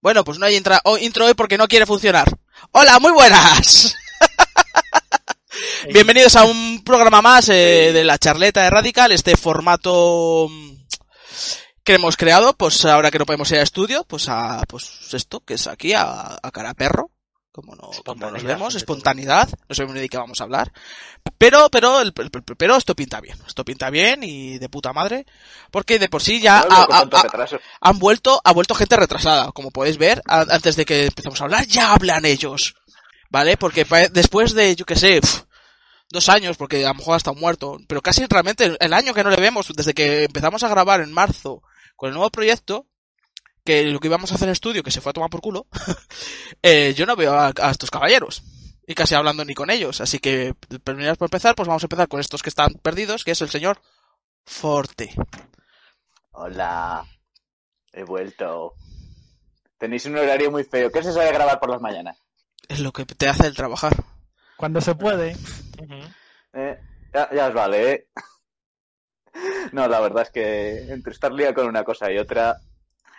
Bueno, pues no hay intra- oh, intro hoy porque no quiere funcionar. Hola, muy buenas. Bienvenidos a un programa más eh, de la charleta de Radical, este formato mm, que hemos creado, pues ahora que no podemos ir a estudio, pues a pues esto, que es aquí, a, a cara a perro, como, no, como nos Espontaneidad, vemos, ante espontaneidad, no sabemos ni de qué vamos a hablar, pero, pero, el- el- el- pero esto pinta bien, esto pinta bien y de puta madre, porque de por sí ya No, no, a- con a- tanto a- retraso. han vuelto, ha vuelto gente retrasada, como podéis ver, a- antes de que empecemos a hablar, ya hablan ellos, ¿vale? Porque pa- después de, yo qué sé, pf, dos años, porque a lo mejor ha estado muerto, pero casi realmente el- el año que no le vemos, desde que empezamos a grabar en marzo con el nuevo proyecto, que lo que íbamos a hacer en estudio, que se fue a tomar por culo, eh, yo no veo a, a estos caballeros. Y casi hablando ni con ellos. Así que, primero por empezar, pues vamos a empezar con estos que están perdidos, que es el señor Forte. Hola, he vuelto. Tenéis un horario muy feo. ¿Qué es eso de grabar por las mañanas? Es lo que te hace el trabajar. Cuando se puede. Eh, ya, ya os vale, ¿eh? No, la verdad es que entre estar liado con una cosa y otra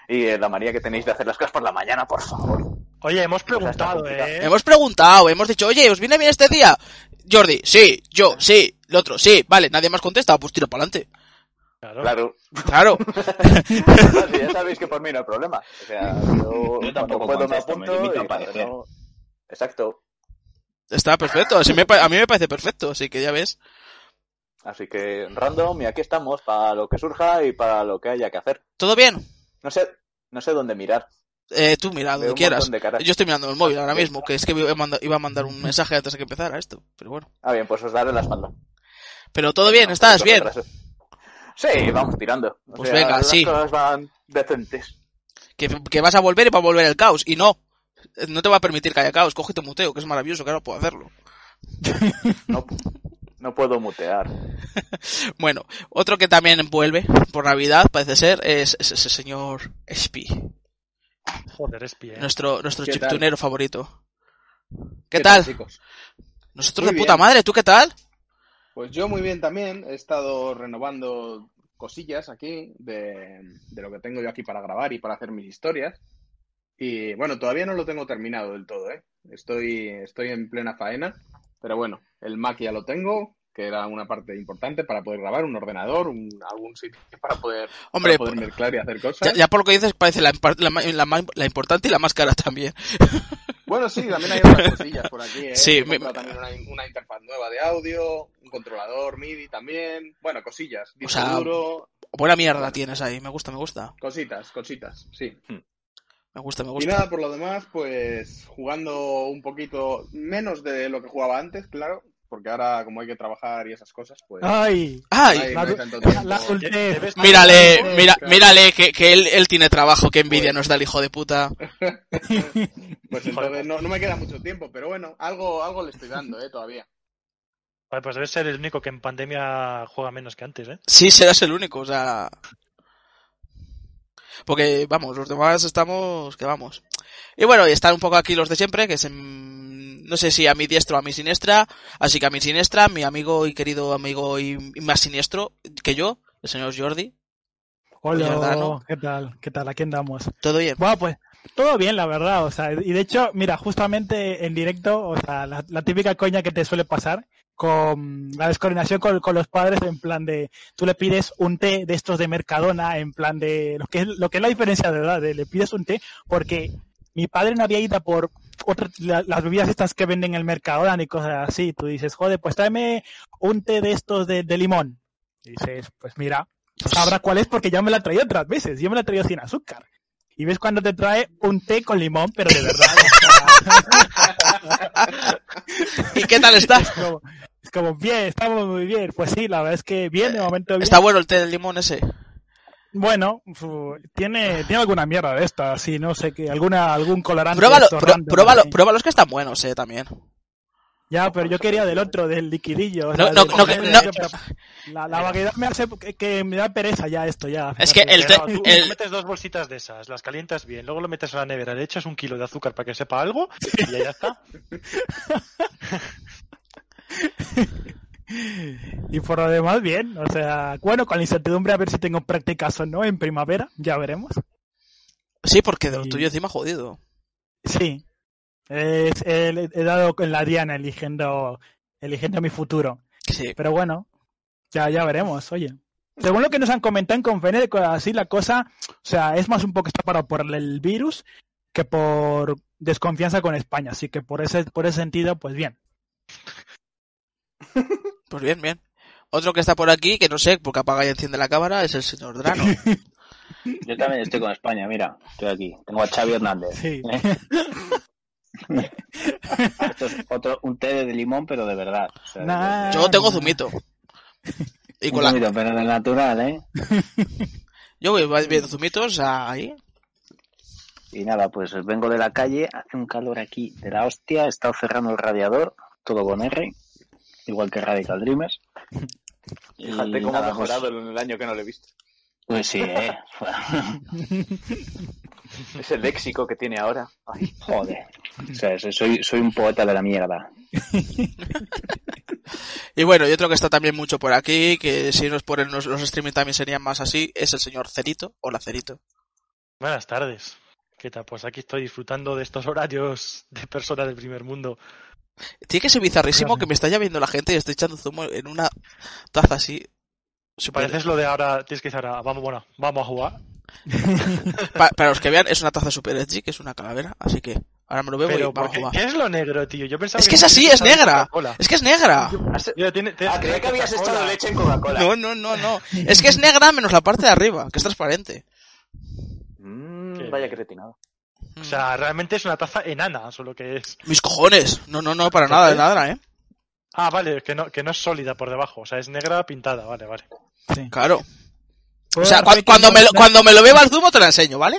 y eh, la manía que tenéis de hacer las cosas por la mañana, por favor. Oye, hemos preguntado, preguntado, complicado. ¿eh? Hemos preguntado, hemos dicho, oye, ¿os viene bien este día? Jordi, sí, yo, sí, el otro, sí, vale, nadie más contesta, pues tiro para adelante. Claro, Claro, Así ya sabéis que por mí no hay problema. O sea, yo, Yo cuando tampoco puedo me contesto, me apunto limito a y cuando aparecer. no- Exacto. está perfecto, así me pa- a mí me parece perfecto, así que ya ves. Así que random y aquí estamos para lo que surja y para lo que haya que hacer. ¿Todo bien? No sé, no sé dónde mirar. Eh, tú mira, Veo donde un quieras. montón de caras. Ah, Yo estoy mirando el móvil ahora mismo, que es que iba a manda- iba a mandar un mensaje antes de que empezara esto, pero bueno. Ah, bien, pues os daré la espalda. Pero todo bien, estás bien. Sí, vamos tirando. O Pues sea, venga, las sí. cosas van decentes. Que, que vas a volver y va a volver el caos, y no. eh, No te va a permitir que haya caos, cógete un muteo, que es maravilloso, que ahora puedo hacerlo. No, no puedo mutear. Bueno, otro que también vuelve por Navidad, parece ser, es, es ese señor Spi. Joder, es pie. Pues Nuestro, nuestro ¿Qué tal? chiptunero favorito. ¿Qué, tal? chicos? Nosotros Muy de bien. puta madre, ¿tú qué tal? Pues yo muy bien también. He estado renovando cosillas aquí de, de lo que tengo yo aquí para grabar y para hacer mis historias. Y bueno, todavía no lo tengo terminado del todo, ¿eh? Estoy, estoy en plena faena, pero bueno, el Mac ya lo tengo, que era una parte importante para poder grabar, un ordenador, un, algún sitio para poder, Hombre, para poder mezclar y hacer Ya, cosas. ya por lo que dices, parece la, impar- la ma- la ma- la importante y la más cara también. Bueno, sí, también hay otras cosillas por aquí, ¿eh? Sí, He me- comprado también una, una interfaz nueva de audio, un controlador MIDI también, bueno, cosillas, disco sea, duro, Buena mierda tienes ahí, me gusta, me gusta. cositas, cositas, sí. Me gusta, me Y gusta. nada, por lo demás, pues jugando un poquito menos de lo que jugaba antes, claro, porque ahora como hay que trabajar y esas cosas, pues... ¡Ay! ¡Ay! ay, no hay tanto La, la tiempo. Pues adultez. Mírale, Ay, mira, claro. mírale, que, que él, él tiene trabajo, que envidia nos da el hijo de puta. Pues entonces no, no me queda mucho tiempo, pero bueno, algo, algo le estoy dando, ¿eh? Todavía. Joder, pues debes ser el único que en pandemia juega menos que antes, ¿eh? Sí, serás el único, o sea... Porque, vamos, los demás estamos... que vamos. Y bueno, y están un poco aquí los de siempre, que es... en- No sé si a mi diestro o a mi siniestra. Así que a mi siniestra, mi amigo y querido amigo y y más siniestro que yo, el señor Jordi. Giordano. Hola, oh, ¿qué tal? ¿Qué tal? ¿A quién damos? Todo bien. Bueno, pues todo bien, la verdad, o sea, y de hecho, mira, justamente en directo, o sea, la, la típica coña que te suele pasar con la descoordinación con, con los padres en plan de, tú le pides un té de estos de Mercadona, en plan de, lo que es, lo que es la diferencia de edad, de le pides un té porque mi padre no había ido a por otra- la- las bebidas estas que venden en el Mercadona y cosas así, tú dices, joder, pues tráeme un té de estos de, de limón. Y dices, pues mira, sabrá cuál es porque ya me la traía otras veces, yo me la traía sin azúcar. Y ves cuando te trae un té con limón, pero de verdad. o ¿Y qué tal está? sea, es, como, es como, bien, estamos muy bien. Pues sí, la verdad es que bien, de momento bien. Está bueno el té del limón ese. Bueno, fu- tiene, tiene alguna mierda de esta, así, no sé qué, alguna, algún colorante. Pruébalo, esto pró- random, pruébalo, así. pruébalo, es que están buenos, eh, también. Ya, pero yo quería del otro, del liquidillo. o No, sea, no, del- no, del- no. pero La, la vaguedad me hace que, que me da pereza ya esto, ya. Es que fíjate. el té- Pero tú el- metes dos bolsitas de esas, las calientas bien, luego lo metes a la nevera, le echas un kilo de azúcar para que sepa algo y ya, ya está. Y por lo demás, bien. O sea, bueno, con la incertidumbre a ver si tengo prácticas o no en primavera, ya veremos. Sí, porque de lo Y- tuyo encima jodido. Sí. Es- he, he dado con la diana eligiendo, eligiendo mi futuro. Sí. Pero bueno, ya, ya veremos, oye. Según lo que nos han comentado en Confener, co- así la cosa, o sea, es más un poco está parado por el virus que por desconfianza con España. Así que por ese, por ese sentido, pues bien. Pues bien, bien. Otro que está por aquí, que no sé, porque apaga y enciende la cámara, es el señor Drano. Yo también estoy con España, mira, estoy aquí. Tengo a Xavi Hernández. Sí. ¿eh? Esto es otro, un té de limón, pero de verdad. O sea, Nah. de- de- Yo tengo zumito. Y un con la... poquito, pero de natural, ¿eh? Yo voy viendo zumitos ahí. Y nada, pues vengo de la calle, hace un calor aquí de la hostia, he estado cerrando el radiador, todo con R, igual que Radical Dreamers. Y Fíjate cómo ha nada, pues- mejorado en el año que no lo he visto. Pues sí, ¿eh? Ese léxico que tiene ahora. Ay, joder. O sea, soy, soy un poeta de la mierda. Y bueno, y otro que está también mucho por aquí, que si no es por él, los, los streaming también serían más así, es el señor Cerito. Hola, Cerito. Buenas tardes. ¿Qué tal? Pues aquí estoy disfrutando de estos horarios de personas del primer mundo. Tiene que ser bizarrísimo Gracias. que me está ya viendo la gente y estoy echando zumo en una taza así. Super- Pareces lo de ahora, tienes que decir ahora, vamos, bueno, vamos a jugar. pa- para los que vean, es una taza super edgy, que es una calavera, así que ahora me lo veo Pero, y vamos a ¿por qué, jugar. ¿qué es lo negro, tío? Yo pensaba Es que es así, es negra. Es que es negra. Mira, tiene- tiene- Ah, creía que habías Coca-Cola. echado leche en Coca-Cola. No, no, no, no. Es que es negra menos la parte de arriba, que es transparente. Mm, Qué vaya bien. cretinado. Mm. O sea, realmente es una taza enana, solo que es. Mis cojones. No, no, no, para nada, de nada, ¿eh? Ah, vale, que no, que no es sólida por debajo, o sea, es negra pintada, vale, vale. Claro. O sea, cua- cuando me, lo, cuando me lo beba el zumo te la enseño, ¿vale?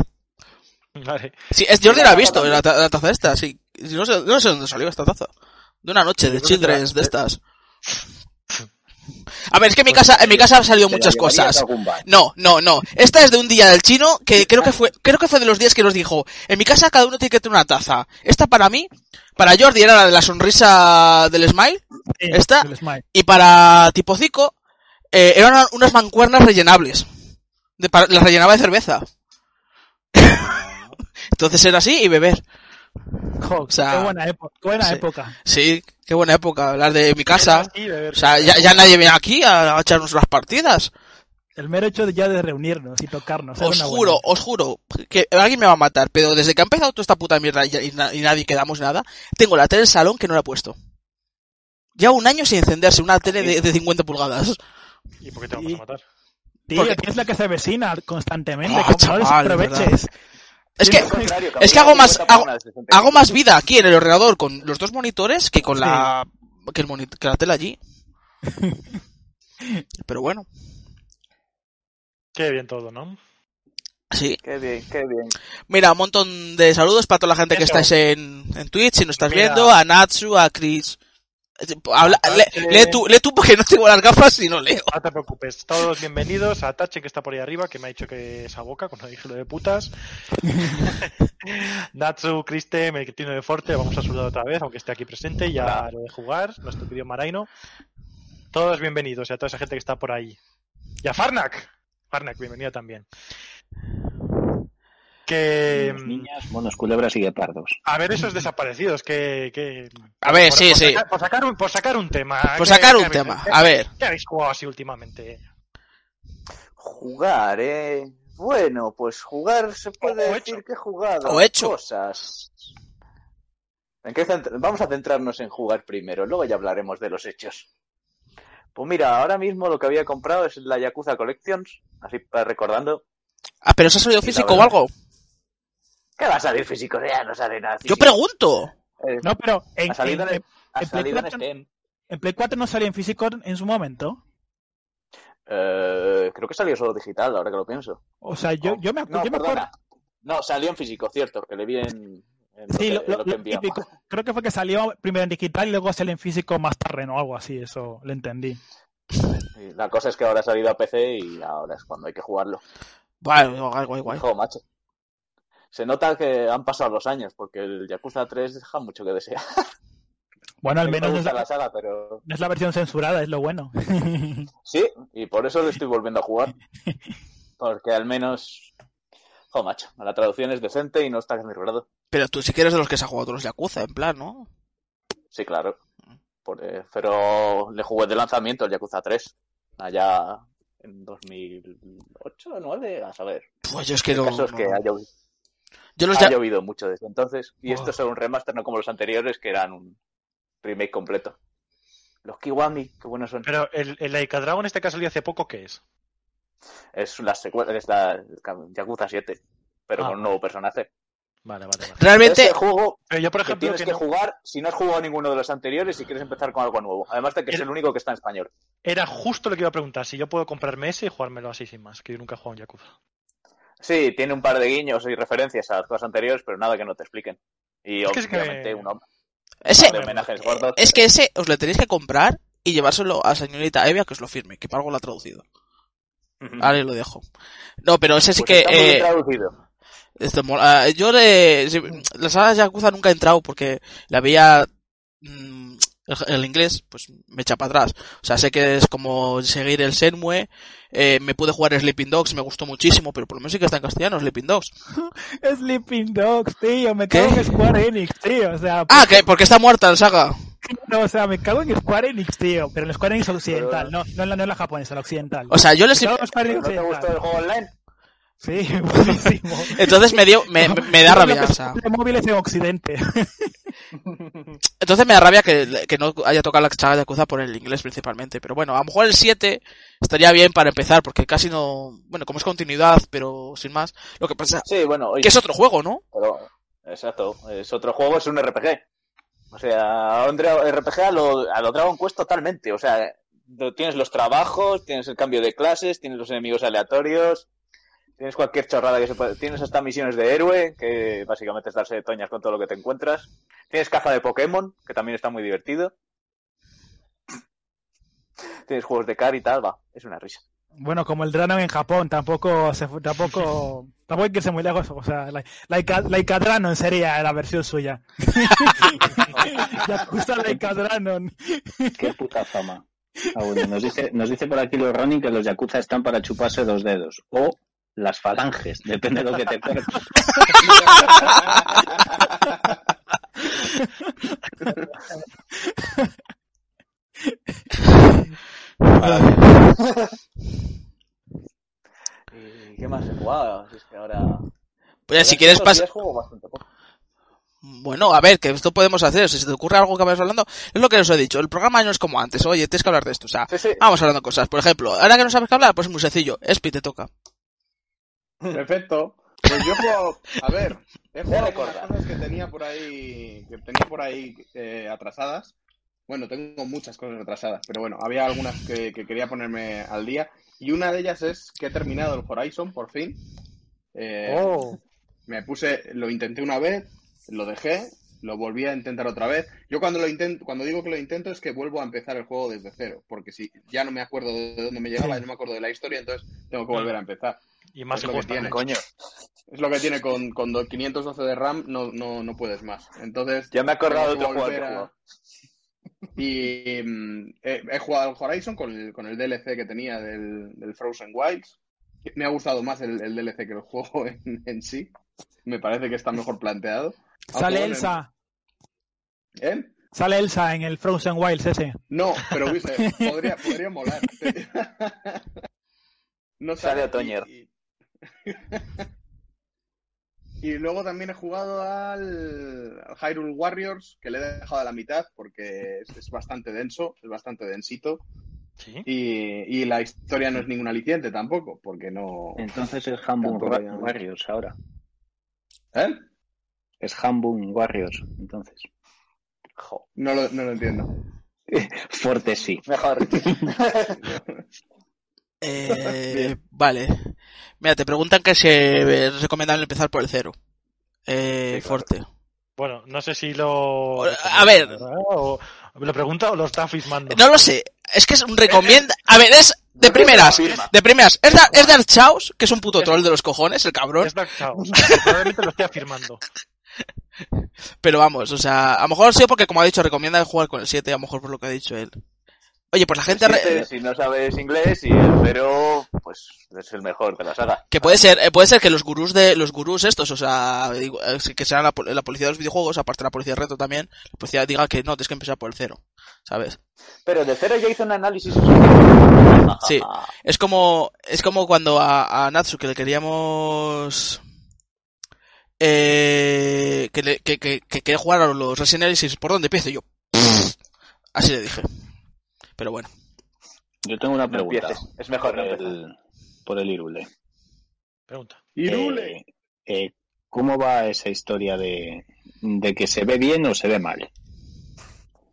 Vale, Sí, es, Jordi la ha visto, la, ta- la taza esta, sí. No sé, no sé dónde salió esta taza. De una noche de Yo creo que children's de te la- estas. A ver, es que en mi casa, en mi casa han salido muchas Te la llevarías cosas. a algún bar. No, no, no. Esta es de un día del chino que creo que fue, creo que fue de los días que nos dijo, en mi casa cada uno tiene que tener una taza. Esta para mí, para Jordi era la de la sonrisa del smile está- y para tipo Zico eh, eran una- unas mancuernas rellenables. De, para- las rellenaba de cerveza. Entonces era así y beber. o sea, qué buena, época, qué buena sí. época. Sí, qué buena época, las de mi casa. Y beber. O sea, ya, ya nadie viene aquí a, a echarnos las partidas. El mero hecho de ya de reunirnos y tocarnos. era Os una buena juro, época. os juro que alguien me va a matar, pero desde que ha empezado toda esta puta mierda y, y na- y nadie quedamos nada, tengo la tele en salón que no la he puesto. Ya un año sin encenderse, una tele de, de 50 pulgadas. ¿Y por qué te vamos a Y- matar? Tío, porque- que es la que se vecina constantemente. Ah, como no chaval, les aproveches. Es que, Tienes que- es que hago más, hago, hago más vida aquí en el ordenador con los dos monitores que con Sí. la, que, el moni- que la tele allí. Pero bueno, Qué bien todo, ¿no? sí. Qué bien, qué bien. Mira, un montón de saludos para toda la gente que Eso. estáis en, en Twitch, si nos estás Mira. viendo, a Natsu, a Chris. Eh, Habla, Atache. le- lee, tú, lee tú porque no tengo las gafas y no leo. No te preocupes, todos bienvenidos a Tache que está por ahí arriba, que me ha dicho que es a boca cuando dije lo de putas. Natsu, Criste, Melquitino de Forte, vamos a saludar otra vez, aunque esté aquí presente, ya lo de jugar, nuestro querido Maraino. Todos bienvenidos y a toda esa gente que está por ahí. Y a Farnak, Farnak, bienvenido también. Que. mm, Niñas, monos, culebras y guepardos. A ver, esos desaparecidos, que. que A ver, por- sí, pues por sí. sacar- por, sacar un, por sacar un tema. Por ¿qué- sacar qué un habéis- tema, a ver. ¿Qué habéis jugado así últimamente? Jugar, eh. Bueno, pues jugar se puede O decir hecho. que he jugado O hecho. cosas. ¿En qué cent- Vamos a centrarnos en jugar primero, luego ya hablaremos de los hechos. Pues mira, ahora mismo lo que había comprado es la Yakuza Collections, así para recordando. Ah, pero ¿se ha salido Sí, la físico o verdad. algo? ¿Qué va a salir físico? Ya no sale nada. Yo físico. pregunto. Eh, No, pero en, ha salido en- en, ha en Play salido en Platform- Steam. en Play 4 no salía en físico en su momento. Eh, creo que salió solo digital, ahora que lo pienso. O sea, yo, yo me, acu- no, Ah, pues yo me acuerdo. perdona. No, salió en físico, cierto, que le vi en, en Sí, lo, lo, que- lo- lo que lo enviamos. típico. Creo que fue que salió primero en digital y luego salió en físico más tarde, ¿no? Algo así, eso lo entendí. Sí, La cosa es que ahora ha salido a PC y ahora es cuando hay que jugarlo. Vale, guay, guay, guay. Hijo, macho. Se nota que han pasado los años, porque el Yakuza 3 deja mucho que desear. Bueno, al Me menos no es gusta la, la saga, pero... no es la versión censurada, es lo bueno. Sí, y por eso lo estoy volviendo a jugar. Porque al menos... Oh, macho, la traducción es decente y no está calibrado. Pero tú sí que eres de los que se ha jugado todos los Yakuza, en plan, ¿no? Sí, claro. Por, eh, pero le jugué de lanzamiento el Yakuza 3. Allá en 2008 o 2009, a saber. Pues yo es que El no. caso es no, que no. ha llovido, Yo Pues los ha ya- llovido mucho desde entonces. Y Buah. estos son un remaster, no como los anteriores, que eran un remake completo. Los Kiwami, qué buenos son. Pero el, el Laika Dragon en este caso salió hace poco, ¿qué es? Es la secuela, es la el Yakuza 7, pero Ah. con un nuevo personaje. Vale, vale, vale. Realmente, Este juego Pero yo, por que ejemplo, tienes que, que, no- jugar si no has jugado ninguno de los anteriores y quieres empezar con algo nuevo. Además de que es El- el único que está en español. era justo lo que iba a preguntar, si yo puedo comprarme ese y jugármelo así sin más, que yo nunca he jugado en Yakuza. Sí, tiene un par de guiños y referencias a las cosas anteriores, pero nada que no te expliquen. Y Es que es que- obviamente un hom- ese, de homenajes gordos. es que ese os le tenéis que comprar y llevárselo a señorita Evia que os lo firme, que para algo lo ha traducido. Ujú. Ahora lo dejo. No, pero ese sí Mm. Pues está muy bien que. eh, traducido. Este, mola. Ah, yo le, si- la sala de Yakuza nunca he entrado porque la veía mm, el, el inglés, pues me echa para atrás. O sea, sé que es como seguir el Senmue. eh, me pude jugar Sleeping Dogs, me gustó muchísimo, pero por lo menos sí que está en castellano, Sleeping Dogs. Sleeping Dogs, tío, me ¿Qué? cago en Square Enix, tío. O sea, pues, Ah, que porque está muerta la saga. no, o sea, me cago en Square Enix, tío. Pero en Square Enix occidental, no, no en la, no en la japonesa, la occidental. O sea, yo le Me cago en Square ¿Pero ¿No Enix te gustó el occidental. juego online? Sí, buenísimo. Entonces me dio, me, me- me da Todo lo rabia, que o se sea. hace móviles en occidente. Entonces me da rabia que, que no haya tocado la saga de Yakuza por el inglés principalmente. Pero bueno, a lo mejor el 7 estaría bien para empezar, porque casi no. Bueno, como es continuidad, pero sin más. Lo que pasa Sí, bueno, oye, que es otro juego, ¿no? pero- exacto. Es otro juego, es un RPG. O sea, a un dra- RPG a lo, a lo Dragon Quest totalmente. O sea, lo- tienes los trabajos, tienes el cambio de clases, tienes los enemigos aleatorios, tienes cualquier chorrada que se puede. Tienes hasta misiones de héroe, que básicamente es darse de toñas con todo lo que te encuentras. Tienes caza de Pokémon, que también está muy divertido. Tienes juegos de car y tal, va, es una risa. Bueno, como el Dranon en Japón, tampoco se fu- tampoco tampoco hay que irse muy lejos, o sea, la- Laika Laika Dranon sería la versión suya. Yakuza Laika Dranon. Qué puta fama. Ah, bueno, nos, dice, nos dice por aquí los Ronin que los Yakuza están para chuparse dos dedos. O las falanges, depende de lo que te cortes. ¿Y qué más he jugado? Si es que ahora. Pues si quieres pasar. Estos días juego bastante poco. Bueno, a ver, que esto podemos hacer. Si se te ocurre algo que vayas hablando, es lo que os he dicho. El programa no es como antes. Oye, tienes que hablar de esto. O sea, Sí, sí. vamos hablando cosas. Por ejemplo, ahora que no sabes qué hablar, pues es muy sencillo. Espi te toca. Perfecto. Pues yo he jugado, a ver, he jugado Voy a algunas recordar. cosas que tenía por ahí, que tenía por ahí eh, atrasadas. Bueno, tengo muchas cosas atrasadas, pero bueno, había algunas que, que quería ponerme al día. Y una de ellas es que he terminado el Horizon, por fin. Eh, Oh, me puse, lo intenté una vez, lo dejé, lo volví a intentar otra vez. Yo cuando lo intento, cuando digo que lo intento es que vuelvo a empezar el juego desde cero, porque si ya no me acuerdo de dónde me llegaba, Sí. y no me acuerdo de la historia, entonces tengo que volver a empezar. y más Es si lo que juegas tiene. Coño. también. Es lo que tiene con, con do- 512 de RAM, no, no, no puedes más. Entonces, Ya me he acordado de otro tengo que juego que he volver a- jugado. Y mm, he, he jugado al Horizon con el, con el DLC que tenía del, del Frozen Wilds. Me ha gustado más el, el DLC que el juego en, en sí. Me parece que está mejor planteado. Aunque Sale bueno, Elsa, ¿Eh? sale Elsa en el Frozen Wilds ese. No, pero viste, podría, podría molar. No Sale y- Otoñer. Y, y luego también he jugado al, al Hyrule Warriors, que le he dejado a la mitad porque es, es bastante denso, es bastante densito. Sí. Y, y la historia no es ningún aliciente tampoco, porque no. Entonces es Hambun Tampoco había- Warriors ahora. ¿Eh? Es Hambun Warriors, entonces. Jo, No lo, no lo entiendo. Fuerte sí. mejor. Eh, vale. Mira, te preguntan que si es recomendable empezar por el cero. Eh, fuerte. Bueno, no sé si lo... A ver. O- ¿Lo pregunta o lo está firmando? No lo sé. Es que es un recomienda. A ver, es de primeras. Firma. De primeras. Es, da, es Dark Chaos, que es un puto troll de los cojones, el cabrón. Es Dark Chaos. que Probablemente lo esté afirmando. Pero vamos, o sea, a lo mejor sí, porque como ha dicho, recomienda jugar con el 7, a lo mejor por lo que ha dicho él. Oye, pues la gente... re- Este, si no sabes inglés y el cero, pues es el mejor de la saga. Que puede ser, eh, puede ser que los gurús de los gurús estos, o sea, digo, eh, que sean la, pol- la policía de los videojuegos, aparte de la policía de reto también, la policía diga que no, tienes que empezar por el cero, ¿sabes? Pero de cero ya hizo un análisis. Sí. Es como es como cuando a, a Natsu que le queríamos eh, que, le, que, que, que quería jugar a los Resident Evil y dices, ¿por dónde empiezo? Y yo así le dije. Pero bueno, Yo tengo una No pregunta empieces. Es mejor no por empezar. el, por el Irule. Pregunta. Irule. Eh, eh, ¿Cómo va esa historia de, de que se ve bien o se ve mal?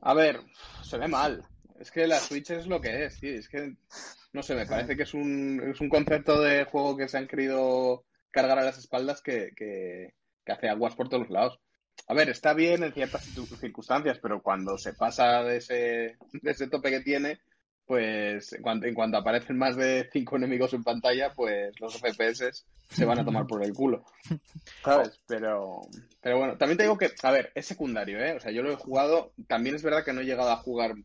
A ver, se ve mal. Es que la Switch es lo que es, tío. Es que, no sé, me parece que es un, es un concepto de juego que se han querido cargar a las espaldas que, que, que hace aguas por todos los lados. A ver, está bien en ciertas situ- circunstancias, pero cuando se pasa de ese, de ese tope que tiene, pues en cuanto, en cuanto aparecen más de cinco enemigos en pantalla, pues los FPS se van a tomar por el culo. ¿Sabes? Pero, pero bueno, también te digo que, a ver, es secundario, ¿eh? O sea, yo lo he jugado, también es verdad que no he llegado a jugar,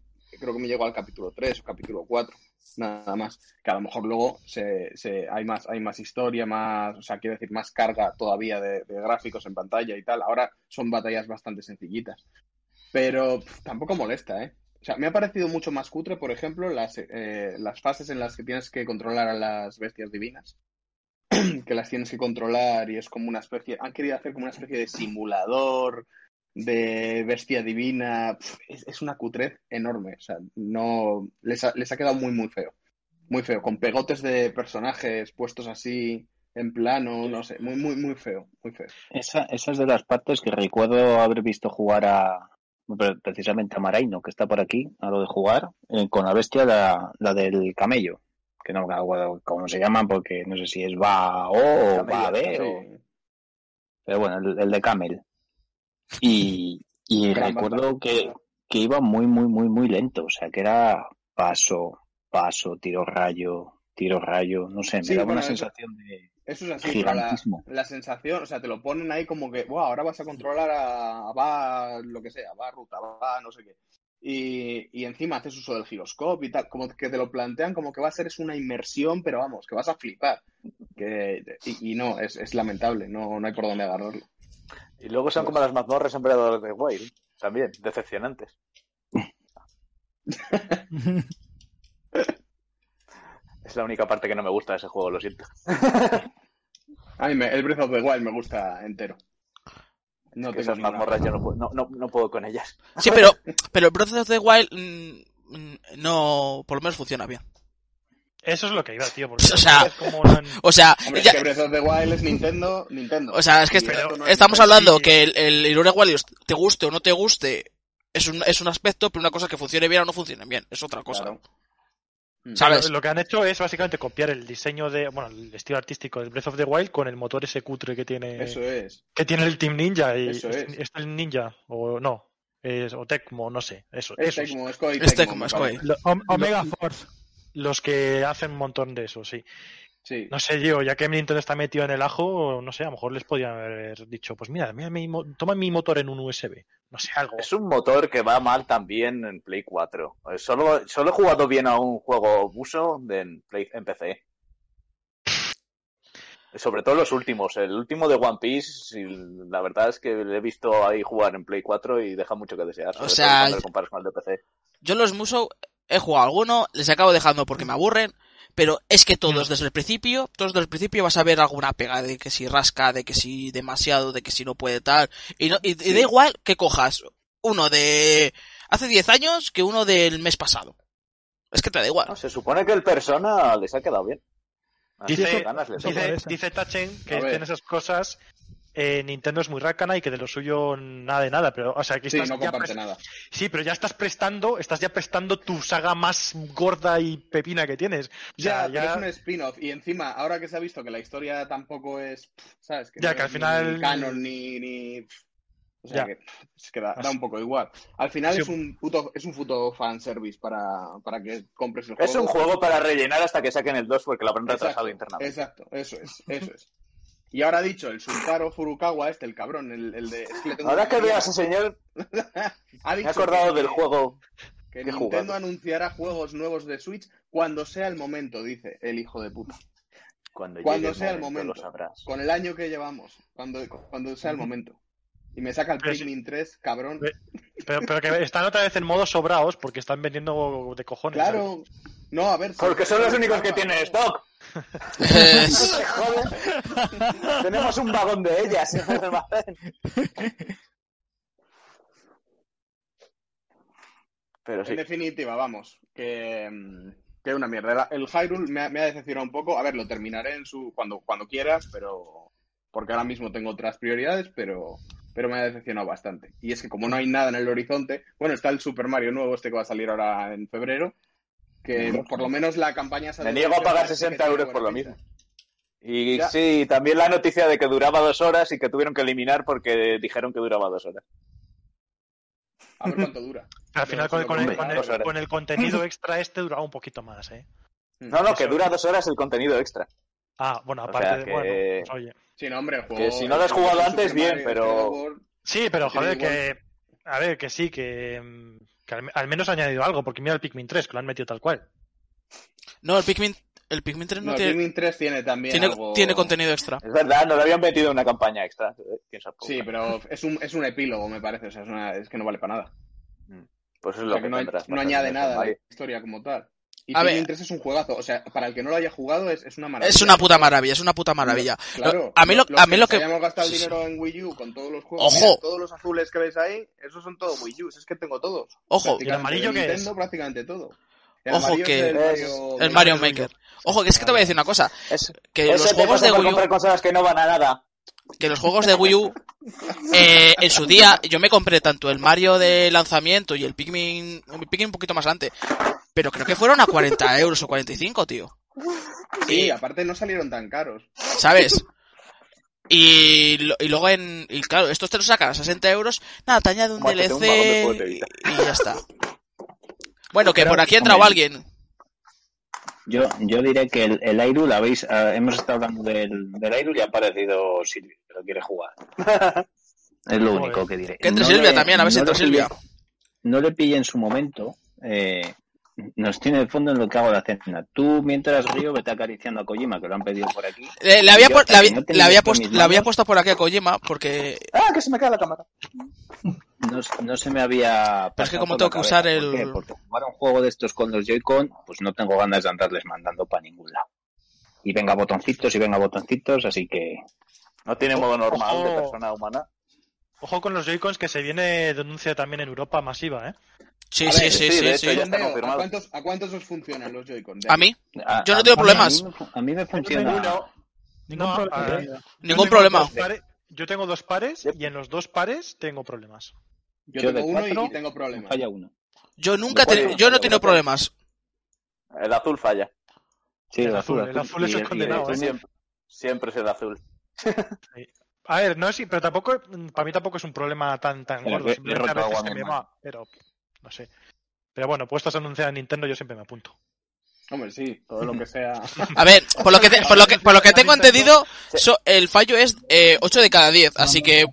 creo que me llegó al capítulo 3 o capítulo 4, nada más, que a lo mejor luego se, se, hay más hay más historia, más, o sea, quiero decir, más carga todavía de, de gráficos en pantalla y tal. Ahora son batallas bastante sencillitas, pero pf, tampoco molesta, ¿eh? O sea, me ha parecido mucho más cutre, por ejemplo, las, eh, las fases en las que tienes que controlar a las bestias divinas que las tienes que controlar y es como una especie, han querido hacer como una especie de simulador de bestia divina, Pf, es, es una cutrez enorme, o sea, no, les ha, les ha quedado muy, muy feo, muy feo, con pegotes de personajes puestos así en plano, no sé, muy, muy, muy feo, muy feo. Esa, esa es de las partes que recuerdo haber visto jugar a pre- precisamente a Maraino, que está por aquí, a lo de jugar, eh, con la bestia, la, la del camello, que no me acuerdo cómo se llaman, porque no sé si es va o va Sí. B, o- pero bueno, el, el de Camel. Y, y Gran recuerdo que, que iba muy, muy, muy, muy lento, o sea, que era paso, paso, tiro rayo, tiro rayo, no sé, me Sí, daba bueno, una eso- sensación de... Eso es así, pero la, Gigantismo. la sensación, o sea, te lo ponen ahí como que, wow, ahora vas a controlar a, a va, lo que sea, va ruta, va, no sé qué. Y, y encima haces uso del giroscopio y tal, como que te lo plantean como que va a ser es una inmersión, pero vamos, que vas a flipar. Que, y, y no, es, es lamentable, no, no hay por dónde agarrarlo. Y luego son como las mazmorras en Breath of the Wild. También, decepcionantes. Es la única parte que no me gusta de ese juego, lo siento. A mí me- el Breath of the Wild me gusta entero. No Que tengo esas ninguna mazmorras yo no puedo, no, no, no puedo con ellas. sí, pero pero Breath of the Wild mm, mm, no por lo menos funciona bien. Eso es lo que iba, tío. Porque O sea, es como no han- O sea, Hombre, ya- es que Breath of the Wild es Nintendo, Nintendo. O sea, es que Y esto no es estamos Nintendo. hablando sí. que el, el Irure Warriors te guste o no te guste es un, es un aspecto, pero una cosa es que funcione bien o no funcione bien, es otra cosa. Claro. Mm. ¿Sabes? Lo que han hecho es básicamente copiar el diseño de, bueno, el estilo artístico del Breath of the Wild con el motor ese cutre que tiene, Eso es. que tiene el Team Ninja. Y Eso es, es. es el Ninja, o no, es, o Tecmo, no sé. Eso, Es esos. Tecmo, es Koei Es Tecmo, Tecmo, me es parece. Koei. Lo- Om- Omega Force. los que hacen un montón de eso, sí. Sí. No sé yo, ya que Nintendo está metido en el ajo, no sé, a lo mejor les podían haber dicho, pues mira, mira mi mo- toma mi motor en un USB. No sé, algo. Es un motor que va mal también en Play 4. Eh, Solo, solo he jugado bien a un juego buso de- en, Play, en PC. Sobre todo los últimos. El último de One Piece, y la verdad es que le he visto ahí jugar en Play 4 y deja mucho que desear. sobre todo sea, cuando lo comparas con el de PC. Yo los Musou he jugado alguno, les acabo dejando porque me aburren, pero es que todos Mm. desde el principio, todos desde el principio vas a ver alguna pega de que si rasca, de que si demasiado, de que si no puede tal, y, no, y, y da igual que cojas uno de hace 10 años que uno del mes pasado. Es que te da igual. No, Ah, se supone que el Persona les ha quedado bien. Así Dice- que ganas les tengo. Dice, parece. dice Tachen que A ver. en esas cosas eh, Nintendo es muy rácana y que de lo suyo nada de nada, pero o sea, que Sí, estás no ya comparte pres- nada. Sí, pero ya estás prestando, estás ya prestando tu saga más gorda y pepina que tienes. O Ya, sea, pero ya, es un spin-off. Y encima, ahora que se ha visto que la historia tampoco es. pff, ¿Sabes? Ya, no que al es final- Ni canon ni. ni pff, o sea, Ya. que, pff, es que da, da Así. un poco igual. Al final Sí. es un puto, es un puto fanservice para, para que compres el juego. Es un juego para rellenar hasta que saquen el 2 porque lo habrán retrasado internamente. Exacto, eso es, eso es. Y ahora dicho, el Suntaro Furukawa, este, el cabrón, el, el de. es le tengo Ahora que manía, veas a ese señor, me ha he dicho acordado que- del juego. Que Qué Nintendo jugado. anunciará juegos nuevos de Switch cuando sea el momento, dice el hijo de puta. Cuando, Cuando llegue sea el lo momento. sabrás. Con el año que llevamos, cuando, cuando sea el momento. Y me saca el Pero sí. Pikmin 3, cabrón. Pero- Pero, pero que están otra vez en modo sobraos porque están vendiendo de cojones. ¿sabes? Claro. No, a ver. sí, Porque son pero- los únicos que tienen stock. Tenemos un vagón de ellas. en el almacén. Pero sí, En definitiva, vamos, que, mm, que una mierda. La- El Hyrule me ha, me ha decepcionado un poco. A ver, lo terminaré en su cuando, cuando quiera, pero porque ahora mismo tengo otras prioridades, pero, pero me ha decepcionado bastante. Y es que como no hay nada en el horizonte, bueno, está el Super Mario nuevo, este que va a salir ahora en febrero, que por lo menos la campaña... esa Me de niego a Nintendo pagar parece que 60 tiene euros por buena lo pinta. Y Ya. sí, también la noticia de que duraba dos horas y que tuvieron que eliminar porque dijeron que duraba dos horas. A ver cuánto dura. Al final con, con el, con el- Dos horas. con el contenido extra este duraba un poquito más, ¿eh? No, no, que Eso. dura dos horas el contenido extra. Ah, bueno, O sea aparte de... que- Bueno, pues oye. Sí, no, hombre, el juego- Que si no lo has jugado el antes, Super bien, Mario, el pero- God of War, Sí, pero Que tiene joder, que... A ver, que sí, que... mm, que al, al menos ha añadido algo, porque mira el Pikmin 3, que lo han metido tal cual. No, el Pikmin, el Pikmin 3 no, No, tiene, Pikmin 3 tiene también tiene, algo- tiene contenido extra. Es verdad, no le habían metido una campaña extra. eh, piensa poco. Sí, pero es un, es un epílogo, me parece. O sea, es, una- es que no vale para nada. Pues es O lo sea, que que no, tendrás, no más o añade menos, nada a la Mario. historia como tal. Y A Pikmin ver. 3 es un juegazo. O sea, para el que no lo haya jugado, es, es una maravilla. Es una puta maravilla, es una puta maravilla. Claro. a mí lo- a mí lo que- nos hayamos gastado el sí, sí. dinero en Wii U con todos los juegos. Ojo. mira, todos los azules que veis ahí, esos son todos Wii U. Es que tengo todos. Ojo, Prácticamente, ¿Y el amarillo de qué es? Nintendo, prácticamente todo. El Ojo amarillo que- es el Mario, el Mario Maker. Ojo, que es que te voy a decir una cosa, Es- que los ese te juegos pasa de por Wii U, comprar cosas que no van a nada. que los juegos de Wii U eh, en su día yo me compré tanto el Mario de lanzamiento y el Pikmin, el Pikmin un poquito más antes, pero creo que fueron a 40 euros o 45, tío. Sí, aparte no salieron tan caros. ¿Sabes? Y, lo- y luego en. Y claro, estos te los sacan a 60 euros. Nada, te añade un Cómprate un vagón de DLC. juguete, y, Vita. y ya está. Bueno, que Pero, por aquí ha entrado hombre. alguien. Yo, yo diré que el, el Hyrule, habéis, ah, hemos estado hablando del, del Hyrule y ha aparecido Silvia, que lo quiere jugar. es lo único que diré. Que entre No Silvia le- también, a ver si no entra le Silvia. pillé- no le pille en su momento. eh, nos tiene de fondo en lo que hago la cena. Tú, mientras río, vete acariciando a Kojima, que lo han pedido por aquí. Eh, le había, Yo pu- le hasta que había- no tenía le había esto en puesto, mis le había manos- puesto por aquí a Kojima porque. ¡Ah, que se me cae la cámara! No, no se me había. Pero es que pasado como por tengo la que cabeza. usar ¿Por el- qué? Porque jugar a un juego de estos con los Joy-Con, pues no tengo ganas de andarles mandando para ningún lado. Y venga botoncitos, y venga botoncitos, así que. No tiene modo normal de Ojo. persona humana. Ojo con los Joy-Cons que se viene denuncia también en Europa masiva, ¿eh? Sí, A sí, ver, sí, sí, sí. de sí. hecho ya- está Sondeo, ¿A confirmado. cuántos, ¿A cuántos os funcionan los Joy-Con? A mí, a- Yo no tengo a- a mí- problemas. A mí, me fu- a mí me funciona. Uno, Ningún No, problema. a ver. Yo ningún tengo problema. dos pare- Yo tengo dos pares y en los dos pares tengo problemas. Yo, Yo tengo de uno y, cuatro, y tengo problemas. Falla uno. Yo nunca he puede- tenido- yo no he lo tenido puede- problemas. el azul falla. Sí, El azul, el azul es Y un y condenado, otro ¿eh? siempre- Siempre, siempre es el azul. A ver, no sí, pero tampoco, para mí tampoco es un problema tan tan Pero gordo. que- Simplemente le he a roto veces algo a se mi me hermano. va, pero no sé. Pero bueno, puestos a anunciar a Nintendo, yo siempre me apunto. Hombre, sí, todo lo que sea... A ver, por lo que, te- por lo que, por lo que tengo entendido, so- el fallo es eh, 8 de cada 10. Así que,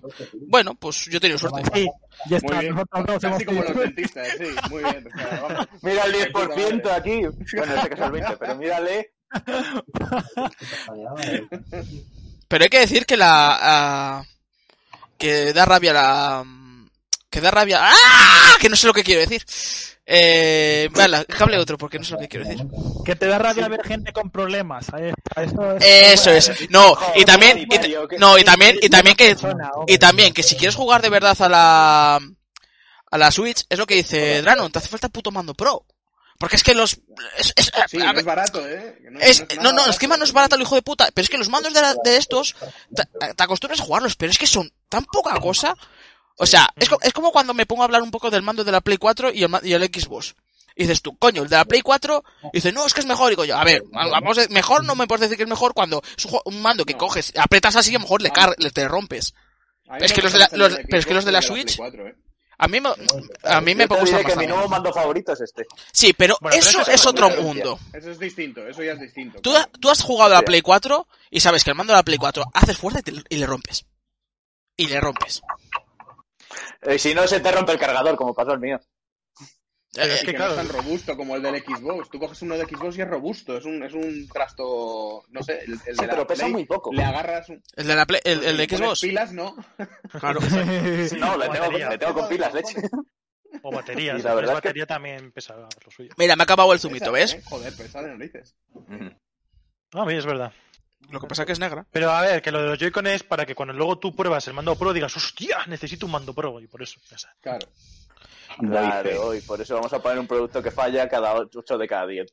bueno, pues yo he tenido suerte. Sí, ya ah, Muy está. bien. nosotros dos hemos Casi como los pedido- dentistas, sí. Muy bien. o sea, vamos. Mira el 10% aquí. Bueno, sé que es el 20, pero mírale. Pero hay que decir que la. ah, que da rabia la. Que da rabia. ¡Ah! Que no sé lo que quiero decir. Eh, vale, que hable otro porque no sé lo que quiero decir. Que te da rabia ver gente con problemas. ahí está, Eso es. Eso es. No, y también. y ta- no, y también, y también que. Y también que si quieres jugar de verdad a la. A la Switch, es lo que dice Dranon, te hace falta el puto mando pro. Porque es que los. es- es- Sí, a no ver, es barato, ¿eh? Que Es, nada no, no, barato. ¿eh? es que más no es barato el hijo de puta. Pero es que los mandos de, la- de estos, te, te acostumbras a jugarlos, pero es que son tan poca cosa. O sea, es, co- es como cuando me pongo a hablar un poco del mando de la Play 4 y el, ma- y el Xbox. Y dices tú, coño, el de la Play 4, y dices, no, es que es mejor. Y digo yo, a ver, vamos a- mejor no me puedes decir que es mejor cuando es un, jue- un mando que No. coges, apretas así y a lo mejor le, car- le te rompes. A mí pero es me que los de gusta la- más el los- pero es que los de la Xbox que el Switch- Play 4, ¿eh? A mí, me- a mí me Yo te gusta más diré que mi también. nuevo mando favorito es este. Sí, pero Bueno, pero eso eso es es otro diferencia. mundo. ¿eh? Eso es distinto, eso ya es distinto. Tú, claro. tú has jugado a la Sí. Play 4 y sabes que el mando de la Play 4 haces fuerza y, te- y le rompes. Y le rompes. Eh, si no, se te rompe el cargador, como pasó el mío. Pero es Eh, que, claro. no es tan robusto como el del Xbox. Tú coges uno de Xbox y es robusto. Es un, es un trasto. No sé, el, el de Sí, la pero pesa Play, muy poco. Le agarras un. El de la Play- el, el de le pones Xbox. pilas, ¿no? Claro. No, le tengo, Batería. le tengo con pilas, leche. O baterías. Y la la verdad es que- batería también pesaba lo suyo. Mira, me ha acabado el Pesa, zumito, ¿ves? ¿eh? Joder, pesa de narices. Ah, mira, es verdad. Lo que pasa es que es negra. Pero a ver, que lo de los Joy-Con es para que cuando luego tú pruebas el mando pro digas, hostia, necesito un mando pro. Y por eso, ya está. Claro. Claro, y por eso vamos a poner un producto que falla cada 8 de cada 10.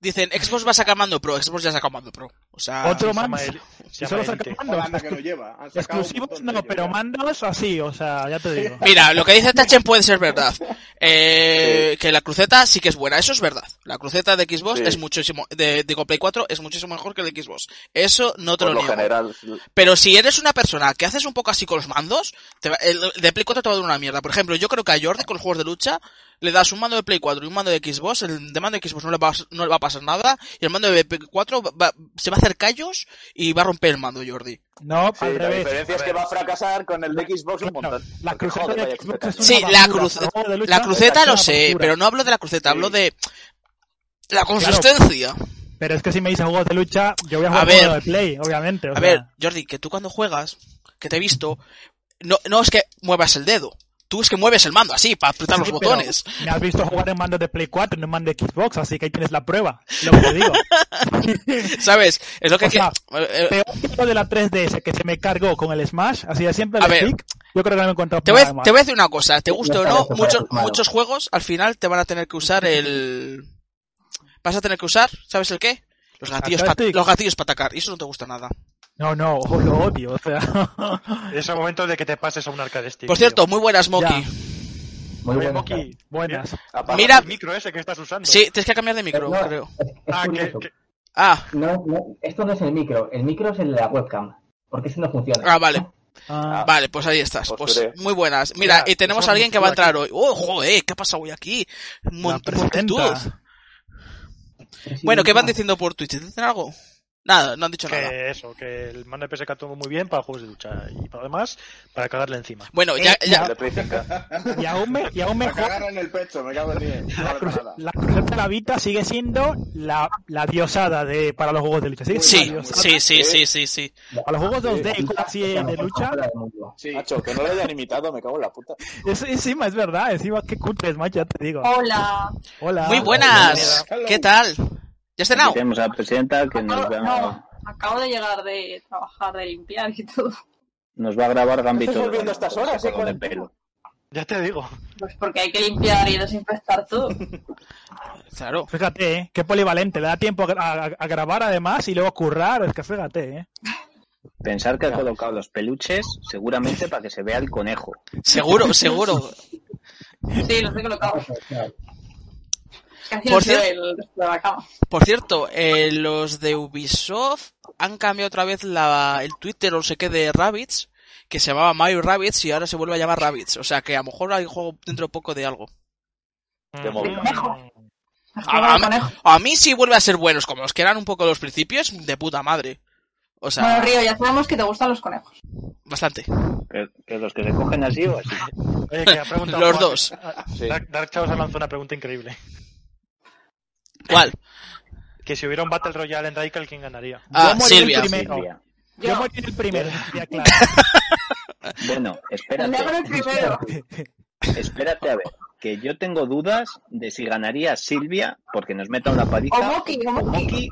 Dicen, Xbox va a sacar mando pro. Xbox ya ha sacado mando pro. O sea, Otro Se llama mando. el- Y Se solo llama saca Elite. mandos. Holanda que lo lleva. Han sacado un Exclusivos montón no, de ellos, pero ya. mandos así, o sea, ya te digo. Mira, lo que dice Tachen puede ser verdad. Eh, Que la cruceta sí que es buena, eso es verdad. La cruceta de Xbox Sí. es muchísimo, de, digo, Play 4 es muchísimo mejor que el de Xbox. Eso no te Por lo, lo niego. general, Pero si eres una persona que haces un poco así con los mandos, te va- el de Play 4 te va a dar una mierda. Por ejemplo, yo creo que a Jordi con los juegos de lucha le das un mando de Play 4 y un mando de Xbox, el de mando de Xbox no le va a, no le va a pasar nada, y el mando de Play 4 va- va- se va a hacer callos y va a romper el mando, Jordi. No, sí, al la revés. diferencia es que va a fracasar con el de Xbox un Claro, montón. la Porque, cruceta joder, de vaya Xbox cruceta. es una Sí, la, basura, cruce- pero luego de lucha la cruceta es lo una sé, basura. pero no hablo de la cruceta, hablo Sí. de la consistencia. Pero es que si me dicen juegos de lucha, yo voy a A jugar ver. juego de Play, obviamente. o A sea. ver, Jordi, que tú cuando juegas, que te he visto, no, no es que muevas el dedo, tú es que mueves el mando así, para apretar los Sí, pero botones. Me has visto jugar en mando de Play 4, no en mando de Xbox, así que ahí tienes la prueba. Lo que te digo. ¿Sabes? Es lo que... O sea, que- eh, eh, Peor que lo de la 3DS que se me cargó con el Smash, así de siempre A el ver. stick, yo creo que no me he encontrado Te voy, a, nada más. te voy a decir una cosa, te guste o está no, bien, está muchos, bien, claro. muchos juegos al final te van a tener que usar el... Vas a tener que usar, ¿sabes el qué? Los gatillos, pa- Fantastic. los gatillos para atacar, y eso no te gusta nada. No, no, ojo, lo odio. O sea, Es el momento de que te pases a un arcade stick. Por cierto, muy buenas, Moki. Oye, Muy bueno. Moki, buenas. Apaga Mira- el micro ese que estás usando. Sí, tienes que cambiar de micro, No, creo. es- es Ah, que, curioso. que- Ah, No, no, esto no es el micro. El micro es el de la webcam. Porque ese no funciona. ah, vale. Ah, Vale, pues ahí estás. Pues Postureo. muy buenas. Mira, Mira, y tenemos somos a alguien que va a aquí. entrar hoy. ¡Oh, joder! ¿Qué ha pasado hoy aquí? la Mon- multitud. presenta. Bueno, ¿qué van diciendo por Twitch? ¿Dicen algo? Nada, no han dicho nada. que eso, que el mando de PSK tomó muy bien para juegos de lucha y para demás, para cagarle encima. Bueno, ya, El ya, de Play 5. Y aún, me, y aún Me mejor, cagaron en el pecho, me cago en diez. No la, vale para cruce- nada. la cruceta de la Vita sigue siendo la, la diosada de, para los juegos de lucha. Sigue siendo sí, la diosada. sí, sí, sí, sí, sí. Para los juegos 2D y cosas así eh, de, de lucha. Sí. Nacho, que no lo hayan imitado, me cago en la puta. Es, encima, es verdad. Encima, qué cutres, macho, ya te digo. Hola. Hola. Oh, Muy buenas. Hello. ¿Qué tal? ¿Ya has Aquí cenado? tenemos a la presidenta que nos va, No, acabo de llegar de trabajar, de limpiar y todo. nos va a grabar Gambito. estás volviendo a estas horas, eh, con el cuarentena? pelo. Ya te digo. Pues porque hay que limpiar y desinfectar todo. Claro. Fíjate, ¿eh? qué polivalente. Le da tiempo a, a- a grabar además y luego currar. Es que fíjate, ¿eh? Pensar que ha colocado los peluches seguramente para que se vea el conejo. Seguro, seguro. Sí, los he colocado. Casi Por no se ve cierto- el resto de la cama. Por cierto, eh, los de Ubisoft han cambiado otra vez la, el Twitter o no sé qué de Rabbids, que se llamaba Mario Rabbids y ahora se vuelve a llamar Rabbids. O sea que a lo mejor hay juego dentro de poco de algo. De móvil. Mm. Las Ah, cosas ah, de conejo. A mí sí vuelve a ser buenos, como los que eran un poco los principios, de puta madre. O Bueno, sea, Río, ya sabemos que te gustan los conejos. bastante. Que, que los que se cogen así o así. Oye, que ha preguntado Los Juan- Ah, dos. Sí. Dark, Dark Chaos ha lanzado una pregunta increíble. ¿Cuál? Que si hubiera un Battle Royale en Radical, ¿quién ganaría? Ah, Yo morí Silvia. el primero. Silvia. Yo, Yo. morí el primero. ya, claro. Bueno, El espérate, negro el primero. espérate a ver. Que yo tengo dudas de si ganaría Silvia porque nos meta una paliza. O Moki, o o Moki. Moki,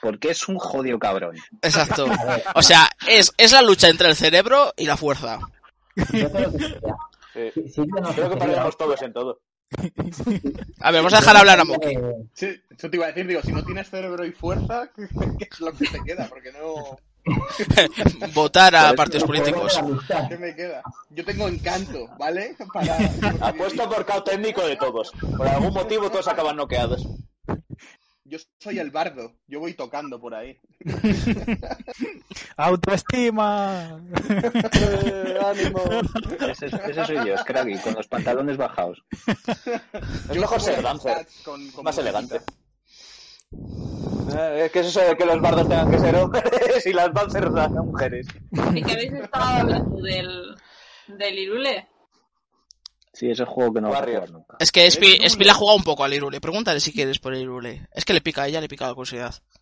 porque es un jodido cabrón. Exacto. O sea, es, es la lucha entre el cerebro y la fuerza. Yo creo que sí, Sí. sí, sí, yo Creo que no sé, sería- perdemos todos en todo. A ver, vamos a dejar hablar a Moki. Eh, Sí, eso te iba a decir, digo, si no tienes cerebro y fuerza, ¿qué es lo que te queda? Porque no... Votar a Pero es partidos los políticos. juegos de la amistad. ¿Qué me queda? Yo tengo encanto, ¿vale? Para... Apuesto por cao técnico de todos. Por algún motivo todos acaban noqueados. Yo soy el bardo, yo voy tocando por ahí. Autoestima. Eh, ánimo. Ese, ese soy yo, Scraggy, con los pantalones bajados. Es mejor ser dancer. Con- con Más musiquita. elegante. Eh, Es que eso de que los bardos tengan que ser hombres y las dancers las mujeres. ¿Y que habéis estado hablando del, del Irule? Sí, es el juego que no va a Warrior. jugar nunca. Es que Espi, Irule. Espi le ha jugado un poco al Irule. Pregúntale si quieres por el Irule. Es que le pica a ella, le pica la curiosidad. Mm.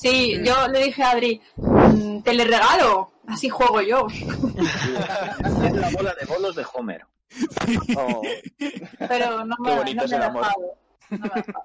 Sí, yo le dije a Adri, "Mm, te le regalo, así juego yo. Es la bola de bolos de Homer. Oh, Pero no me, Qué no bonito me es ha el amor. dejado. No me ha dejado.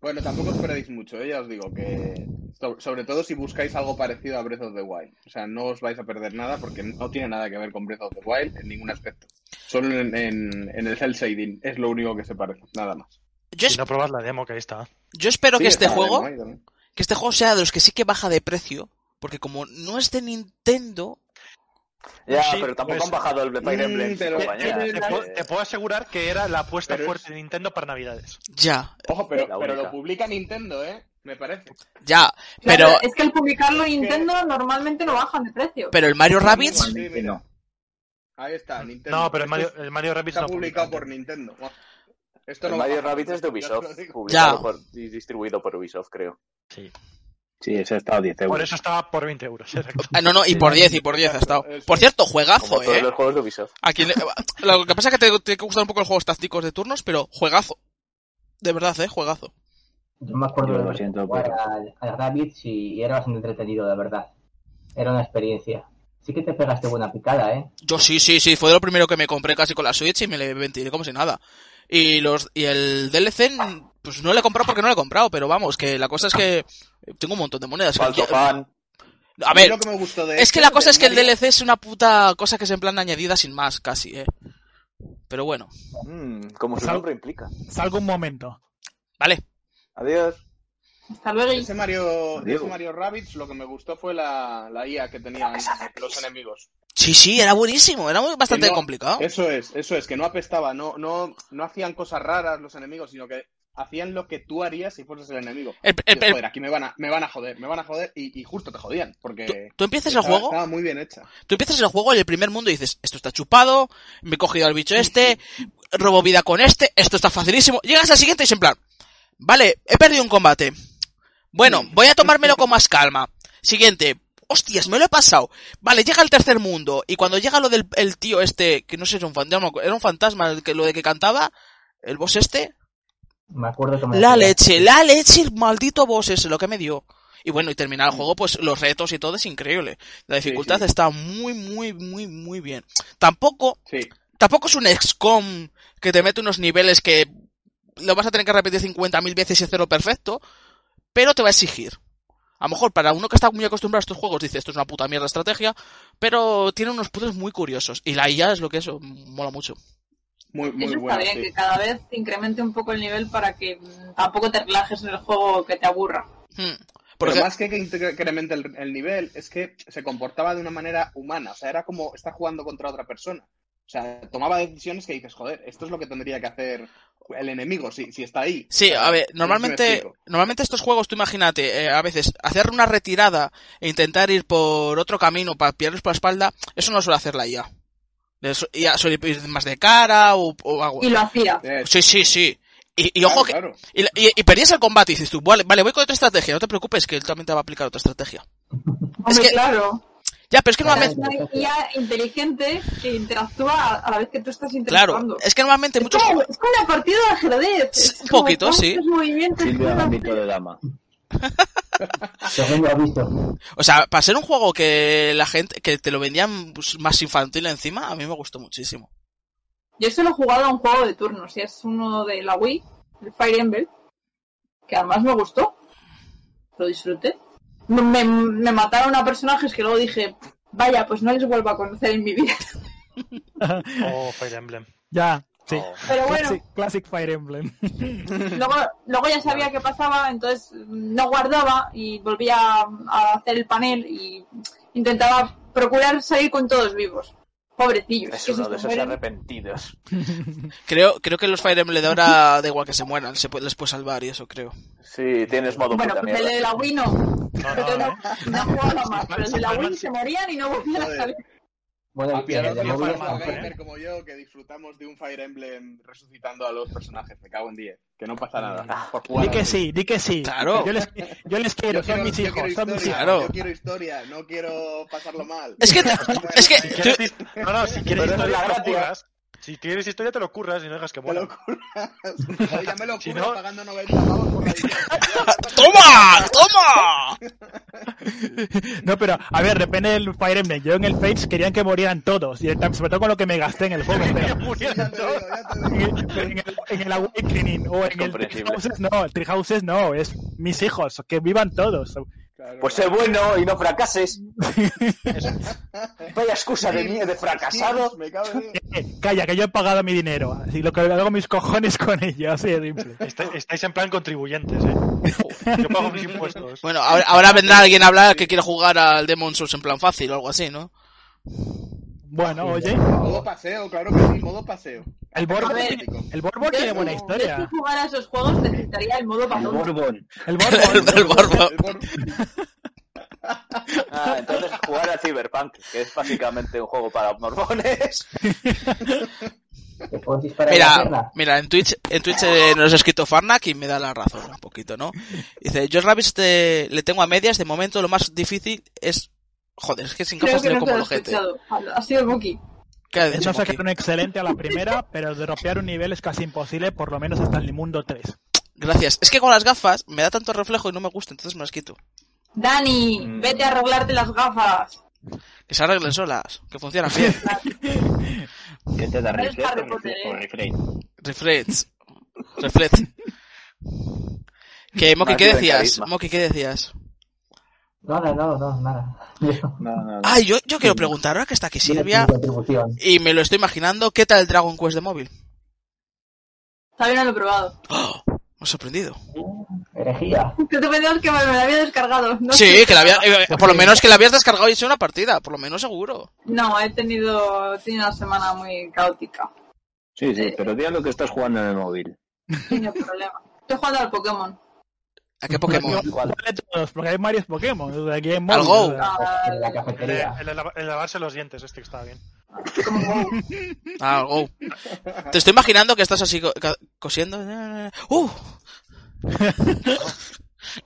Bueno, tampoco os perdéis mucho, ¿eh? ya os digo que. so- Sobre todo si buscáis algo parecido a Breath of the Wild. O sea, no os vais a perder nada porque no tiene nada que ver con Breath of the Wild en ningún aspecto. Solo en, en- en el cel shading es lo único que se parece, nada más. Yo, es- Si no probas la demo que ahí está. yo espero Sí, que este está la juego, demo ahí también. que este juego sea de los que sí que baja de precio, porque como no es de Nintendo, ya, Sí, pero tampoco pues- han bajado el Fire Emblem, Mm, pero- compañera. Te, puedo, te puedo asegurar Pues, que era la apuesta Pero es- fuerte de Nintendo para Navidades. ya, Ojo, pero, La pero única. lo publica Nintendo, ¿eh? Me parece. ya. Claro, Pero, es que al publicarlo Nintendo normalmente no bajan de precio. pero el Mario Rabbids, Sí, mira. no. Ahí está, Nintendo. No, pero el Esto Mario, es- el Mario Rabbids está no publicado publica. por Nintendo. Buah. Esto El no Mario baja. Rabbit es de Ya os lo Ubisoft, digo. publicado Ya. por- y distribuido por Ubisoft, creo. Sí. Sí, ese ha estado 10 euros. Por eso estaba por 20 euros. exacto. ah, no, no, y por 10, y por 10 ha estado. Eso Por es. cierto, Como juegazo, todos eh. los juegos de Ubisoft. A quien le- Lo que pasa es que te tiene que gustar un poco los juegos tácticos de turnos, pero juegazo. De verdad, eh, juegazo. Yo me acuerdo Yo de lo siento, jugar pero- al, al Rabbids y, y era bastante entretenido, la verdad. Era una experiencia. Sí que te pegaste buena picada, ¿eh? Yo sí, sí, sí, fue de lo primero que me compré casi con la Switch y me le ventilé como si nada. Y los y el DLC pues no lo he comprado porque no lo he comprado, pero vamos, que la cosa es que tengo un montón de monedas. Falso Ya- fan. A mí ver, lo que me gustó de es que esto, la cosa es que el Mario- DLC es una puta cosa que es en plan añadida sin más, casi, eh. Pero bueno, Mm, como su Sal- nombre implica. Salgo un momento. vale. Adiós. Hasta luego. Ese Mario, Diego. ese Mario Rabbids lo que me gustó fue la, la IA que tenían los enemigos. Sí, sí, era buenísimo, era muy- bastante no, complicado. Eso es, eso es, que no apestaba, no, no, no hacían cosas raras los enemigos, sino que hacían lo que tú harías si fueras el enemigo. El- el- Digo, el- joder, aquí me van a, me van a joder, me van a joder y, y justo te jodían, porque tú, tú empiezas el estaba, juego, estaba muy bien hecha. tú empiezas el juego en el primer mundo y dices, esto está chupado, me he cogido al bicho este, robo vida con este, esto está facilísimo. Llegas al siguiente y es en plan, vale, he perdido un combate. Bueno, voy a tomármelo con más calma. Siguiente. Hostias, me lo he pasado. Vale, llega el tercer mundo. Y cuando llega lo del el tío este, que no sé, era un fantasma, era un fantasma el que, lo de que cantaba, el boss este. Me acuerdo que me La decía- leche, la leche, el maldito boss ese, lo que me dio. Y bueno, y terminar el juego, pues los retos y todo es increíble. La dificultad Mm. sí. está muy, muy, muy, muy bien. Tampoco Sí, tampoco es un XCOM que te mete unos niveles que lo vas a tener que repetir 50.000 veces y hacerlo perfecto, pero te va a exigir. A lo mejor para uno que está muy acostumbrado a estos juegos dice esto es una puta mierda de estrategia, pero tiene unos puzzles muy curiosos y la IA es lo que eso mola mucho. muy, muy Eso está bueno. bien, sí. que cada vez incremente un poco el nivel para que mm, tampoco te relajes en el juego que te aburra. Hmm. Por Pero ej- más que que incremente el, el nivel, es que se comportaba de una manera humana. O sea, era como estar jugando contra otra persona. O sea, tomaba decisiones que dices, joder, esto es lo que tendría que hacer el enemigo si, si está ahí. Sí, O sea, a ver, no sé si me normalmente, explico. normalmente estos juegos, tú imagínate, eh, a veces hacer una retirada e intentar ir por otro camino para pillarlos por la espalda, eso no lo suele hacer la IA. Le su- IA suele ir más de cara o, o algo. Y lo hacía. Eh, Sí, sí, sí. Y, y claro, ojo que, claro. y, la- y- y perdías el combate y dices tú, vale, vale, voy con otra estrategia, no te preocupes que él también te va a aplicar otra estrategia. Hombre, que- claro. Ya, pero es que Claro. Es normalmente, una guía inteligente que interactúa a la vez que tú estás claro, interactuando. es que normalmente Es muchos como- juegos, es como una partida de ajedrez. Sí, Es un como este poquito, todos sí. los movimientos Silvia son una- Gambito de Dama. Segundo aviso. o sea, para ser un juego que la gente, que te lo vendían pues, más infantil encima, a mí me gustó muchísimo. Yo solo he jugado a un juego de turnos y es uno de la Wii, el Fire Emblem, que además me gustó. Lo disfruté. Me, me- me mataron a personajes que luego dije, vaya, pues no les vuelvo a conocer en mi vida. Oh, Fire Emblem. Ya. Sí. Oh, Pero bueno, Classic, Classic Fire Emblem. luego, luego ya sabía qué pasaba, entonces mm, no guardaba y volvía a- a hacer el panel y intentaba procurar salir con todos vivos. Pobrecillos. Es que si uno de se esos mueren- arrepentidos. Creo, creo que los Fire Emblem de ahora da igual que se mueran, se puede, les puede salvar y eso creo. Sí, tienes modo Bueno, puta pues el mierda. de la Wii no. No, Porque no, no, no. no jugaba más, pero el de la Superman Wii sí. se morían y no volvían a salir. Bueno, Ah, el pero el de tío, móviles para Emblem, tampoco. gamer como yo, que disfrutamos de un Fire Emblem resucitando a los personajes. Me cago en 10. Que no pasa nada. Por jugar Di que así. sí, di que sí. Claro. Yo les, yo les quiero, Yo son quiero, mis yo hijos, quiero son mis historia, hijos. Claro. yo quiero historia, no quiero pasarlo mal. Es que, es que, Si tú- quieres his- No, no, si Pero quieres es historias, la no gracia. juegas. Si quieres historia, te lo curras y no dejas que Te muera. lo curas. Yo ya me lo Si cubro no- pagando 90 pavos por la edición. ¡Toma! ¡Toma! No, pero, a ver, depende del Fire Emblem. Yo en el Fates querían que morieran todos, y sobre todo con lo que me gasté en el juego, pero... Ya te digo, ya te en digo. el, en el- en el Awakening o en el comprensible. Treehouses no, el Treehouses no, es mis hijos, que vivan todos. Eh, Claro. Pues sé bueno y no fracases. Vaya Sí, excusa de mierda de sí, fracasado. Me cago en... Eh, Calla, que yo he pagado mi dinero, así lo que hago mis cojones con ellos, así de simple. Está- estáis en plan contribuyentes, eh. Yo pago mis impuestos. Bueno, ahora, ahora vendrá alguien a hablar que quiere jugar al Demon Souls en plan fácil o algo así, ¿no? Bueno, oye, Modo paseo, claro que sí, modo paseo. el A Borbón, ver. el Borbón tiene buena Yo, historia. si jugara a esos juegos, necesitaría el modo El balón. Borbón. El El, Borbón, el Borbo. El bor- Ah, entonces jugar a Cyberpunk, que es básicamente un juego para mormones. ¿eh? Te puedes disparar en la Mira, pierna. mira, en Twitch, en Twitch eh, nos ha escrito Farnak y me da la razón un poquito, ¿no? Dice, yo el Rabbids te- le tengo a medias, de momento lo más difícil es... Joder, es que sin Creo gafas que leo no te como lo he el gente. escuchado. Ha ha sido Buki. ¿Qué ha dicho no Monkey? sacaron excelente a la primera, pero dropear un nivel es casi imposible, por lo menos hasta el mundo 3. Gracias. Es que con las gafas me da tanto reflejo y no me gusta, entonces me las quito. Dani, vete a arreglarte las gafas. Que se arreglen solas, que funcionan bien. ¿Quién te da Eres reflejo Harry o Potter, refre- o ¿eh? refrain? Reflex. Reflex. Que, Moki, Más ¿qué bien decías? carisma. Moki, ¿qué decías? Nada, no, no, nada. Yo- No, no, no. Ay, Ah, yo, yo quiero preguntar, ahora que está aquí Silvia, mi contribución. y me lo estoy imaginando, ¿qué tal el Dragon Quest de móvil? ¡Oh! Todavía no lo he probado. Me ha sorprendido. Herejía. Que tú pensabas que me, me la había descargado. No Sí, sé. que la había- eh, por lo menos que la habías descargado y hecho una partida, por lo menos seguro. No, he tenido, he tenido una semana muy caótica. Sí, Eh, sí, pero di a lo que estás jugando en el móvil. No problema. Estoy jugando al Pokémon. ¿A qué Pokémon? ¿Cuál de todos? Porque hay varios Pokémon. o sea, Aquí hay Al Go. móviles, Al- En la El, de- cafetería. el de lava- el de lavarse los dientes, este que estaba bien. Ah, Go. Te estoy imaginando que estás así co- ca- cosiendo. ¡Uh!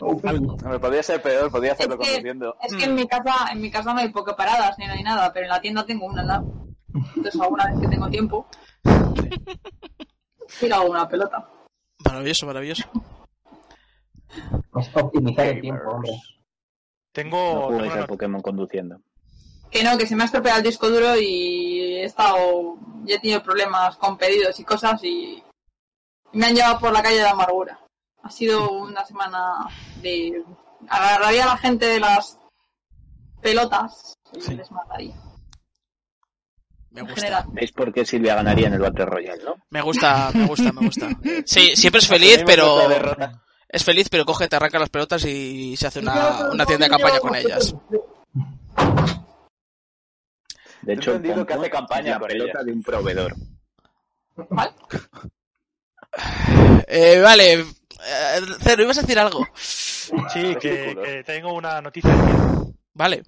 No, me podría ser peor, podría hacerlo Es que- conduciendo. Es Mm. que en mi casa, en mi casa no hay pokeparadas ni no hay nada, pero en la tienda tengo una. ¿no? Entonces alguna vez que tengo tiempo, tiro una pelota. Maravilloso, maravilloso. Es optimizar el tiempo, hombre. No Oh, Tengo. juguéis tengo al una- Pokémon conduciendo. Que no, que se me ha estropeado el disco duro y he estado, ya he tenido problemas con pedidos y cosas y me han llevado por la calle de la amargura. Ha sido una semana de agarraría a la gente de las pelotas y Sí. les mataría. Me En gusta. general. ¿Veis por qué Silvia ganaría en el Battle Royale, no? Me gusta, me gusta, me gusta. Sí, siempre es feliz, pero. Otra derrota. Es feliz, pero coge, te arranca las pelotas y se hace una, una tienda de Yo- campaña con ellas. De He hecho, el entendido que hace Pokémon campaña es la por pelota ella. de un proveedor. ¿Vale? Eh, vale. eh, Cero, ibas a decir algo. Sí, que, Ridículo. que tengo una noticia. Vale.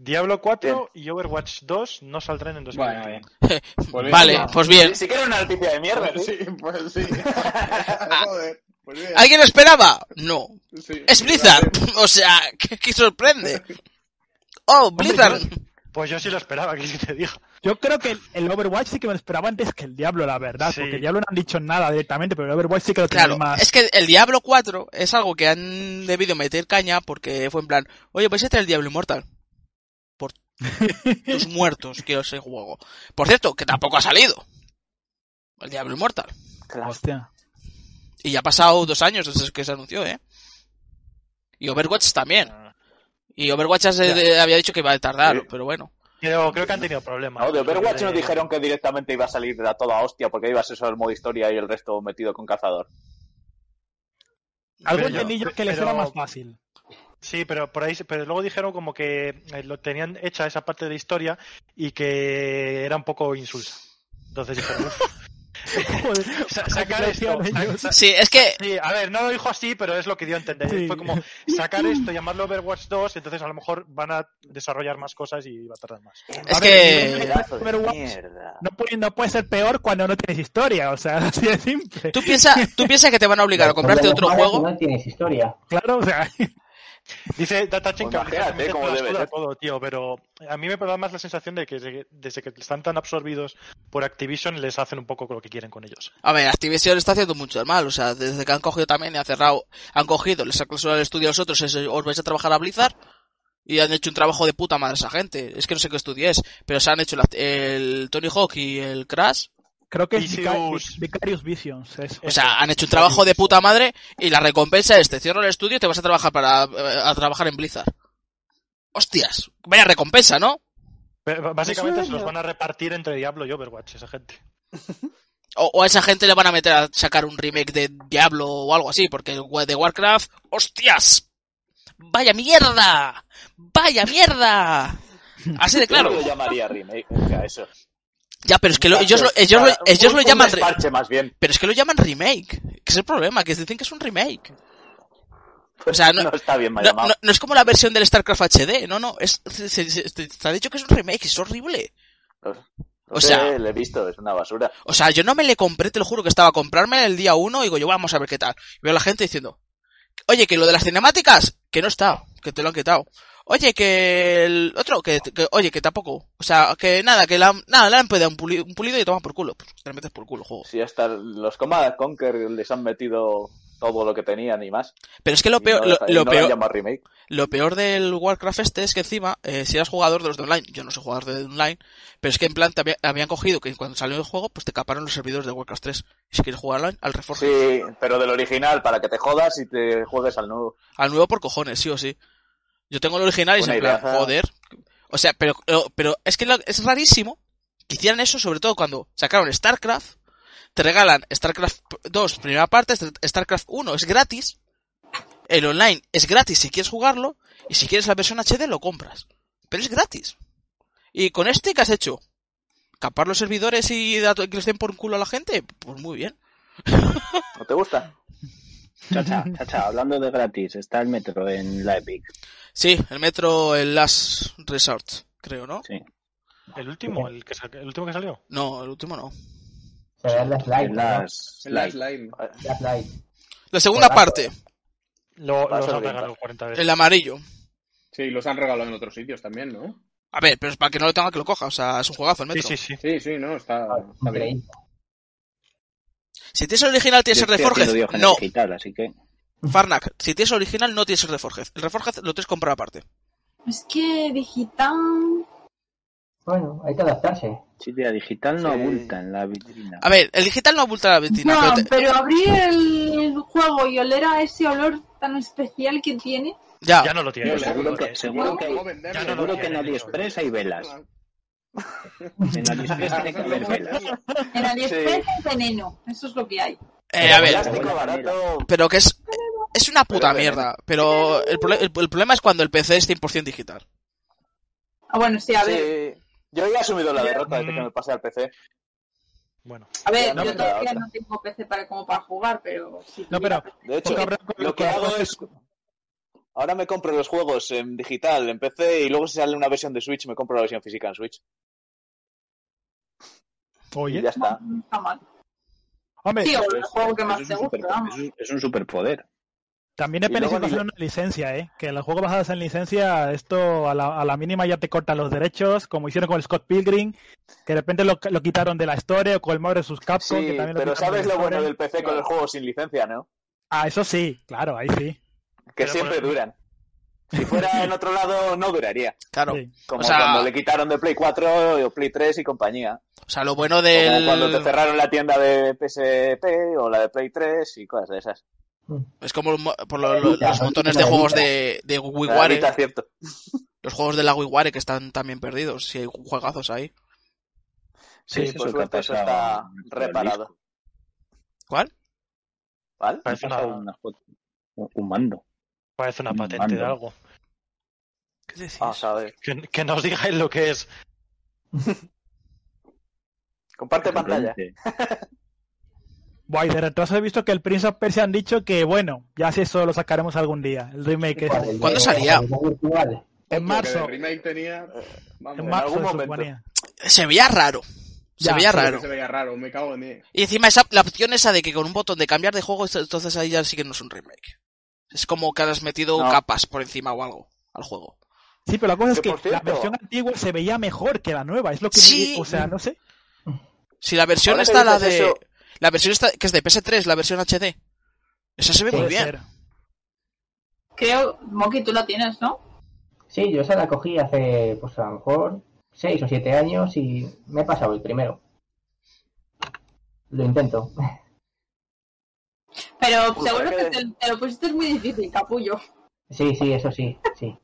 Diablo 4 y Overwatch 2 no saldrán en 2020. Bueno, bien. Vale, pues bien. Ni siquiera una noticia de mierda, Pues ¿sí? sí, pues sí. Joder, pues bien. ¿Alguien esperaba? No. Sí. Es Blizzard. O sea, ¿qué, qué sorprende? Oh, Blizzard. Pues yo sí lo esperaba, que sí te digo. Yo creo que el- el Overwatch sí que me lo esperaba antes que el Diablo, la verdad, Sí. porque el Diablo no han dicho nada directamente, pero el Overwatch sí que lo Claro, tienen más. es que el Diablo 4 es algo que han debido meter caña porque fue en plan, oye, vais a traer el Diablo Inmortal. Por tus muertos quiero ese juego. Por cierto, que tampoco ha salido. El Diablo Inmortal. Hostia. Y ya ha pasado dos años desde que se anunció, ¿eh? Y Overwatch también. Y Overwatch ya se- de- había dicho que iba a tardar, Sí. pero bueno. Pero creo que han tenido problemas. Eh, No, de Overwatch De- nos dijeron que directamente iba a salir de la toda hostia porque iba a ser solo el modo historia y el resto metido con cazador. Algo Pero yo- entendí yo que les pero- era más fácil. Sí, pero por ahí, pero luego dijeron como que eh, lo tenían hecha esa parte de la historia y que era un poco insulsa. Entonces dijeron, "Uf, Joder, sa- sacar esto. sa- Sí, es que Sí, a ver, no lo dijo así, pero es lo que dio a entender. Sí. Fue como sacar esto, llamarlo Overwatch 2, entonces a lo mejor van a desarrollar más cosas y va a tardar más. es A ver, que Pedazo de Overwatch. mierda. no, puede, no puede ser peor cuando no tienes historia, o sea, así de simple. tú piensas tú piensas que te van a obligar a comprarte Cuando otro juegas y juego No tienes historia. Claro, o sea, Dice Datachin Pues que imagínate habilitas cómo las debe cosas ser. todo, tío, pero a mí me da más la sensación de que se- desde que están tan absorbidos por Activision les hacen un poco lo que quieren con ellos. A ver, Activision está haciendo mucho mal, o sea, desde que han cogido también y han cerrado, han cogido, les ha clausurado el estudio a los otros, es, os vais a trabajar a Blizzard y han hecho un trabajo de puta madre esa gente. Es que no sé qué estudio es, pero se han hecho la- el Tony Hawk y el Crash, Creo que es Vica- Vicious. Vicarious Visions. es- o sea, han hecho un trabajo de puta madre y la recompensa es te cierro el estudio y te vas a trabajar para eh, a trabajar en Blizzard. Hostias, vaya recompensa, ¿no? Pero básicamente se los sueño. van a repartir entre Diablo y Overwatch, esa gente. O, o a esa gente le van a meter a sacar un remake de Diablo o algo así, porque el wa- de Warcraft, ¡hostias! ¡Vaya mierda! ¡Vaya mierda! Así de Yo claro. no lo llamaría remake. o sea, eso. Ya, pero es que lo- ellos, lo, ellos, lo, ellos lo Un- un llaman... re- desparche, más bien. Pero es que lo llaman remake. Que es el problema, que dicen que es un remake. O sea, no- no, está bien mal No, llamado. no- no es como la versión del StarCraft HD, no, no. Es, se, se- se- te ha dicho que es un remake, es horrible. No o sé, sea- le he visto, es una basura. O sea, yo no me le compré, te lo juro que estaba a comprarme el día uno y digo yo, vamos a ver qué tal. Y veo a la gente diciendo, oye, que lo de las cinemáticas, que no está, que te lo han quitado. Oye, que el otro, que, que- oye, que tampoco. O sea, que nada, que la, nada, le han pedido un pulido, un pulido y toman por culo. Pues, te lo metes por culo, juego. Si hasta los Command Conquer les han metido todo lo que tenían y más. Pero es que lo y peor, no, lo, y lo no la peor, llaman remake. Lo peor del Warcraft este es que encima, eh, si eras jugador de los de online, yo no soy jugador de online, pero es que en plan te había- habían cogido que cuando salió el juego, pues te caparon los servidores de Warcraft 3. Y si quieres jugar online, al reforzo. Sí, pero del original, para que te jodas y te juegues al nuevo. Al nuevo por cojones, sí o sí. Yo tengo el original y es Buena en plan, idea. joder. O sea, pero, pero, pero es que lo- es rarísimo que hicieran eso, sobre todo cuando sacaron StarCraft, te regalan StarCraft 2, primera parte, StarCraft 1 es gratis, el online es gratis si quieres jugarlo, y si quieres la versión HD lo compras. Pero es gratis. Y con este que has hecho, capar los servidores y da- que les den por culo a la gente, pues muy bien. ¿No te gusta? Chacha, chacha, hablando de gratis, está el metro en la Epic. Sí, el metro, el Last Resort, creo, ¿no? Sí. El último, el, que sa- el último que salió. No, el último no. Será el Last Light, En ¿no? las El Last Lite. Line. Last Light. La segunda Pedazo. parte, eh. Lo, Va a los ser han bien, regalado va. 40 veces. el amarillo. Sí, los han regalado en otros sitios también, ¿no? A ver, pero es para que no lo tenga que lo coja, o sea, es un juegazo el Sí, metro. sí, sí. Sí, sí, no, está, está bien. Increíble. Si tienes el original tienes Yo el estoy haciendo Reforged. Diógenes No, digital, así que Farnak, si tienes el original no tienes el Reforged. El Reforged lo tienes que comprar aparte. Es que digital. Bueno, hay que adaptarse. sí, tía, digital no Sí. abulta en la vitrina. A ver, el digital no abulta la vitrina, No, pero te- pero abrir el juego y oler a ese olor tan especial que tiene. ya. Ya no lo tiene. Yo le- seguro que, yo seguro que, ¿Cómo venderlo? Ya no lo seguro que en tienen, AliExpress hay velas. En AliExpress tiene que haber velas. En AliExpress hay veneno. Eso es lo que hay. Eh, a ver, Plástico barato. pero que es es una puta Pero, mierda, pero el, prole- el- el problema es cuando el PC es 100% digital. Ah, bueno, sí, a ver. Sí. Yo ya he asumido la derrota mm. desde que me pasé al PC. Bueno, A ver, no, yo no, todavía no. no tengo PC para como para jugar, pero sí. No, pero De hecho, Porque habrá con lo los que hago es... Ahora me compro los juegos en digital, en PC, y luego si sale una versión de Switch, me compro la versión física en Switch. Y oye, ya está. No está mal. hombre, Sí, o el juego que más Eso te es un gusta, super- vamos. eso es- es un superpoder. también y depende si luego vas ni en una licencia, ¿eh? Que los juegos basados en licencia, esto a la, a la mínima ya te cortan los derechos, como hicieron con el Scott Pilgrim, que de repente lo, lo quitaron de la historia, o con el Marvel vs. Capcom, que Sí, también lo pero quitaron de ¿sabes la lo bueno Store. del PC con los juegos sin licencia, no? Ah, eso sí, claro, ahí sí. Que Pero siempre por- duran. Si fuera en otro lado, no duraría. Claro. Sí. Como O sea- cuando le quitaron de Play 4 o Play 3 y compañía. O sea, lo bueno Como cuando te del cerraron la tienda de PSP o la de Play 3 y cosas de esas. es como lo- por lo- lo- Ahorita, los ahorita montones me de la juegos quita. de de WiiWare, Ahorita es cierto. los juegos de la WiiWare que están también perdidos, si hay juegazos ahí. Sí, Eso es por lo que ha suerte eso pasado está con el reparado. ¿Cuál? ¿Vale? Ha parece pasado una, una foto- un- un mando. parece una un patente mando. de algo. ¿Qué decís? Vamos a ver. Que, que nos digáis lo que es. Comparte pantalla. Sorprendente. Buah, y de retraso he visto que el Prince of Persia han dicho que, bueno, ya si eso lo sacaremos algún día, el remake este. ¿Cuál? ¿Cuándo ¿El de- salía? el de virtual? En Porque marzo, de remake tenía. Vamos, en en marzo algún se momento. suponía. Se veía raro. Se Ya, veía sí, que raro. Se veía raro, me cago en. diez. Y encima esa, la opción esa de que con un botón de cambiar de juego, entonces ahí ya sí que no es un remake. Es como que has metido No. capas por encima o algo al juego. Sí, pero la cosa es Que, que por cierto- la versión antigua se veía mejor que la nueva. Es lo que. Sí. O sea, no sé. Si la versión Ahora que está la dices de. eso- La versión está, que es de PS3, la versión HD. Esa se ve muy Puede bien. ser. Creo, Moki, tú la tienes, ¿no? Sí, yo esa la cogí hace, pues a lo mejor, 6 o 7 años y me he pasado el primero. Lo intento. Pero Pues seguro que habrá que- te, te lo pusiste muy difícil, capullo. Sí, sí, eso sí, sí.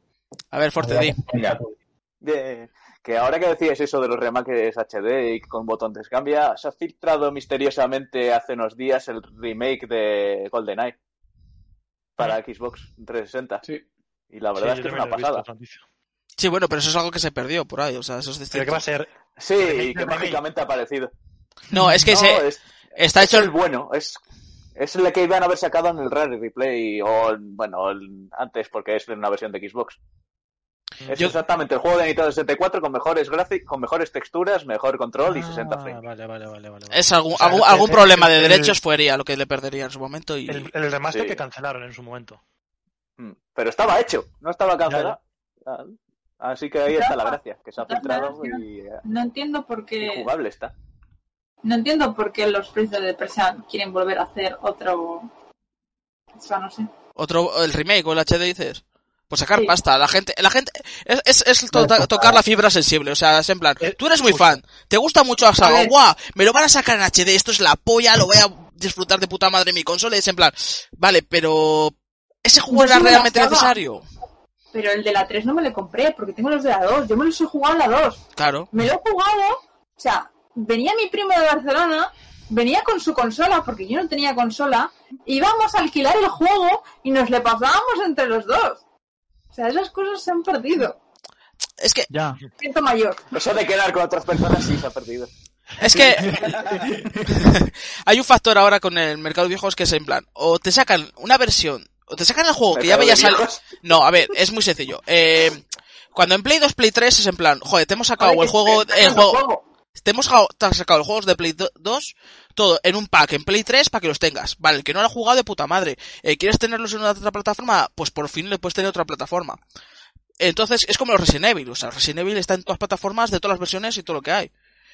A ver, Forte, Habría di. que hacerlo. De- que ahora que decías eso de los remakes HD y con botón de cambia, se ha filtrado misteriosamente hace unos días el remake de GoldenEye para Xbox 360. Sí. Y la verdad es Sí, yo que es también una lo he visto, pasada. esa noticia. Sí, bueno, pero eso es algo que se perdió por ahí. O sea, eso es Pero distinto. que va a ser. Sí, Remake y que del remake. mágicamente ha aparecido. No, es que No, se, es, está es hecho. el bueno, es, es el que iban a haber sacado en el Rare Replay o, en- bueno, el- antes porque es de una versión de Xbox. Es Yo- exactamente el juego de Nintendo 64 con mejores gráficos, con mejores texturas, mejor control y 60 Ah, frames. Vale, vale, vale, vale. Es algún, O sea, algún, el- algún el- problema de el- derechos fuera lo que le perdería en su momento. Y... El, el remaster Sí. que cancelaron en su momento. Mm, Pero estaba hecho, no estaba cancelado. Ya, Ah, Así que ahí está la gracia, que se ha De todas filtrado maneras, eh, y, eh, No entiendo por y qué. jugable está. No entiendo por qué los Princes de Persia quieren volver a hacer otro. O sea, no sé. Otro, el remake o el HD dices. Pues sacar Sí. pues pasta, la gente, la gente, es, es, es to- Claro. tocar la fibra sensible, o sea, es en plan, Eh, tú eres muy justo. fan, te gusta mucho la saga, ver. guau, me lo van a sacar en HD, esto es la polla, lo voy a disfrutar de puta madre en mi consola, es en plan, vale, pero, ¿ese juego Yo era soy de la realmente Pues saga. necesario? Pero el de la 3 no me lo compré porque tengo los de la 2. Yo me los he jugado en la 2. Claro, me lo he jugado, o sea, venía mi primo de Barcelona, venía con su consola, porque yo no tenía consola, íbamos a alquilar el juego y nos le pasábamos entre los dos. O sea, esas cosas se han perdido. es que, Ya. Siento mayor. Eso de quedar con otras personas sí se ha perdido. es que, hay un factor ahora con el mercado de viejos que es en plan, o te sacan una versión, o te sacan el juego que ya Mercado de veías al, viejos. No, a ver, es muy sencillo. Eh, cuando en Play 2, Play 3 es en plan, joder, te hemos sacado Joder, el que Ah, juego, te sacan el el juego, juego. te hemos sacado, te han sacado los juegos de Play do- 2, todo en un pack en Play 3 para que los tengas. Vale, el que no lo ha jugado de puta madre. Eh, ¿Quieres tenerlos en una otra plataforma? Pues por fin le puedes tener otra plataforma. Entonces, es como los Resident Evil, o sea, Resident Evil está en todas las plataformas, de todas las versiones y todo lo que hay.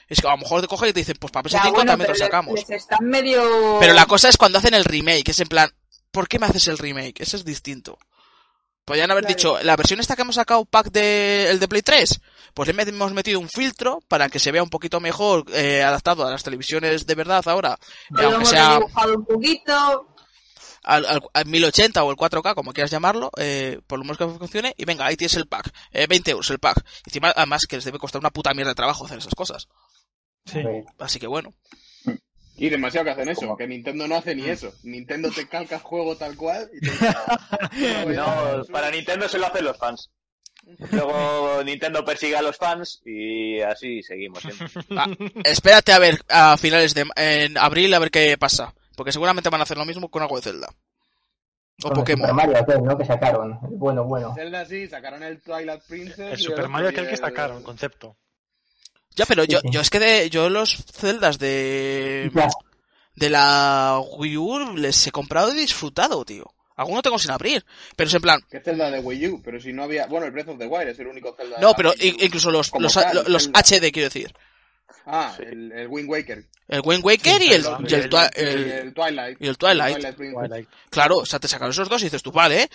Es que a lo mejor te coge y te dicen, pues para Ya, PS5 bueno, también te pero lo le- sacamos. les están medio... Pero la cosa es cuando hacen el remake, es en plan, ¿por qué me haces el remake? Eso es distinto. Podrían haber Claro. dicho, la versión esta que hemos sacado, pack de, el de Play 3, pues le met- hemos metido un filtro para que se vea un poquito mejor, eh, adaptado a las televisiones de verdad ahora, eh, lo aunque hemos sea dibujado un poquito. al, al- al 1080 o el 4K, como quieras llamarlo, eh, por lo menos que funcione, y venga, ahí tienes el pack, eh, 20 euros el pack. Encima, además, que les debe costar una puta mierda de trabajo hacer esas cosas. Sí. Sí. Así que bueno. Y demasiado que hacen eso, Como- que Nintendo no hace ni eso. Nintendo te calca el juego tal cual y te... "Ah, No, para Nintendo se lo hacen los fans. Luego Nintendo persigue a los fans y así seguimos. siempre. Ah, espérate a ver a finales de en abril a ver qué pasa, porque seguramente van a hacer lo mismo con algo de Zelda o Con el Super Pokémon. Mario aquel, ¿no? Que sacaron. Bueno, bueno. Zelda sí, sacaron el Twilight Princess. El y Super otro Mario y aquel que el- sacaron, concepto. Ya, pero yo, Sí, sí. yo es que de, yo los Zeldas de Ya, de la Wii U les he comprado y disfrutado, tío. Alguno tengo sin abrir, pero es en plan Que Zelda de Wii U, pero si no había... Bueno, el Breath of the Wild es el único Zelda de no, la pero Wii U. i- incluso los Como los, tal, los- los Zelda. HD quiero decir, Ah, Sí. el, el Wind Waker. el Wind Waker y el Zelda, y el, Twi- y el- el- el Twilight. y el Twilight. Princess. Twilight. claro, o sea, te sacaron esos dos y dices tú, vale, ¿eh?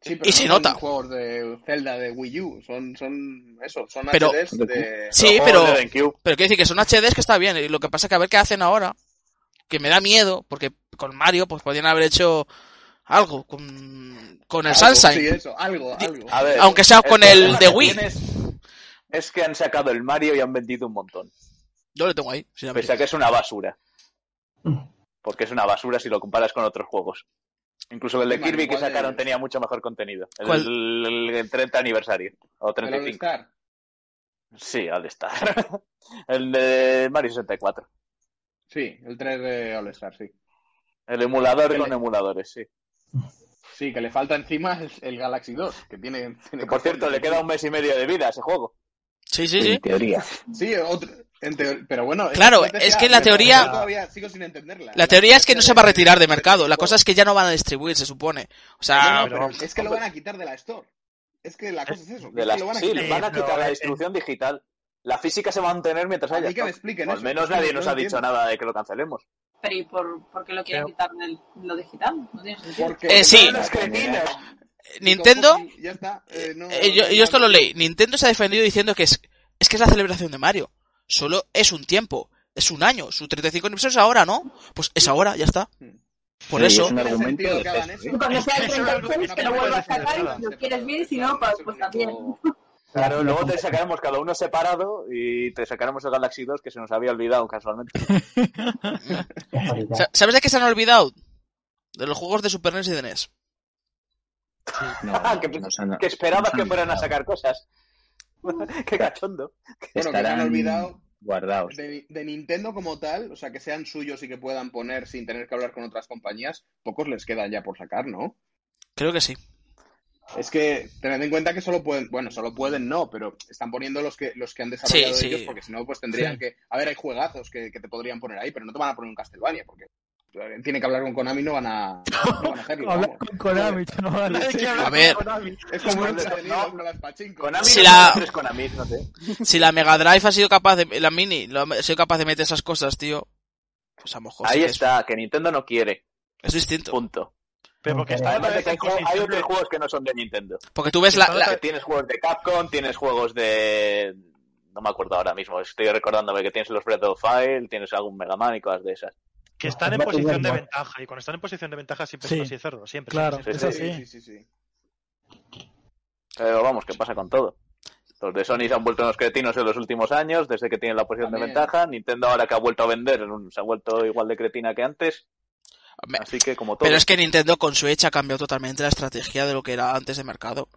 Sí, pero Y se no son nota. juegos de Zelda de Wii U, son, son eso, son Pero- HDs de... Sí, Los pero juegos de GameCube. Pero quiero decir que son HDs que está bien. Y lo que pasa que a ver qué hacen ahora. Que me da miedo, porque con Mario pues podían haber hecho algo. Con, con el Algo, Sí, eh, Sunshine. eso, algo, algo. A ver, Aunque sea con el problema de que Wii. tienes Es que han sacado el Mario y han vendido un montón. Yo lo tengo ahí. sin abrir. Pese a que es una basura. Porque es una basura si lo comparas con otros juegos. Incluso el de Sí, man, Kirby que igual sacaron el- tenía mucho mejor contenido. El, ¿Cuál? el- el 30 aniversario. O Pero ¿dónde 35. estar? Sí, al estar. el de Mario 64. Sí, el 3 de All Star, sí. El emulador El- con emuladores, sí. Sí, que le falta encima el, el Galaxy 2, que tiene... Que por cierto, le queda un mes y medio de vida a ese juego. Sí, sí, en sí. teoría. Sí, otro, En teor- pero bueno, esa Claro, estrategia es que la me- teoría- yo todavía sigo sin entenderla. La teoría es que no se va a retirar de de- mercado. La cosa es que ya no van a distribuir, se supone. O No, sea, no, pero pero- es que lo van a quitar de la store. Es que la cosa es eso. De es la- que lo van a sí, quitar. van a pero, quitar la eh, distribución digital. La física se va a mantener mientras A mí haya. que me stock. expliquen O al eso, menos es que nadie no nos lo ha dicho entiendo. nada de que lo cancelemos. Pero ¿y por, por qué lo quieren Pero- quitar de lo digital? No tiene sentido. Porque Eh, sí. son unos cretinos. eh, Nintendo, Digo, fucking, ya está. eh, no- eh, yo, no- yo esto lo leí. Nintendo se ha defendido diciendo que es, es que es la celebración de Mario. Solo es un tiempo, es un año. Su 35 aniversario es ahora, ¿no? Pues es ahora, ya está. Mm. Por Sí, eso. es un tiene argumento sentido de que hagan peso, eso. ¿eh? Cuando sea el Eso es algo que 36, no que lo puedes vuelvas a sacar defender. y lo quieres bien, si no, pues, pues también. Claro, luego te sacaremos cada uno separado y te sacaremos el Galaxy 2 que se nos había olvidado casualmente. Sa- ¿Sabes de qué se han olvidado? De los juegos de Super NES y de E NES. No, Ah, no, que, nos han- que nos esperabas han que fueran a olvidado. sacar cosas. Qué cachondo. Bueno, que se han Estarán olvidado guardados. de, de Nintendo como tal, o sea, que sean suyos y que puedan poner sin tener que hablar con otras compañías, pocos les quedan ya por sacar, ¿no? Creo que sí. Es que tened en cuenta que solo pueden, bueno, solo pueden no, pero están poniendo los que los que han desarrollado Sí, sí. ellos porque si no, pues tendrían Sí. que, a ver, hay juegazos que, que te podrían poner ahí, pero no te van a poner un Castlevania porque eh, tiene que hablar con Konami, no van a, no van a hacerlo. Hablar vamos. con Konami, chaval. A ver. Es como Con- hemos tenido no. con las pachinko. Konami Si no la- tiene tres Konami, no sé. Si la Mega Drive ha sido capaz de. La Mini, lo ha ha sido capaz de meter esas cosas, tío. Pues a lo mejor. sí Ahí que es- está, que Nintendo no quiere. Es distinto. Punto. Pero porque Pero está Aparte que hay, otra vez juego- hay inconsistente. otros juegos que no son de Nintendo. Porque tú ves la. Que la- tienes juegos de Capcom, tienes juegos de... No me acuerdo ahora mismo, estoy recordándome que tienes los Breath of the Fire, tienes algún Mega Man y cosas de esas. que están en Battle posición de Royale. ventaja y cuando están en posición de ventaja siempre Sí. son así de cerdo siempre Claro, siempre, eso sí. siempre. sí, sí, sí. Pero vamos, que pasa con todo. Los de Sony se han vuelto unos cretinos en los últimos años, desde que tienen la posición de También. ventaja. Nintendo ahora que ha vuelto a vender, se ha vuelto igual de cretina que antes. Me- Así que como todo. Pero es que Nintendo con Switch ha cambiado totalmente la estrategia de lo que era antes de mercado.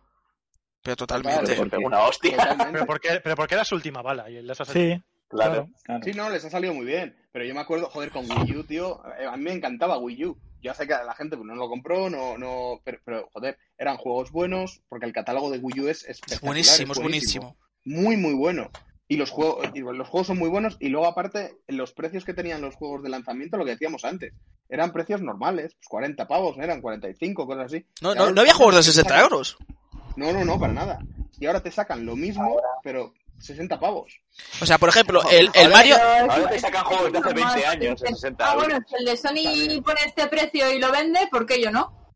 Pero Se totalmente. pegó una hostia. Totalmente. pero porque pero porque era su última bala y las has Sí, Claro. claro. Claro. Sí, no, les ha salido muy bien. Pero yo me acuerdo, joder, con Wii U, tío. eh, A mí me encantaba Wii U. Ya sé que la gente pues, no lo compró, no, no. Pero, pero, joder, eran juegos buenos, porque el catálogo de Wii U es espectacular. Es buenísimo, es es buenísimo. Muy, muy bueno. Y los, juegos, y los juegos son muy buenos. Y luego, aparte, los precios que tenían los juegos de lanzamiento, lo que decíamos antes, eran precios normales. Pues 40 pavos, eran 45, cosas así. No, Y no, ahora no había sacan- juegos de 60 euros. No, no, no, para nada. Y ahora te sacan lo mismo, pero 60 pavos. O sea, por ejemplo, el, el Ahora Mario. ya- Ahora te sacan juegos de hace 20 años, de 60 Ah, euros. bueno, si el de Sony pone este precio y lo vende, ¿por qué yo no?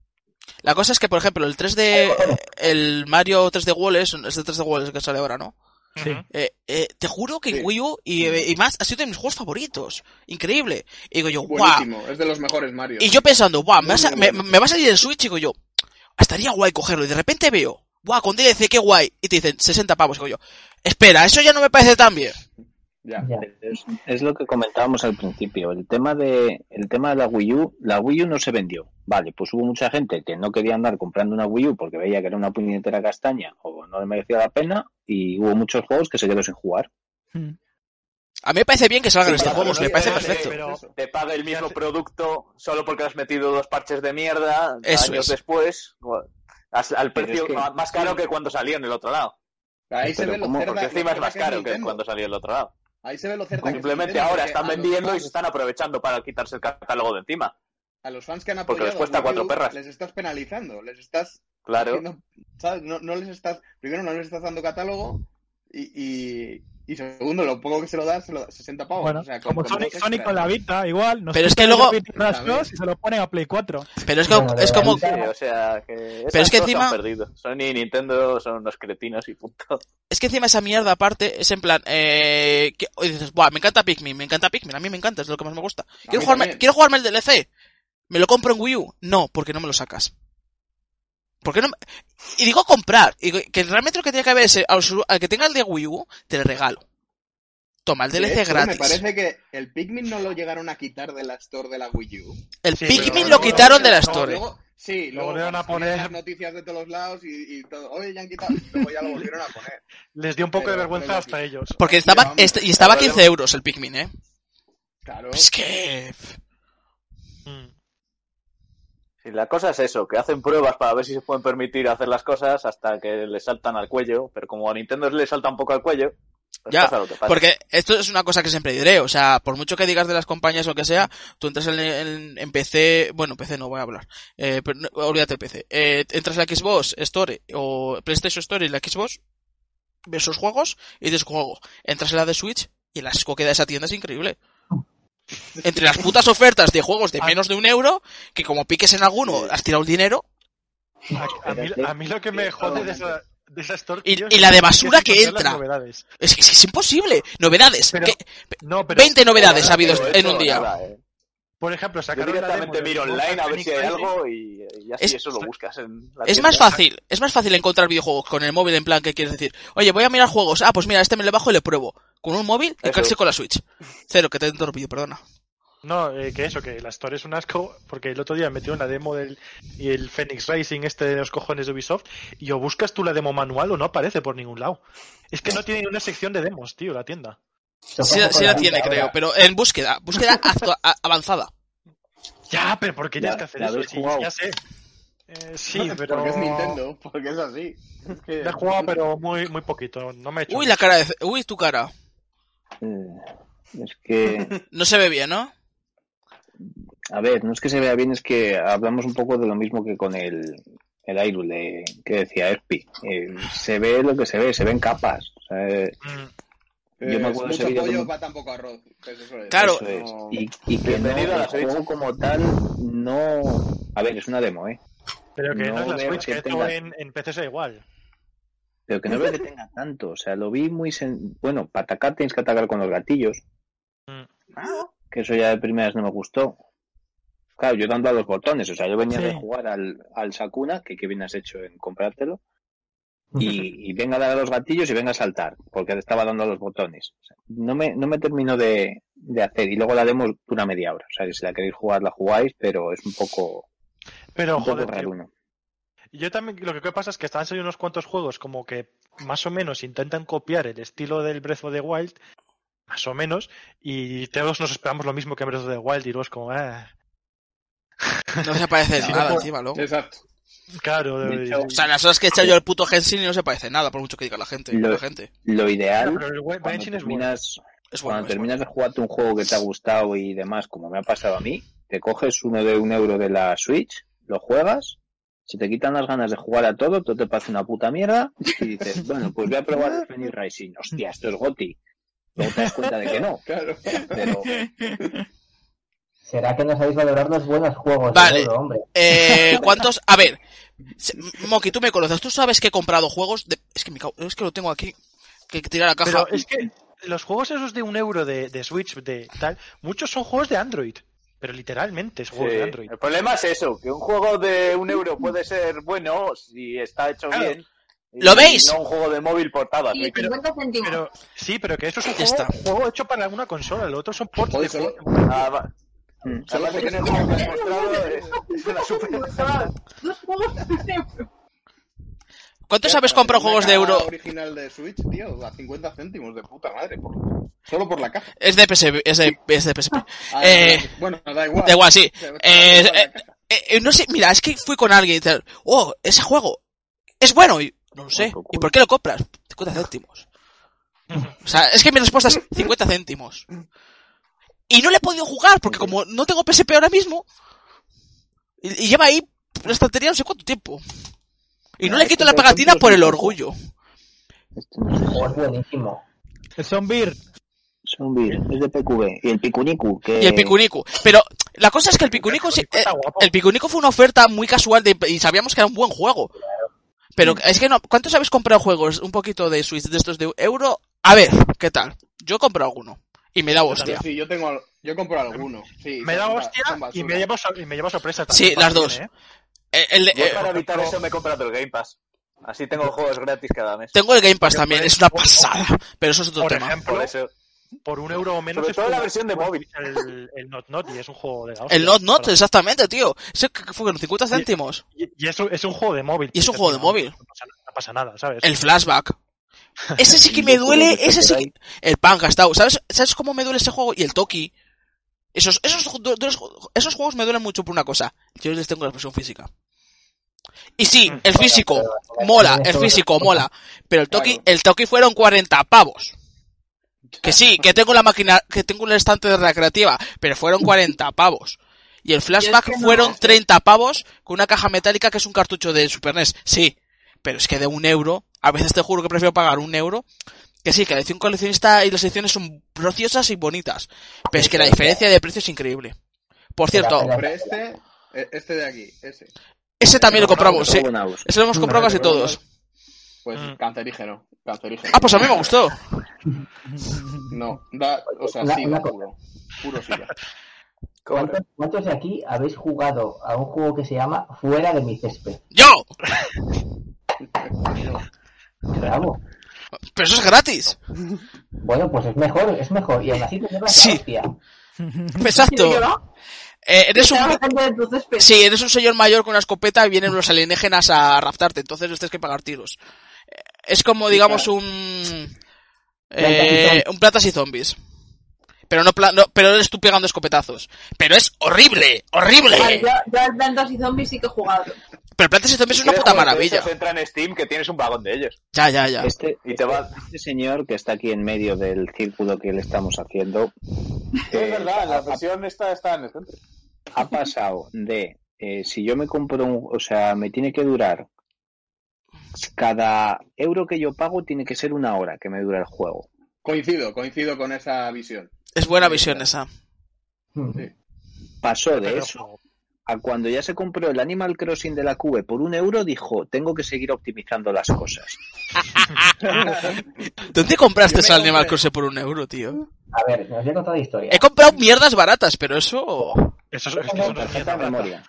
La cosa es que, por ejemplo, el 3D. El Mario 3D Walls, este 3D Walls que sale ahora, ¿no? sí. Eh, eh, te juro que en Sí. Mm. Wii U y, eh, y más ha sido de mis juegos favoritos. Increíble. Y digo yo, guau. Buenísimo, es de los mejores Mario. Y yo pensando, guau, me, Muy, vas a- muy me, bueno. me va a salir en Switch. Y digo yo, estaría guay cogerlo. Y de repente veo, guau, con DLC, qué guay. Y te dicen, 60 pavos. Y digo yo, espera, eso ya no me parece tan bien. Ya. Ya. Es, es lo que comentábamos al principio. El tema de el tema de la Wii U, la Wii U no se vendió. Vale, pues hubo mucha gente que no quería andar comprando una Wii U porque veía que era una puñetera castaña o no le merecía la pena y hubo muchos juegos que se quedó sin jugar. Mm. A mí me parece bien que salgan estos para juegos, los me parece videojuegos, perfecto. Eso. pero- te paga el mismo Fíjate. producto solo porque has metido dos parches de mierda Eso años es. después o- as- al Pero precio es que- ma- más caro que cuando salió en el otro lado Ahí se Pero ve lo ¿cómo? cerda, porque lo encima es cerda más que es caro que Nintendo. cuando salió el otro lado Ahí se ve lo cerda que es simplemente Nintendo, ahora porque están a los vendiendo y fans- se están aprovechando para quitarse el catálogo de encima A los fans que han porque apoyado les cuesta a Wii cuatro U, perras. les estás penalizando, les estás claro haciendo- ¿sabes? No, no les estás, primero no les estás dando catálogo y, y, y segundo, lo poco que se lo das, se lo das 60 pavos. Bueno, o sea, con- como con Sonic, cosas Sonic extras. con la Vita, igual. Nos Pero es que quitan el luego- Beat Crash También. 2 y se lo ponen a Play 4. Pero es, que- Bueno, es de la como... Vita- Sí, o sea que esas Pero es que cosas encima- han perdido Sony y Nintendo son unos cretinos y punto Es que encima esa mierda aparte es en plan... Eh, que- o dices, Buah, me encanta Pikmin, me encanta Pikmin, a mí me encanta, es lo que más me gusta. A Quiero mí jugarme, también. quiero jugarme el DLC. ¿Me lo compro en Wii U? No, porque no me lo sacas. ¿Por qué no? me- Y digo comprar, y digo que realmente lo que tiene que haber es eh, al, su- al que tenga el de Wii U, te lo regalo. Toma el De DLC hecho, gratis. Me parece que el Pikmin no lo llegaron a quitar de la store de la Wii U. El Sí, pero Pikmin no, lo no, quitaron no, de la no, Store. Luego, sí, Lo luego volvieron a salían poner. las noticias de todos los lados y, y todo. Oye, ya han quitado. Y luego ya lo volvieron a poner. les dio un poco Pero- de vergüenza pero- hasta ellos porque estaba, vamos, est- y estaba a ahora 15 euros el Pikmin, eh. Claro. Pues Es que... Mm. Sí, la cosa es eso, que hacen pruebas para ver si se pueden permitir hacer las cosas hasta que le saltan al cuello, pero como a Nintendo le salta un poco al cuello, Pues Ya, pasa lo que pasa. Porque esto es una cosa que siempre diré, o sea, por mucho que digas de las compañías o lo que sea, tú entras en, en- en PC, bueno, PC no voy a hablar, eh, pero no- olvídate de PC, eh, entras en la Xbox Store o PlayStation Store y la Xbox, ves sus juegos y dices juego, entras en la de Switch y la asco que da esa tienda es increíble. Entre las putas ofertas de juegos de menos de un euro, que como piques en alguno, has tirado el dinero, A, a mí, a mí lo que me jode de esa, de esa store, Y- tío, y la de es basura que encontrar las entra. novedades. es que es, es imposiable. Novedades, Pero- que- No, pero 20 novedades ha habido Pero en eso, un día. nada, eh. por ejemplo, Yo sacaron la demo directamente de miro Golden online a ver Phoenix si hay Rising. algo y, y así Es- eso lo buscas en la Es tienda. más fácil, es más fácil encontrar videojuegos con el móvil en plan que quieres decir, oye, voy a mirar juegos, ah, pues mira, este me lo bajo y le pruebo. Con un móvil que Eso casi es. con la Switch. Cero, que te he interrumpido, perdona. No, eh, que eso, que la Store es un asco, porque el otro día metieron la demo del y el Phoenix Racing este de los cojones de Ubisoft, y o buscas tú la demo manual o no aparece por ningún lado. Es que no tiene ni una sección de demos, tío, la tienda. Sí, sí la tiene, creo, pero en búsqueda, búsqueda actua- a- avanzada. Ya, pero ¿por qué tienes Ya, que hacer la eso? habéis Sí, jugado. ya sé. Eh, sí, pero... Porque es Nintendo, porque es así. Es que- La he jugado, pero muy, muy poquito. No me he hecho... Uy, la cara de... Uy, tu cara. Eh, es que, No se ve bien, ¿no? a ver, no es que se vea bien, es que hablamos un poco de lo mismo que con el, el Hyrule de- que decía Espi. Eh, se ve lo que se ve, se ven capas. o sea, eh, Mm, Eh, yo me acuerdo de ese mucho vídeo pollo como- va tampoco arroz. que eso suele Claro. Eso es. No. Y, y que no, Bienvenido a la el Switch. juego como tal no... A ver, es una demo, ¿eh? pero que no, No es la veo Switch, que que esto tenga- en, en PC sea igual. Pero que no veo que tenga tanto. O sea, lo vi muy... sen- Bueno, para atacar tienes que atacar con los gatillos. Ah, Mm. Que eso ya de primeras no me gustó. Claro, yo dando a los botones. O sea, yo venía Sí. de jugar al, al Sakuna, que qué bien has hecho en comprártelo. Y, y venga a dar a los gatillos y venga a saltar, porque le estaba dando a los botones. O sea, no, me, no me termino de, de hacer. Y luego la demo dura media hora. O sea, que si la queréis jugar, la jugáis, pero es un poco, Pero, un poco joder, tío, raruno. Yo también, lo que pasa es que están saliendo unos cuantos juegos como que más o menos intentan copiar el estilo del Breath of the Wild, más o menos, y todos nos esperamos lo mismo que Breath of the Wild y luego es como, ah, No se parece Sí, nada no. encima, luego. Exacto. claro, De y- hecho, O sea, las horas que he echado yo al puto Genshin y no se parece nada, por mucho que diga la gente. Lo- La gente. Lo Claro, ideal, pero el Wild cuando Branching es bueno. Es terminas, bueno, cuando es bueno. terminas de jugarte un juego que te ha gustado y demás, como me ha pasado a mí, te coges uno de un euro de la Switch, lo juegas, se te quitan las ganas de jugar a todo, todo te parece una puta mierda, y dices, bueno, pues voy a probar el Phoenix Rising. Hostia, esto es Goti. Luego te das cuenta de que no, Claro. pero ¿Será que no sabéis valorar los buenos juegos de Vale. euro, hombre? Eh, ¿Cuántos? A ver, se- Moki, tú me conoces, tú sabes que he comprado juegos de... Es que, me cago- es que lo tengo aquí, que hay que tirar a la caja. Pero es que los juegos esos de un euro de, de Switch, de tal, muchos son juegos de Android, pero literalmente es Sí. juegos de Android. El problema es eso, que un juego de un euro puede ser bueno si está hecho Claro. bien. y ¿Lo veis? No un juego de móvil portado. Y Pero- 50 céntimos. Pero sí, pero que eso es un Ya juego, está. juego hecho para una consola, lo otro son ports Joder, de solo- juegos. Ah, va- Además de que no es como que has mostrado, es- es una superioridad. Dos juegos de euro. ¿Cuántos habéis comprado juegos de La euro? original de Switch, tío, a 50 céntimos de puta madre. por- Solo por la caja. Es de PSP, es de, es de PSP. Ah, Eh, bueno, da igual. da igual, sí. Te- te- Eh, te- eh, eh, eh, no sé, mira, es que fui con alguien y tal, oh, ese juego es bueno, y no lo sé, ¿y por qué lo compras? 50 céntimos. O sea, es que mi respuesta es 50 céntimos. Y no le he podido jugar, porque como no tengo PSP ahora mismo, y, y lleva ahí la estantería no sé cuánto tiempo. Y no le quito la pegatina por el orgullo. este no es de Es buenísimo. El Zombir. Zombie, es de PQB. Y el Picunicu, que Y el Picunico. Pero la cosa es que el Picunico, sí- Está eh, guapo. el Picunico fue una oferta muy casual de- y sabíamos que era un buen juego. Pero es que no, ¿cuántos habéis comprado juegos? Un poquito de Switch de estos de euro. A ver, ¿qué tal? Yo he comprado alguno. Y me da hostia. Sí, yo tengo, al- yo compro alguno. Sí, Me da son- hostia son y basura. me, llevo, so- y me llevo sorpresa. Sí, también, las dos. ¿eh? Eh, el- Yo eh, para evitar eso me he comprado el Game Pass. Así tengo juegos gratis cada mes. tengo el Game Pass Pero también, puedes- es una pasada. Pero eso es otro Por tema. ejemplo, Por eso. por un euro o menos. Sobre es todo como- la versión de móvil. El, el Not Not y es un juego de la hostia. El Not Not, Para- exactamente, tío. Eso que fue con 50 céntimos. Y, y es, un- es un juego de móvil. Y es un juego de No móvil. pasa, no pasa nada, ¿sabes? El flashback. Ese sí que me duele, ese sí que... El pan gastado. ¿Sabes, ¿Sabes cómo me duele ese juego? Y el Toki. Esos, esos, ju- du- dueles- esos juegos me duelen mucho por una cosa. Yo les tengo la expresión física. Y sí, Mm. el físico mola, el físico mola. Pero el Toki, el Toki fueron 40 pavos. Que sí, que tengo la máquina, que tengo un estante de recreativa, pero fueron 40 pavos. Y el flashback Yo es que no, fueron sí. 30 pavos con una caja metálica que es un cartucho de Super NES. Sí, pero es que de un euro, a veces te juro que prefiero pagar un euro. Que sí, que la edición coleccionista y las ediciones son preciosas y bonitas. Pero es que la diferencia de precio es increíble. Por cierto, Espera, Compré este, eh, este de aquí, ese. ese también lo Pero no, compramos, sí. Ese lo hemos comprado casi todos. Pues Mm. cancerígeno, cancerígeno. Ah, pues a mí me gustó. No, da, o sea, Una- sí, una puro. Puro siga. ¿Cuántos, cuántos de aquí habéis jugado a un juego que se llama Fuera de mi césped? ¡Yo! Bravo. Pero eso es gratis. Bueno, pues es mejor, es mejor. Y aún así te llevas Sí. la hostia. ¿Quién Exacto. llora? Eh, eres Estaba un... bastante de tu césped. Sí, eres un señor mayor con una escopeta y vienen los alienígenas a raptarte, entonces les tienes que pagar tiros. Eh, Es como, digamos, un... eh, un platas y zombies. Pero no, pla- no- pero eres tú pegando escopetazos. Pero es horrible, Vale, horrible. yo, yo al Plantas y Zombies sí que he jugado. Pero platas y zombies es una puta maravilla. entra en Steam que tienes un vagón de ellos. Ya, ya, ya. Este, Y te va. este señor que está aquí en medio del círculo que le estamos haciendo eh, es Eh, verdad, la versión esta está en el centro. ha pasado de eh, si yo me compro un, o sea, me tiene que durar cada euro que yo pago tiene que ser una hora que me dura el juego. Coincido, coincido con esa visión. Es buena visión esa. Hmm. Sí. Pasó de Pero eso a cuando ya se compró el Animal Crossing de la Cube por un euro, dijo, tengo que seguir optimizando las cosas. ¿Dónde compraste Yo me ese Animal compré- Crossing por un euro, tío? A ver, nos voy a contar la historia. He comprado mierdas baratas, pero eso... Eso, es- es que Tengo eso no es mierda Tarjeta de barata. memoria.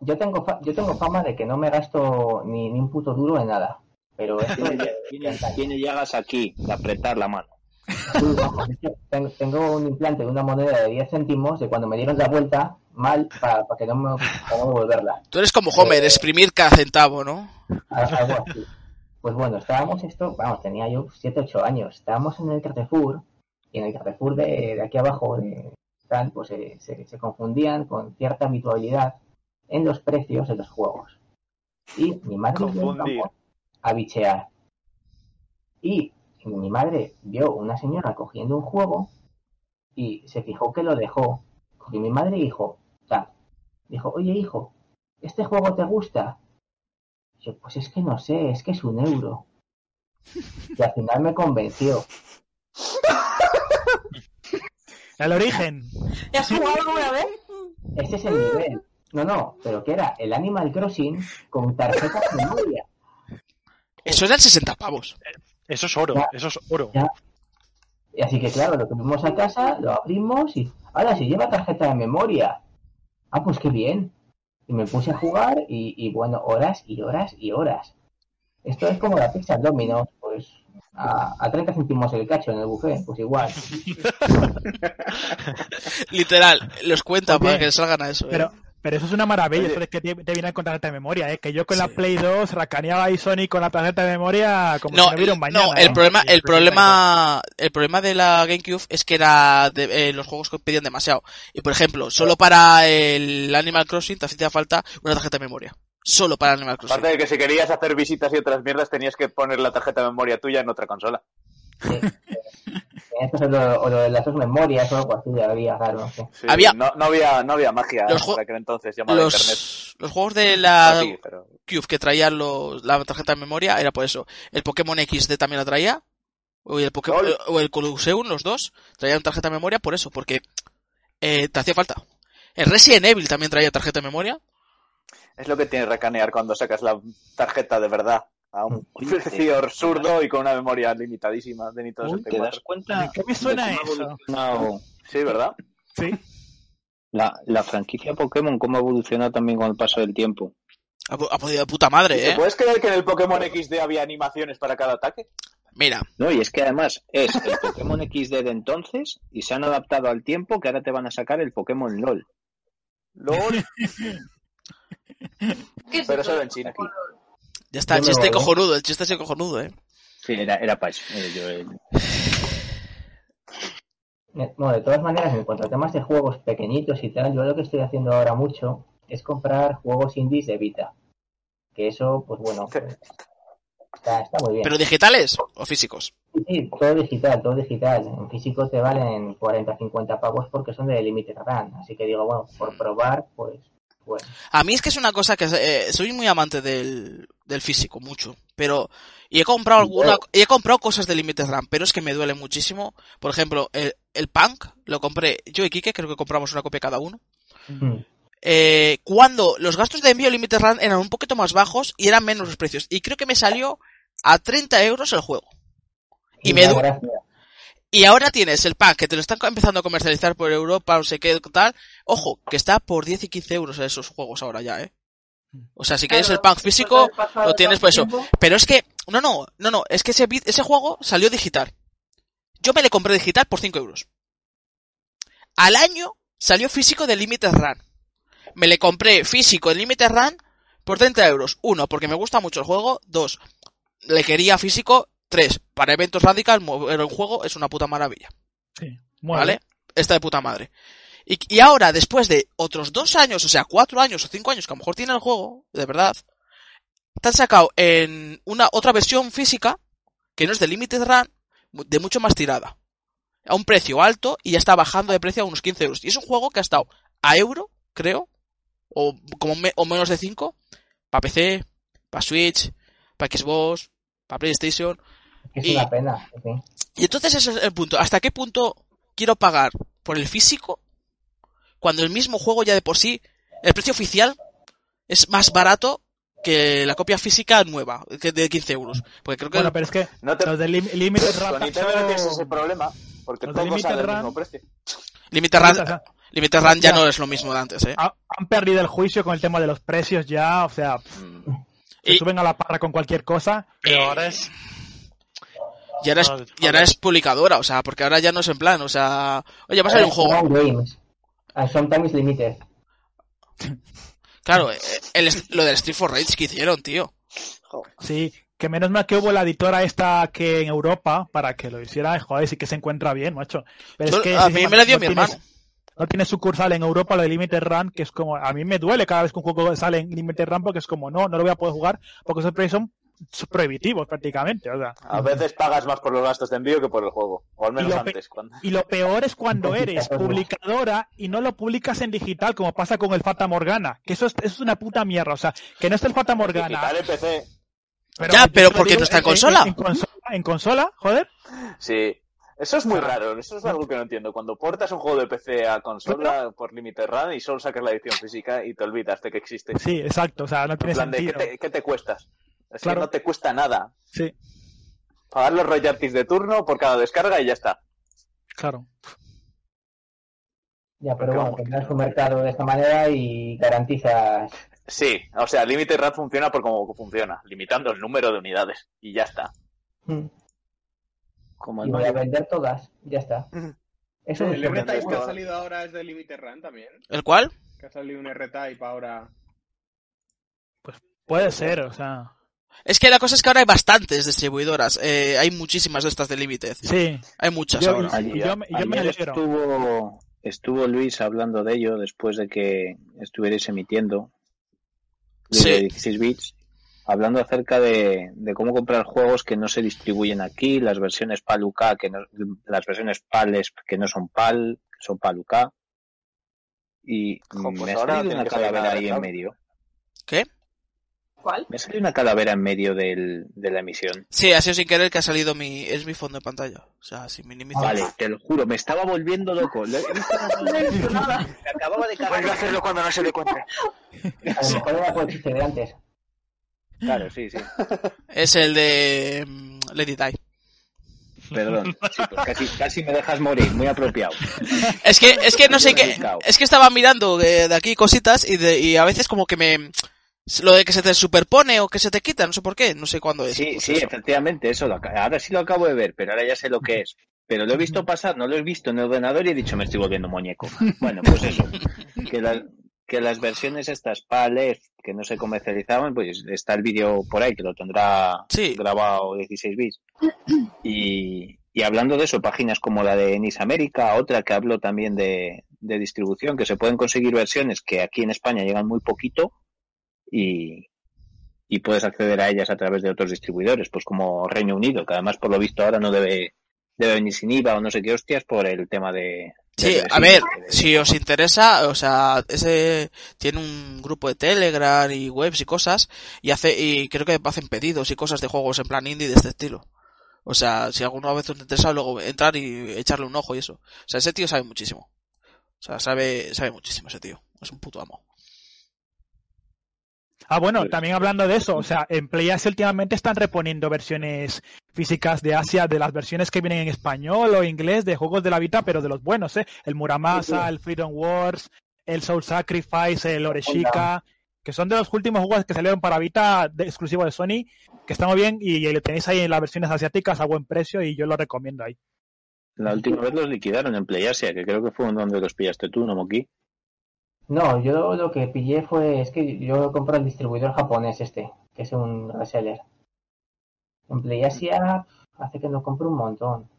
Yo tengo, fa- yo tengo fama de que no me gasto ni, ni un puto duro en nada. Pero esto es de- de Tiene, antaño. tiene llagas aquí de apretar la mano. Sí, vamos, es que ten- Tengo un implante de una moneda de 10 céntimos de cuando me dieron la vuelta mal para, para que no me para no devolverla. Tú eres como Homer, exprimir cada centavo, ¿no? A- algo así. ah, Pues bueno, estábamos esto, vamos, tenía yo 7, 8 años, estábamos en el Carrefour y en el Carrefour de, de aquí abajo de tal, pues eh, se, se confundían con cierta habitualidad en los precios de los juegos. Y mi madre y yo íbamos Confundir. a bichear. Y mi madre vio una señora cogiendo un juego y se fijó que lo dejó. Cogió mi madre y dijo, tal. Dijo, oye hijo, ¿este juego te gusta? Yo, pues es que no sé, es que es un euro. Y al final me convenció. Al origen. ¿Ya has jugado alguna vez? Ese es el nivel. No, no, pero que era el Animal Crossing con tarjeta de memoria. Eso eran 60 pavos. Eso es oro, Ya. eso es oro. Ya. Y así que claro, lo tuvimos a casa, lo abrimos y ahora si lleva tarjeta de memoria. Ah, pues qué bien. Y me puse a jugar y, y, bueno, horas y horas y horas. Esto es como la pizza Domino's, pues a, a 30 céntimos el cacho en el buffet, pues igual. Literal, los cuenta Oye, para que les salgan a eso. ¿eh? Pero, pero eso es una maravilla, Oye. eso es que te, te viene con tarjeta de memoria, ¿eh? Que yo con la Sí. Play 2 racaneaba ahí Sony con la tarjeta de memoria como no, si no hubiera el- un mañana. no, el ¿eh? problema, Sí, el el problema problema, el problema de la GameCube es que era de- eh, los juegos que pedían demasiado. Y por ejemplo, solo para el Animal Crossing te hacía falta una tarjeta de memoria. Solo para Animal Crossing. Aparte de que si querías hacer visitas y otras mierdas, tenías que poner la tarjeta de memoria tuya en otra consola. Esto es lo, o lo de las dos memorias o algo así, había, claro, no sé. Sí, Había- No, no había, no había magia Los por ju- aquel entonces llamada internet. Ah, Los, los juegos de la Aquí, pero- Cube que traían los, la tarjeta de memoria era por eso. El Pokémon XD también la traía. O el, Poké- Lol. o el Colosseum, los dos, traían tarjeta de memoria por eso, porque eh, te hacía falta. El Resident Evil también traía tarjeta de memoria. Es lo que tiene recanear cuando sacas la tarjeta de verdad. A un precio absurdo y con una memoria limitadísima de Nintendo Uy, ¿Te das 64. cuenta? ¿Qué me suena de cómo ha eso? evolucionado Sí, ¿verdad? Sí. La, la franquicia Pokémon, cómo ha evolucionado también con el paso del tiempo. Ha, po- ha podido de puta ¿Y madre, ¿Te eh. puedes creer que en el Pokémon XD había animaciones para cada ataque? Mira, No, y es que además es el Pokémon XD de entonces y se han adaptado al tiempo que ahora te van a sacar el Pokémon LOL. LOL, ¿Qué es pero eso? solo en China. ya está, el Yo me chiste voy, ¿eh? cojonudo, el chiste es cojonudo, eh. Sí, era, era para eso. Eh, yo, eh, Eh, Bueno, de todas maneras, en cuanto a temas de juegos pequeñitos y tal, yo lo que estoy haciendo ahora mucho es comprar juegos indies de Vita. Que eso, pues bueno, pues, está, está muy bien. ¿Pero digitales o físicos? Sí, sí, todo digital, todo digital. En físico te valen 40, 50 pavos porque son de Limited Run. Así que digo, bueno, por probar, pues, bueno. A mí es que es una cosa que eh, soy muy amante del, del físico, mucho. Pero, y he comprado alguna, y he comprado cosas de Limited Run, pero es que me duele muchísimo. Por ejemplo, el, el Punk, lo compré yo y Kike, creo que compramos una copia cada uno. Mm. Eh, cuando los gastos de envío Limited Run eran un poquito más bajos y eran menos los precios. Y creo que me salió a 30 euros el juego. Y me da du- gracia. Y ahora tienes el pack que te lo están empezando a comercializar por Europa, no sé qué tal. Ojo, que está por 10 y 15 euros en esos juegos ahora ya, ¿eh? O sea, si quieres el pack pues físico, lo tienes por eso. Pero es que, no, no, no, no, es que ese, bit- ese juego salió digital. Yo me le compré digital por 5 euros. Al año salió físico de Limited Run. Me le compré físico de Limited Run por 30 euros. Uno, porque me gusta mucho el juego. Dos, le quería físico. Tres, para eventos radicales, mover el juego es una puta maravilla. Sí, muy ¿Vale? bien. Está de puta madre. Y, y ahora, después de otros dos años, o sea, cuatro años o cinco años que a lo mejor tiene el juego, de verdad, te han sacado en una otra versión física, que no es de Limited Run, mu- de mucho más tirada. A un precio alto y ya está bajando de precio a unos 15 euros. Y es un juego que ha estado a euro, creo, o como me- o menos de 5, para PC, para Switch, para Xbox, para PlayStation. Es Y- una pena. sí. Y entonces ese es el punto. ¿Hasta qué punto quiero pagar por el físico cuando el mismo juego ya de por sí, el precio oficial es más barato que la copia física nueva, que de 15 euros? Porque creo que... Bueno, pero es que No te... los de Lim- Limited Run Con Nintendo no tienes ese problema, porque Los de todos Limited salen al Run- mismo precio. Limited o Run, sea, Limited Run ya ¿eh? Ya. Ah, no es lo mismo de antes, ¿eh? ha- han perdido el juicio con el tema de los precios ya, o sea, Mm. se Y- suben a la parra con cualquier cosa. Pero ahora es. Y ahora es, No, y ahora es publicadora, o sea, porque ahora ya no es en plan, o sea... Oye, va a salir un juego... Now Games. And sometimes limited. Claro, eh, el est- lo del Street for Rage que hicieron, tío. Sí, que menos mal que hubo la editora esta que en Europa para que lo hiciera, joder, sí que se encuentra bien, macho. Pero Yo- es que a encima mí me la dio no mi tienes- hermano. No tiene sucursal en Europa lo de Limited Run, que es como, a mí me duele cada vez que un juego sale en Limited Run porque es como, no, no lo voy a poder jugar porque esos precios son son prohibitivos prácticamente, o sea. A veces pagas más por los gastos de envío que por el juego, o al menos Y lo pe- antes. Cuando... Y lo peor es cuando eres publicadora y no lo publicas en digital, como pasa con el Fata Morgana, que eso es, eso es una puta mierda, o sea, que no está el Fata Morgana. Digital en PC. Ya, pero yo te lo porque digo, no está en eh, eh, consola. En, consola. En consola, joder. Sí. Eso es muy raro, eso es algo que no entiendo. Cuando portas un juego de PC a consola por Limited Run y solo sacas la edición física y te olvidas de que existe. Sí, exacto, o sea, no En tiene plan de, ¿qué sentido. te, qué te cuestas? Es Claro. que no te cuesta nada. Sí, Pagar los royalties de turno por cada descarga y ya está. claro. Ya, pero Porque bueno, vamos, tendrás su mercado de esta manera y garantizas. Sí, o sea, Limited Run funciona por como funciona, limitando el número de unidades y ya está. mm, Como el Y voy a Mario. vender todas. Ya está. Eso es El lo que- R-Type que ha Bueno. salido ahora es de Limited Run también. ¿El cual? Que ha salido un R-Type ahora. Puede ser, o sea. Es que la cosa es que ahora hay bastantes distribuidoras. Eh, hay muchísimas de estas de Limited. Sí, Hay muchas Yo- ahora. Ayer- yo me- yo me ayer alegro. estuvo, estuvo Luis hablando de ello después de que estuvierais emitiendo Luis Sí. de 16 bits, hablando acerca de, de cómo comprar juegos que no se distribuyen aquí, las versiones PAL UK, que no, las versiones PAL es- que no son PAL, son PAL UK. Y Jo, pues me ha ahora salido tiene una que salir calavera nada ahí en rentable. medio. ¿Qué? ¿Cuál? Me ha salido una calavera en medio del, de la emisión. Sí, ha sido sin querer que ha salido mi... Es mi fondo de pantalla. O sea, si minimiza... Vale, te lo juro, me estaba volviendo loco. Lo he visto una No he visto nada. Me acababa de cagar. hacerlo cuando no se dé cuenta. A lo mejor era por chiste de antes. Claro, sí, sí. Es el de... mm, Lady Di. Perdón. Sí, pues casi, casi me dejas morir. Muy apropiado. Es que, es que no sé qué... Ubicado. Es que estaba mirando eh, de, de aquí cositas y, de, y a veces como que me... Lo de que se te superpone o que se te quita, no sé por qué, no sé cuándo es. Sí, Pues sí, eso. efectivamente. Eso lo ac- ahora sí lo acabo de ver, pero ahora ya sé lo que es. Pero lo he visto pasar, no lo he visto en el ordenador y he dicho, me estoy volviendo muñeco. Bueno, pues eso. Que, la- que las versiones estas PALEF que no se comercializaban, pues está el vídeo por ahí que lo tendrá Sí. grabado 16 bits. Y, y hablando de eso, páginas como la de Nice América, otra que habló también de, de distribución, que se pueden conseguir versiones que aquí en España llegan muy poquito y, y puedes acceder a ellas a través de otros distribuidores, pues como Reino Unido, que además por lo visto ahora no debe, debe venir sin IVA o no sé qué hostias por el tema de... Sí, del a ver, Brexit. si os interesa, o sea, ese tiene un grupo de Telegram y webs y cosas y hace y creo que hacen pedidos y cosas de juegos en plan indie de este estilo. O sea, si alguna vez os interesa, luego entrar y echarle un ojo y eso. O sea, ese tío sabe muchísimo. O sea, sabe sabe muchísimo ese tío. Es un puto amo. Ah, bueno, también hablando de eso, o sea, en Playas últimamente están reponiendo versiones físicas de Asia, de las versiones que vienen en español o inglés de juegos de la Vita, pero de los buenos, ¿eh? El Muramasa, el Freedom Wars, el Soul Sacrifice, el Oreshika, que son de los últimos juegos que salieron para Vita de, exclusivo de Sony, que están muy bien y, y lo tenéis ahí en las versiones asiáticas a buen precio y yo lo recomiendo ahí. La última vez los liquidaron en PlayAsia, que creo que fue un donde los pillaste tú, ¿no, Moki? No, yo lo que pillé fue, es que yo compro el distribuidor japonés este, que es un reseller. En PlayAsia hace que no compro un montón.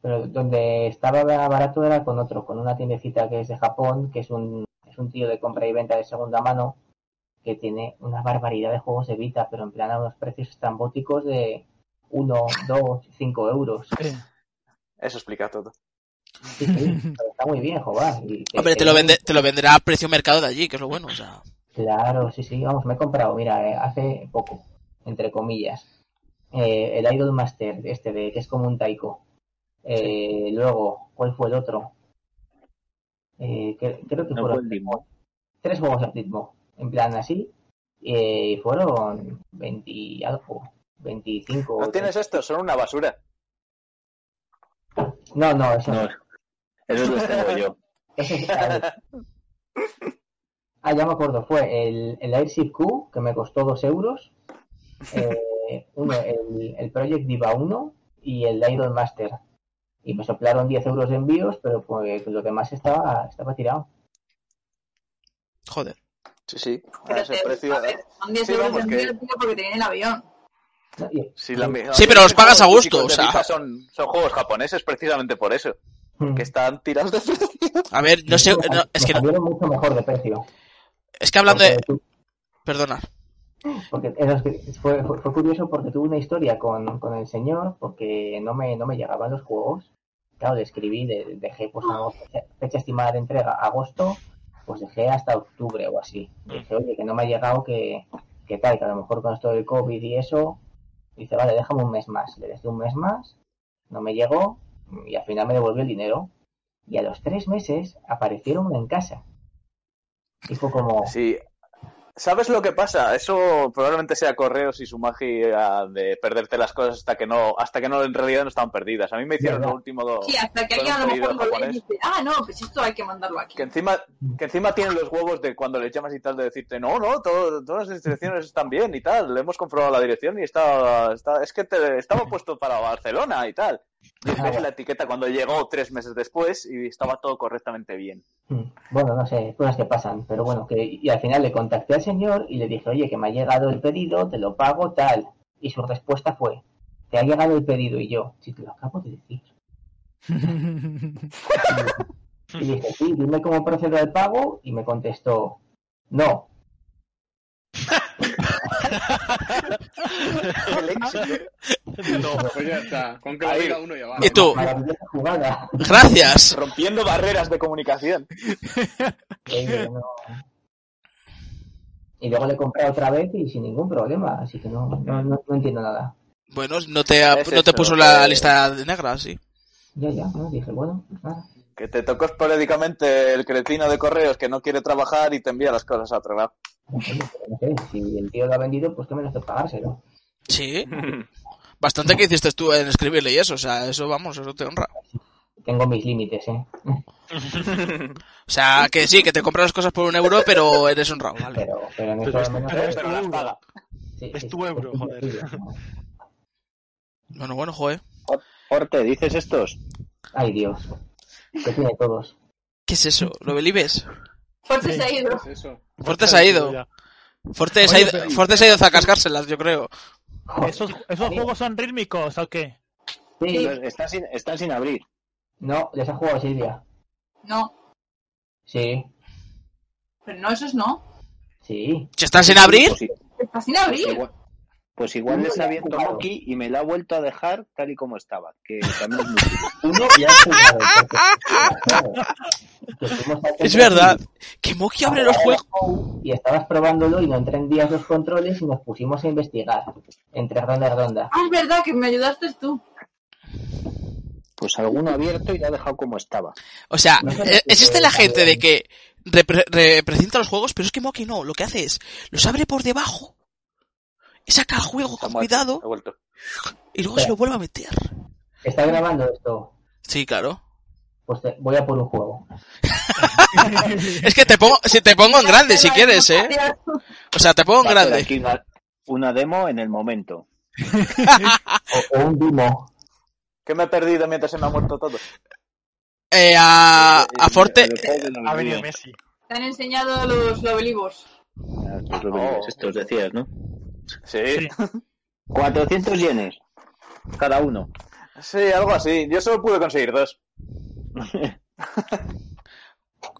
Pero donde estaba barato era con otro, con una tiendecita que es de Japón, que es un, es un tío de compra y venta de segunda mano, que tiene una barbaridad de juegos de Vita, pero en plan a unos precios estrambóticos de 1, 2, 5 euros. Eso explica todo. Sí, sí, pero está muy bien, joder. y Eh, Hombre, te lo vende, te lo venderá a precio mercado de allí, que es lo bueno, o sea. Claro, sí, sí, vamos, me he comprado, mira, eh, hace poco, entre comillas, eh, el Idol Master, este de que es como un taiko. Eh, Luego, ¿cuál fue el otro? Eh, que- creo que No fue fueron el Dimo. tres juegos al ritmo, en plan así, eh, y fueron 20 y algo, 25. ¿No tienes esto? Son una basura. No, no, eso no. No, esos los tengo yo. Ese es- ah, ya me acuerdo, fue el, el Airship Q, que me costó 2 euros, eh, uno, el, el Project Diva 1 y el Iron Master. Y me soplaron 10 euros de envíos, pero pues lo que más estaba, estaba tirado. Joder. Sí, sí. A Pero ese te- precio. ¿eh? a ver, son 10 Sí, euros vamos, de que- envío, tío, porque te viene el avión. No, y- Sí, la mi- Sí, pero los pagas a Los gusto, típicos de o sea. Vita Son, son juegos japoneses precisamente por eso. Mm. Que están tirados de A ver, no sé, Me sal- no, es me que no- salieron mucho mejor de precio. es que hablando de, porque perdona, Porque era- fue, fue- fue curioso porque tuve una historia con, con el señor, porque no me, no me llegaban los juegos. Claro, le escribí, le- dejé pues una fecha, fecha estimada de entrega, agosto, pues dejé hasta octubre o así. Dije, oye, que no me ha llegado, que, que tal, que a lo mejor con esto del COVID y eso. Dice, vale, déjame un mes más. Le dejé un mes más, no me llegó, y al final me devolvió el dinero. Y a los tres meses aparecieron en casa. Y fue como, Sí. ¿Sabes lo que pasa? Eso probablemente sea correos y su magia de perderte las cosas hasta que no, hasta que no en realidad no están perdidas. A mí me hicieron ¿Verdad? lo último do- Sí, hasta que con alguien a un lo pedido mejor lo ve y japonés. dice, ah, no, pues esto hay que mandarlo aquí. Que encima, que encima tienen los huevos de cuando le llamas y tal de decirte, no, no, todo- todas las direcciones están bien y tal, le hemos comprobado la dirección y está, está- es que te, estaba puesto para Barcelona y tal. Y ves la etiqueta cuando llegó tres meses después y estaba todo correctamente bien. Mm, Bueno, no sé, cosas que pasan, pero bueno, que y al final le contacté al señor y le dije, oye, que me ha llegado el pedido, te lo pago, tal. Y su respuesta fue, te ha llegado el pedido y yo, si te lo acabo de decir. Y le dije, sí, dime cómo procedo el pago y me contestó, no. El éxito. Pues ya está, con que A lo ver. diga uno ya va. ¿Y tú? Maravillosa jugada. gracias. rompiendo barreras de comunicación. Eh, no. Y luego le compré otra vez y sin ningún problema, así que no, no, no, no entiendo nada. Bueno, no te, ha- Es no te eso, puso la eh. lista de negra, sí. Ya, ya, ¿no? dije, bueno, pues nada. Que te tocó esporádicamente el cretino de correos que no quiere trabajar y te envía las cosas a otro lado. Oye, pero pues, no sé, si el tío lo ha vendido, pues que menos que pagárselo. Sí. Bastante que hiciste tú en escribirle y eso, o sea, eso vamos, eso te honra. tengo mis límites, ¿eh? O sea, que sí, que te compras las cosas por un euro, pero eres honrado, ¿vale? Pero, pero en Pero esto es- al menos... pero es Sí, tu euro. sí, es sí, tu euro, sí, joder. sí, sí. Bueno, bueno, joder. Orte, ¿dices estos? Ay, Dios. Que tiene todos. ¿Qué es eso? ¿Lo belibes? Fuerte se ha ido. Pues eso. Forte se ha ido. Forte se ha Oye, ido, pero- Forte se ha ido a cascárselas, yo creo. Joder. ¿Esos, esos Amigo. juegos son rítmicos o qué? Sí. eh. Están sin, están sin abrir. No, les ha jugado Silvia. No, Sí. pero no, esos no. Sí. ¿Se están sin abrir? Pues, i- Está sin pues abrir. igual, pues igual Uno les ya ha ha abierto jugado. Moki y me la ha vuelto a dejar tal y como estaba. Que también es muy Uno ya ha jugado, porque- claro, que fuimos al Es centro verdad. cívico Que Moki a abre los jugar a juegos. Go Y estabas probándolo y no entendías los controles y nos pusimos a investigar. Entre ronda y ronda. Ah, es verdad que me ayudaste tú. Pues alguno abierto y la ha dejado como estaba. O sea, No sé eh, si existe se la gente de sabían. que repre- representa los juegos, pero es que Moki no. Lo que hace es, los abre por debajo, y saca el juego Se ha con muerto, cuidado Ha vuelto. y luego se lo vuelve a meter. ¿Está grabando esto? Sí, claro. Pues eh, voy a por un juego. Es que te pongo, si te pongo en grande si quieres, eh. O sea, te pongo en Va a hacer grande. aquí una, una demo en el momento. O, o un Dimo. ¿Qué me he perdido mientras se me ha muerto todo? eh, Eh, a, a El- Forte, el juego de los Ha venido niños. Messi. Te han enseñado los lobelivos. Ah, los lobelinos, estos decías, ¿no? Sí. Sí. 400 yenes cada uno. Sí, algo así. Yo solo pude conseguir dos.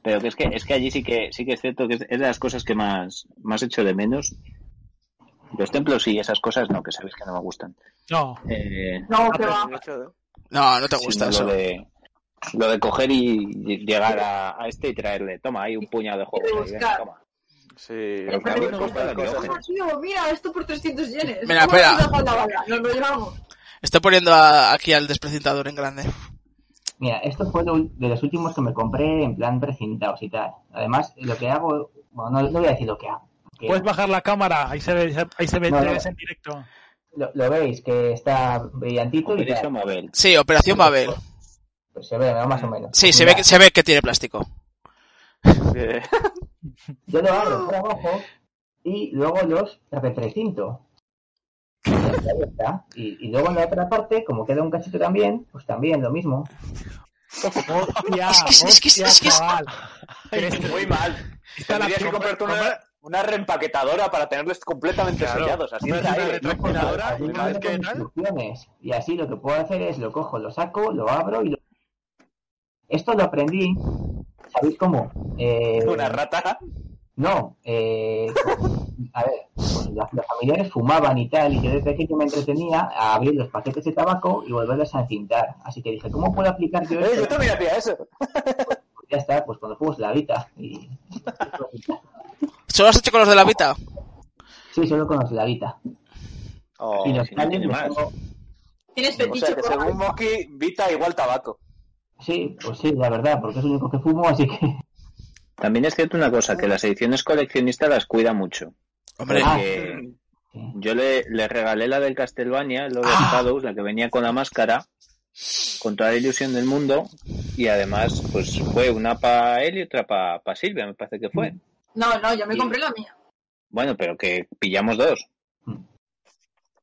Pero que es que es que allí sí que sí que es cierto que es, es de las cosas que más más hecho de menos. Los templos sí, esas cosas no, que sabéis que no me gustan. No. Eh, No, que va. De hecho, no, no te gusta sino eso. Lo de, lo de coger y ll- llegar a, a este y traerle, toma, hay un puñado de juegos. ahí, venga, toma. Sí. Pero que a mí me gustan las de ojos. Ah, tío, mira, esto por 300 yenes. Mira, ¿Cómo espera. nos dejas la bala? Nos lo llevamos. Estoy poniendo a- aquí al desprecintador en grande. Mira, esto fue lo- de los últimos que me compré en plan precintados y tal. Además, lo que hago, bueno, no, no voy a decir lo que hago. que Pues Puedes bajar la cámara, ahí se ve, ahí se ve No, te no. ves en directo. lo, lo veis, que está brillantito y Operación tal. Mabel. Sí, Operación Babel. Pues se ve, ¿no? más o menos. Sí, se Mira, ve que, se ve que tiene plástico. Bien. Yo lo abro por abajo y luego los reprecinto. Y ahí está. Y, y luego en la otra parte, como queda un cachito también, pues también lo mismo. Hostia, Es que es- es que es- hostia, es que es- chaval. Muy mal. Está la Tendrías que comprarte una, compra- una reempaquetadora para tenerlos completamente Claro. sellados. Así Compras está una aire. retroaspiradora Ahí y me una vez mando que con tal, instrucciones. Y así lo que puedo hacer es lo cojo, lo saco, lo abro y lo... Esto lo aprendí, ¿sabéis cómo? Eh, Una rata. No, eh, con- a ver, pues las- los familiares fumaban y tal, y yo desde pequeño me entretenía a abrir los paquetes de tabaco y volverlos a encintar. Así que dije, ¿cómo puedo aplicar yo Eh, yo esto? también hacía eso. Pues ya está, pues cuando fuimos la vita. Y... ¿Solo has hecho con los de la Vita? Sí, solo con los de la vita. Oh, Y los si no tales tiene los más. tengo- Tienes o fetiche sea que por la según Moki, Vita igual tabaco. Sí, pues sí, la verdad, porque es lo único que fumo, así que... También es cierto una cosa, que las ediciones coleccionistas las cuida mucho. Hombre, Ah. Porque sí. Yo le, le regalé la del Castlevania, lo de Ah. Shadows, la que venía con la máscara, con toda la ilusión del mundo, y además, pues fue una para él y otra para Silvia, me parece que fue. No, no, yo me compré la mía. Bueno, pero que pillamos dos. Hmm.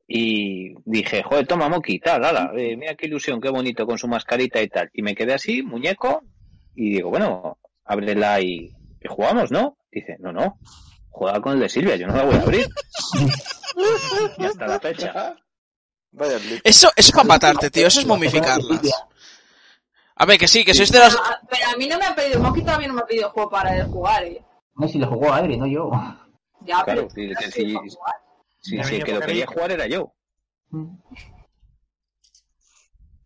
Y dije, joder, toma Moki, tal, ala, eh, mira qué ilusión, qué bonito con su mascarita y tal. Y me quedé así, muñeco, y digo, bueno, ábrela y, y jugamos, ¿no? Dice, no, no, juega con el de Silvia, yo no la voy a abrir. y hasta la fecha. Ah. Vaya, Blitz. eso, eso es para matarte, tío. Eso es Lo que tengo momificarlas. es A ver, que pues, sí, que sois de los... Pero a- pero a mí no me han pedido, Moki todavía no me ha pedido juego para el jugar, eh. No sé si lo jugó Adri, no yo. Ya, Claro, pero. sí, que sí, sí. para jugar. Sí, Me sí, venía que lo por quería ahí. jugar era yo.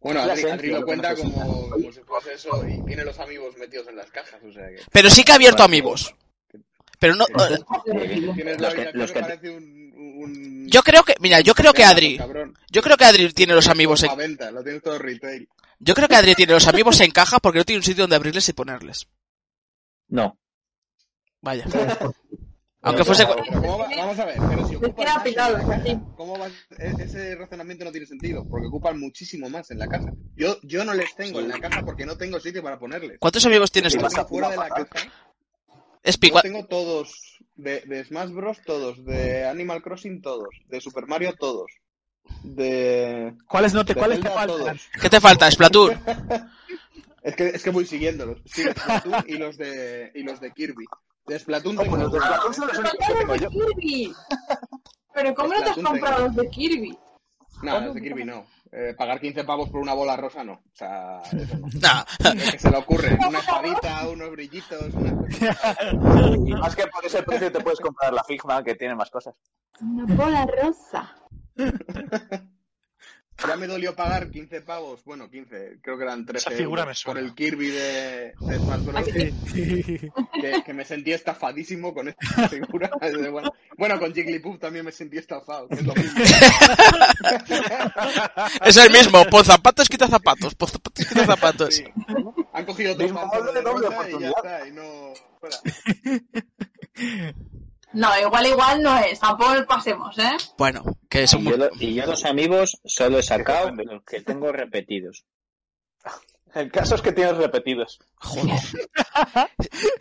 Bueno, La Adri, esencia, Adri lo lo que cuenta necesita. como, como si fuese eso y tiene los amigos metidos en las cajas, o sea que... Pero sí que ha abierto amigos. Pero no... eh, no- Tienes la Los que, habitación los que que- parece un... un- yo creo que... Mira, yo creo que Adri... Cabrón. Yo creo que Adri tiene los amigos A en... venta, lo tienes todo retail. Yo creo que Adri tiene los amigos en caja porque no tiene un sitio donde abrirles y ponerles. no, Vaya. No, Aunque fuese... Pero ¿cómo va- Vamos a ver, pero si Es que ocupas era más en pelado, la caja, sí. ¿cómo vas- e- ese razonamiento no tiene sentido, porque ocupan muchísimo más en la caja. Yo, yo no les tengo en la caja porque no tengo sitio para ponerles. ¿Cuántos amigos tienes Yo tú? tengo fuera de la caja, Espi, yo ¿cuá- tengo todos, de, de Smash Bros todos, de Animal Crossing todos, de Super Mario todos, de... ¿Cuáles no te, de cuáles te Zelda, faltan? todos. ¿qué te falta? ¿Splatoon? Es que, es que voy siguiéndolos. Sí, Splatoon y los de, y los de Kirby. De Splatoon Oh, tengo pues los de uno, Splatoon ¿eh? son los Pero únicos que tengo los yo. de Kirby. Pero ¿cómo no te has Splatoon comprado los de Kirby? No, los de Kirby no. Eh, pagar 15 pavos por una bola rosa no. O sea, eso no. Nah. Lo que se le ocurre. Una espadita, unos brillitos. una- Y más que por ese precio te puedes comprar la Figma, que tiene más cosas. Una bola rosa. Ya me dolió pagar 15 pavos. Bueno, 15, creo que eran 13 Esa figura euros me suena. por el Kirby de, de Smash Bros. que, que me sentí estafadísimo con esta figura. Desde Bueno, bueno, con Jigglypuff también me sentí estafado. que es lo mismo. Es el mismo, pon zapatos, quita zapatos, pon zapatos, quita zapatos. Sí. Han cogido dos Mismo mantos molde, de doble rosa y ya oportunidad. está. Y no... fuera. No, igual, igual no es. Tampoco pasemos, ¿eh? Bueno, que Y son yo, muy... lo- y yo los amigos solo he sacado Que depende. los que tengo repetidos. El caso es que tienes repetidos. Joder.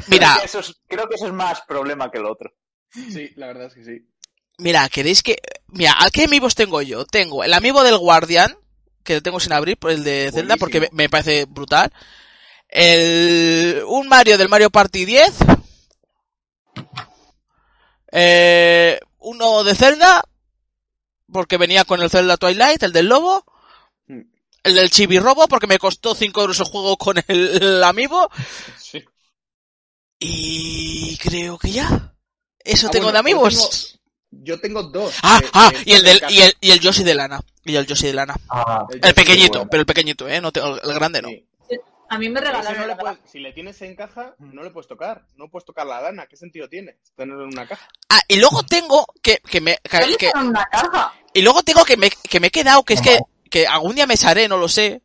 Mira, Creo que eso es, creo que eso es más problema que el otro. Sí, la verdad es que sí. mira, queréis que... Mira, ¿a qué amigos tengo yo? Tengo el amigo del Guardian, que lo tengo sin abrir, por el de Zelda, Buenísimo. porque me, me parece brutal. El... Un Mario del Mario Party 10. Eh, uno de Zelda, porque venía con el Zelda Twilight, el del lobo. Mm. El del Chibi Robo, porque me costó 5 euros el juego con el, el amiibo. Sí. Y creo que ya. Eso Ah, tengo bueno, de amigos. yo tengo- Yo tengo dos. eh, Ah, que- ah, que y el, están en del, casa. y, el, y el Yoshi de lana. Y el Yoshi de lana. Ah, El El Yoshi, pequeñito, bueno. pero el pequeñito, ¿eh? No tengo, el grande no. Sí. A mí me Pero ese no regalaron. le la verdad. puedes- Mm. si le tienes en caja, no le puedes tocar. No puedes tocar la lana. ¿Qué sentido tiene tenerlo en una caja? Ah, y luego tengo que, que me... Yo le que- que- hicieron una caja. y luego tengo que me, que me he quedado, que es que, que algún día me echaré, no lo sé.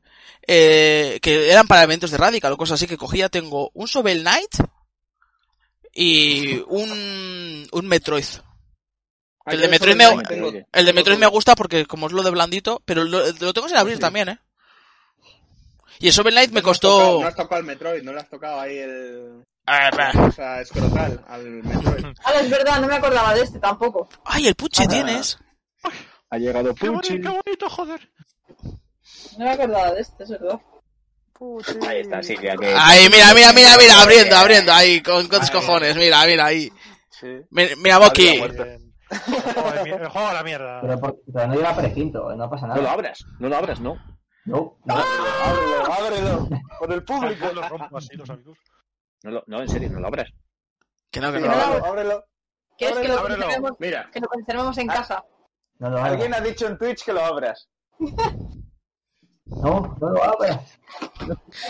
eh, que eran para eventos de Radical o cosas así que cogía. Tengo un Sobel Knight y un, un Metroid. Ah, El yo de Metroid Shovel Knight me- tengo- El de tengo Metroid todo. me gusta porque como es lo de blandito, pero lo, lo tengo sin abrir Sí. también, ¿eh? Y el Shovel Knight me No has tocado- costó... No has tocado el Metroid, no le has tocado ahí el. Ah, la bah. cosa escrotal al Metroid. Ahora es verdad, no me acordaba de este tampoco. Ay, el Puchi Ah, tienes. Ha llegado ¡Qué bonito, Puchi. qué bonito, joder! No me acordaba de este, es verdad. Ahí está Silvia. Que... Ah, Ay, mira, mira, mira, mira, abriendo, abriendo, ahí, con, con tus Ay. cojones, mira, mira, ahí. Sí. Mi- Mira, Boki. Había muerto. Bien. El juego de mi- el juego a la mierda. pero, por- pero no lleva precinto, eh, no pasa No lo nada. abras, no lo abras, ¿no? No, no. Ábrelo, ábrelo. Por el público. Yo lo rompo así, los amigos. No, lo- no, en serio, no lo abras. Que no, que Sí, no. ábrelo, ábrelo. ¿Qué es que lo, Ábrelo, conservemos, Mira, que lo conservemos en Ah. casa? No lo Alguien abras. ha dicho en Twitch que lo abras. No, no lo abras.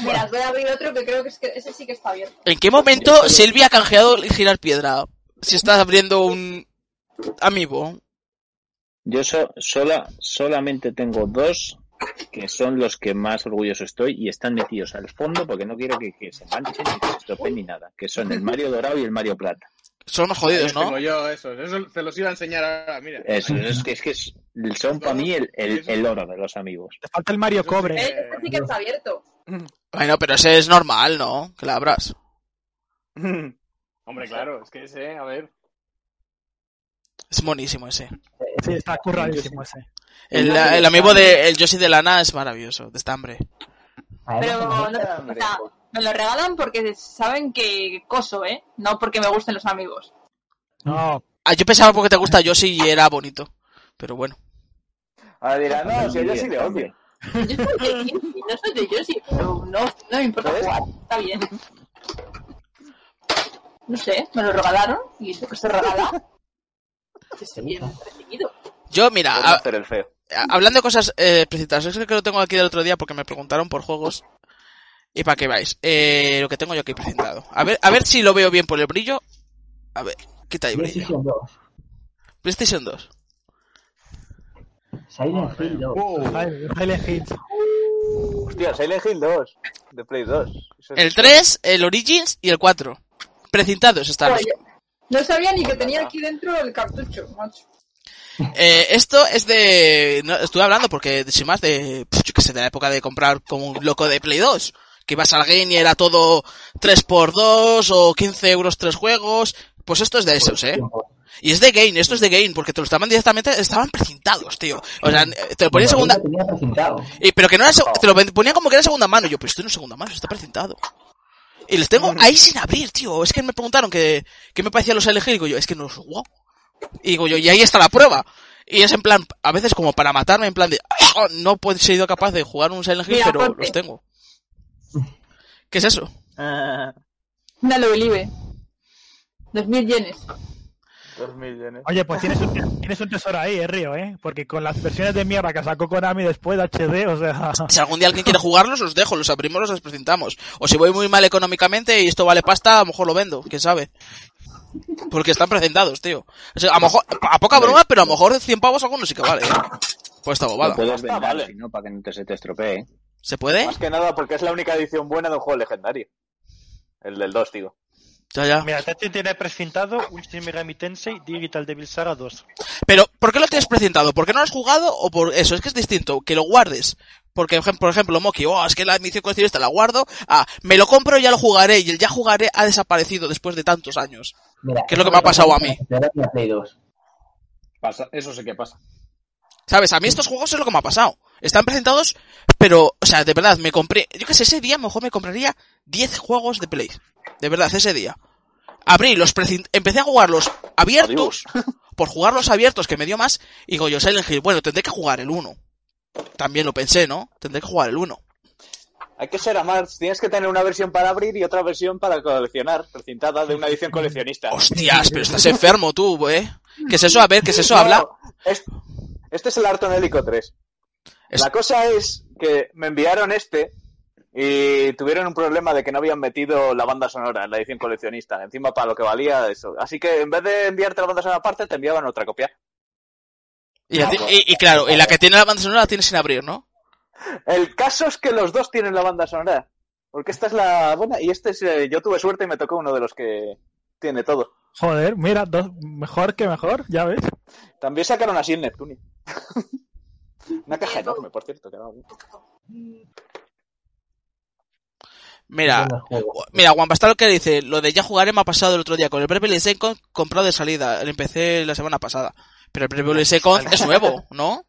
Mira, voy a abrir otro que creo que, es que ese sí que está abierto. ¿En qué momento Silvia ha canjeado el girar piedra? Si estás abriendo un amiibo. Yo so- sola, solamente tengo dos que son los que más orgulloso estoy y están metidos al fondo porque no quiero que, que se manchen ni que se estropeen ni nada, que son el Mario Dorado y el Mario Plata. Son los más los jodidos, ¿no? tengo yo esos. Eso te los iba a enseñar ahora. Mira. Es, es que, es que es- son para mí el, el- el oro de los amigos. Te falta el Mario Eso sí. Cobre. Eh, ¿Eh? Este sí que está abierto. Bueno, pero ese es normal, ¿no? Que la abras. Hombre, claro, es que ese, a ver. Es monísimo ese. Sí, está curradísimo ese. El, el amiibo de el Yoshi de lana es maravilloso, de estambre. Pero no, Además, o sea, me lo regalan porque saben que coso, ¿eh? No porque me gusten los amigos. No, Ah, yo pensaba porque te gusta Yoshi y era bonito. Pero bueno. Ahora dirá, no, si a ella sí le odio. Yo soy de Yoshi, no soy de Yoshi, pero no, no me importa jugar, está bien. No sé, me lo regalaron y eso que se regala. Que se bien recibido. Yo, mira, Por no a- hacer el feo. a- hablando de cosas eh, explícitas, es que lo tengo aquí del otro día porque me preguntaron por juegos. ¿Y para qué vais? Eh, lo que tengo yo aquí presentado. A ver, a ver si lo veo bien por el brillo. A ver, quita el brillo. PlayStation 2. PlayStation 2. Silent Hill 2. Silent Silent Hill. Hostia, Silent Hill 2. De Play 2. Eso es- El 3, el Origins y el 4. Precintados están. los- Oye, No sabía ni que tenía aquí dentro el cartucho, macho. Eh, esto es de... No, estuve hablando porque, sin más, de... pf, Yo qué sé, de la época de comprar como un loco de Play 2. Que ibas al game y era todo 3x2 o 15 euros tres juegos. Pues esto es de esos, ¿eh? Y es de Gain, esto es de Gain, porque te lo estaban directamente, estaban precintados, tío. O sea, te lo ponían segunda. Lo tenía presentado. Y, pero que no era seg- te lo ven- ponían como que era segunda mano. Y yo, pues esto no es segunda mano, está precintado. Y les tengo ahí sin abrir, tío. Es que me preguntaron que, que me parecían los LG. Y digo yo, es que no los wow. Y digo yo, y ahí está la prueba. Y es en plan, a veces como para matarme, en plan de, "Ah, no he sido capaz de jugar un Silent Hill, Mira, pero Jorge. los tengo. ¿Qué es eso? Ah, Dale, Olive. 2000 yenes. 2000 yenes. Oye, pues tienes un, tienes un tesoro ahí, eh, Río, ¿eh? Porque con las versiones de mierda que sacó Konami después de HD, o sea... Si algún día alguien quiere jugarlos, los dejo, los abrimos, los presentamos. O si voy muy mal económicamente y esto vale pasta, a lo mejor lo vendo, quién sabe. Porque están presentados, tío. O sea, a lo mejor, a poca broma, pero a lo mejor 100 pavos algunos sí que vale. ¿eh? Pues esta Lo bobada. puedes vender, vale. si no, para que no te, se te estropee. ¿eh? ¿Se puede? Más que nada porque es la única edición buena de un juego legendario. El del 2, digo. Ya, ya. Mira, Tetris tiene precintado un Shin Megami Tensei Digital Devil Saga 2. Pero, ¿por qué lo tienes presentado? ¿Por qué no lo has jugado o por eso? Es que es distinto, que lo guardes. Porque, ejem- por ejemplo, Moki, oh, es que la misión coleccionista la guardo. Ah, me lo compro y ya lo jugaré. Y el ya jugaré ha desaparecido después de tantos años. Mira, ¿Qué es lo que me ha pasado a mí? Ahora tiene Play 2. Pasa, eso sí que pasa. ¿Sabes? A mí estos juegos es lo que me ha pasado. Están presentados, pero, o sea, de verdad, me compré, yo que sé, ese día mejor me compraría 10 juegos de Play. De verdad, ese día. Abrí los, precin- empecé a jugarlos abiertos, por jugarlos abiertos que me dio más, y digo yo, Silent Hill, bueno, tendré que jugar el 1. También lo pensé, ¿no? Tendré que jugar el 1. Hay que ser amarts. Tienes que tener una versión para abrir y otra versión para coleccionar, precintada de una edición coleccionista. Hostias, pero estás enfermo tú, ¿eh? ¿Qué es eso? A ver, ¿qué es eso? Habla. No, es- este es el Artonélico 3. Es- La cosa es que me enviaron este y tuvieron un problema de que no habían metido la banda sonora en la edición coleccionista. Encima para lo que valía eso. Así que en vez de enviarte la banda sonora aparte, te enviaban otra copia. Y, la ti- y- y claro, y la que tiene la banda sonora la tiene sin abrir, ¿no? El caso es que los dos tienen la banda sonora. Porque esta es la buena y este es, eh, yo tuve suerte y me tocó uno de los que tiene todo. Joder, mira, dos- mejor que mejor, ya ves. También sacaron así en Neptunia. Una caja enorme, por cierto. Que era un- Mira, Bueno, juego. Mira, Juan Bastardo que dice, lo de ya jugaré me ha pasado el otro día con el Bravely Second comprado de salida, lo empecé la semana pasada. Pero el Bravely Second es nuevo, ¿no?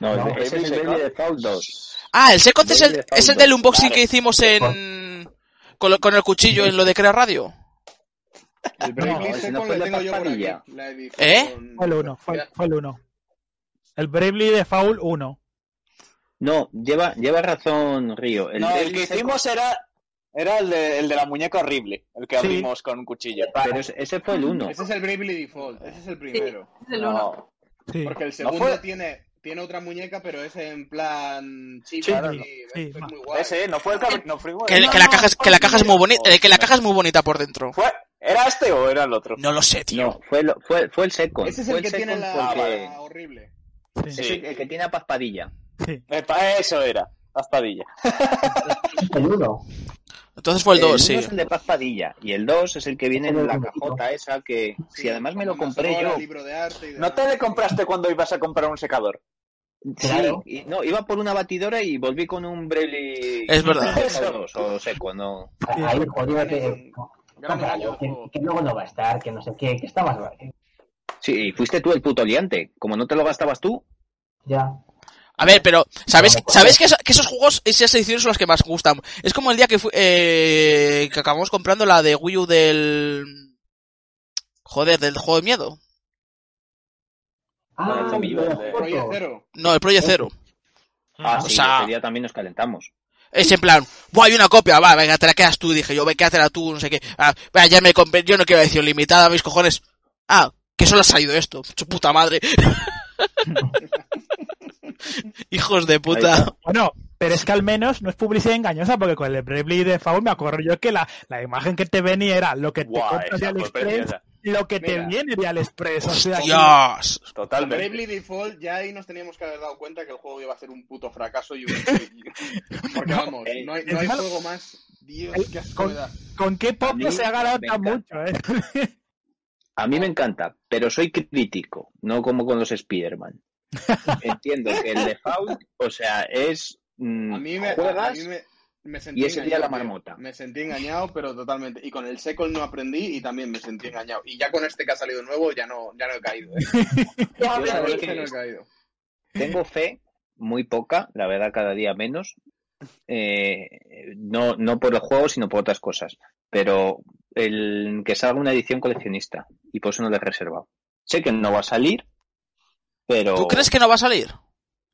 No, No, ese es el Baby Default 2. Ah, el Second es el, Bravely es el Default, del unboxing claro. que hicimos en con, lo- con el cuchillo en lo de Crea Radio. El Bravely ese no Second fue la el de tengo yo por aquí. Paspadilla. La edición... ¿Eh? Fue el uno, fue, fue el uno. El Bravely de Foul 1. No, lleva, lleva razón Río. no, el Baby que Default- hicimos era, era el, de, el de la muñeca horrible, el que Sí. abrimos con un cuchillo. Pero ese- ese fue el 1. Mm, Ese es el Bravely Default, ese es el primero. Es el No, uno. Sí. Porque el No fue- segundo tiene, tiene otra muñeca, pero es en plan chip. Sí, sí, y- esto sí, es ma- muy guay. ese, ¿eh? no fue el que no fue igual. Que, No, que la no, caja es, que la caja es muy bonita, fue- que la caja es muy bonita por dentro. ¿Fue? ¿Era este o era el otro? No lo sé, tío. No, fue, lo- fue, fue el second. Ese es fue el que tiene second la, porque- la horrible. Sí. Es el, el que tiene a Paspadilla. sí. Epa, eso era. Paspadilla. El 1. Entonces fue el 2, uno sí. es el de Paspadilla. Y el 2 es el que viene en la cajota esa que... Sí, si además me lo con compré mazmorra, yo. libro de arte y demás. ¿No te le compraste cuando ibas a comprar un secador? Claro. Sí, y- no, iba por una batidora y volví con un Brelli... Es verdad. Default 2 o seco, no. Ahí, joder, que, Gran cómpralo, que, juego. que luego no va a estar, que no sé qué, que está más barato. Sí, y fuiste tú el puto liante. Como no te lo gastabas tú, Ya. A ver, pero ¿sabéis, No, no, ¿sabéis que, esa- que esos juegos, esas ediciones son las que más gustan? Es como el día que, fu- eh, que acabamos comprando la de Wii U del... Joder, del juego de miedo. Bueno, Ah, este millón las de- Project fotos. Zero. No, el Oh. Project Zero. ah, o sí, sea- ese día también nos calentamos. Es en plan, buah, hay una copia, va, venga, te la quedas tú, dije yo, ve, quédatela tú, no sé qué. Ah, va, ya me compré, yo no quiero edición limitada, mis cojones. Ah, que solo ha salido esto, su puta madre. Hijos de Ahí puta. está. Bueno, pero es que al menos no es publicidad engañosa, porque con el de Bravely de Foul me acuerdo yo que la, la imagen que te venía era lo que te Guau, compras de esa fue AliExpress, preciosa. lo que te Mira. viene de AliExpress. O sea, Dios. Con Totalmente. Bravely Default ya ahí nos teníamos que haber dado cuenta que el juego iba a ser un puto fracaso y un... Porque vamos, Eh, no hay, no hay encima- juego más... Dios, qué asco Con- me da. ¿con qué A mí pop se ha ganado me tan encanta. mucho, eh? A mí me encanta, pero soy crítico, no como con los Spider-Man. Entiendo que el default, o sea, es. mm, A mí me, a juegas, mí me, me sentí y ese día engañado, la tío. marmota. Me sentí engañado, pero totalmente. Y con el Secol no aprendí y también me sentí engañado. Y ya con este que ha salido nuevo ya no, ya no he caído. ¿eh? Ya Yo con habla sabes de- este que- no he caído. Tengo fe, muy poca, la verdad, cada día menos. eh, no, no por el juego, sino por otras cosas. Pero el que salga una edición coleccionista, y por eso no la he reservado. Sé que no va a salir, Pero ¿Tú crees que no va a salir?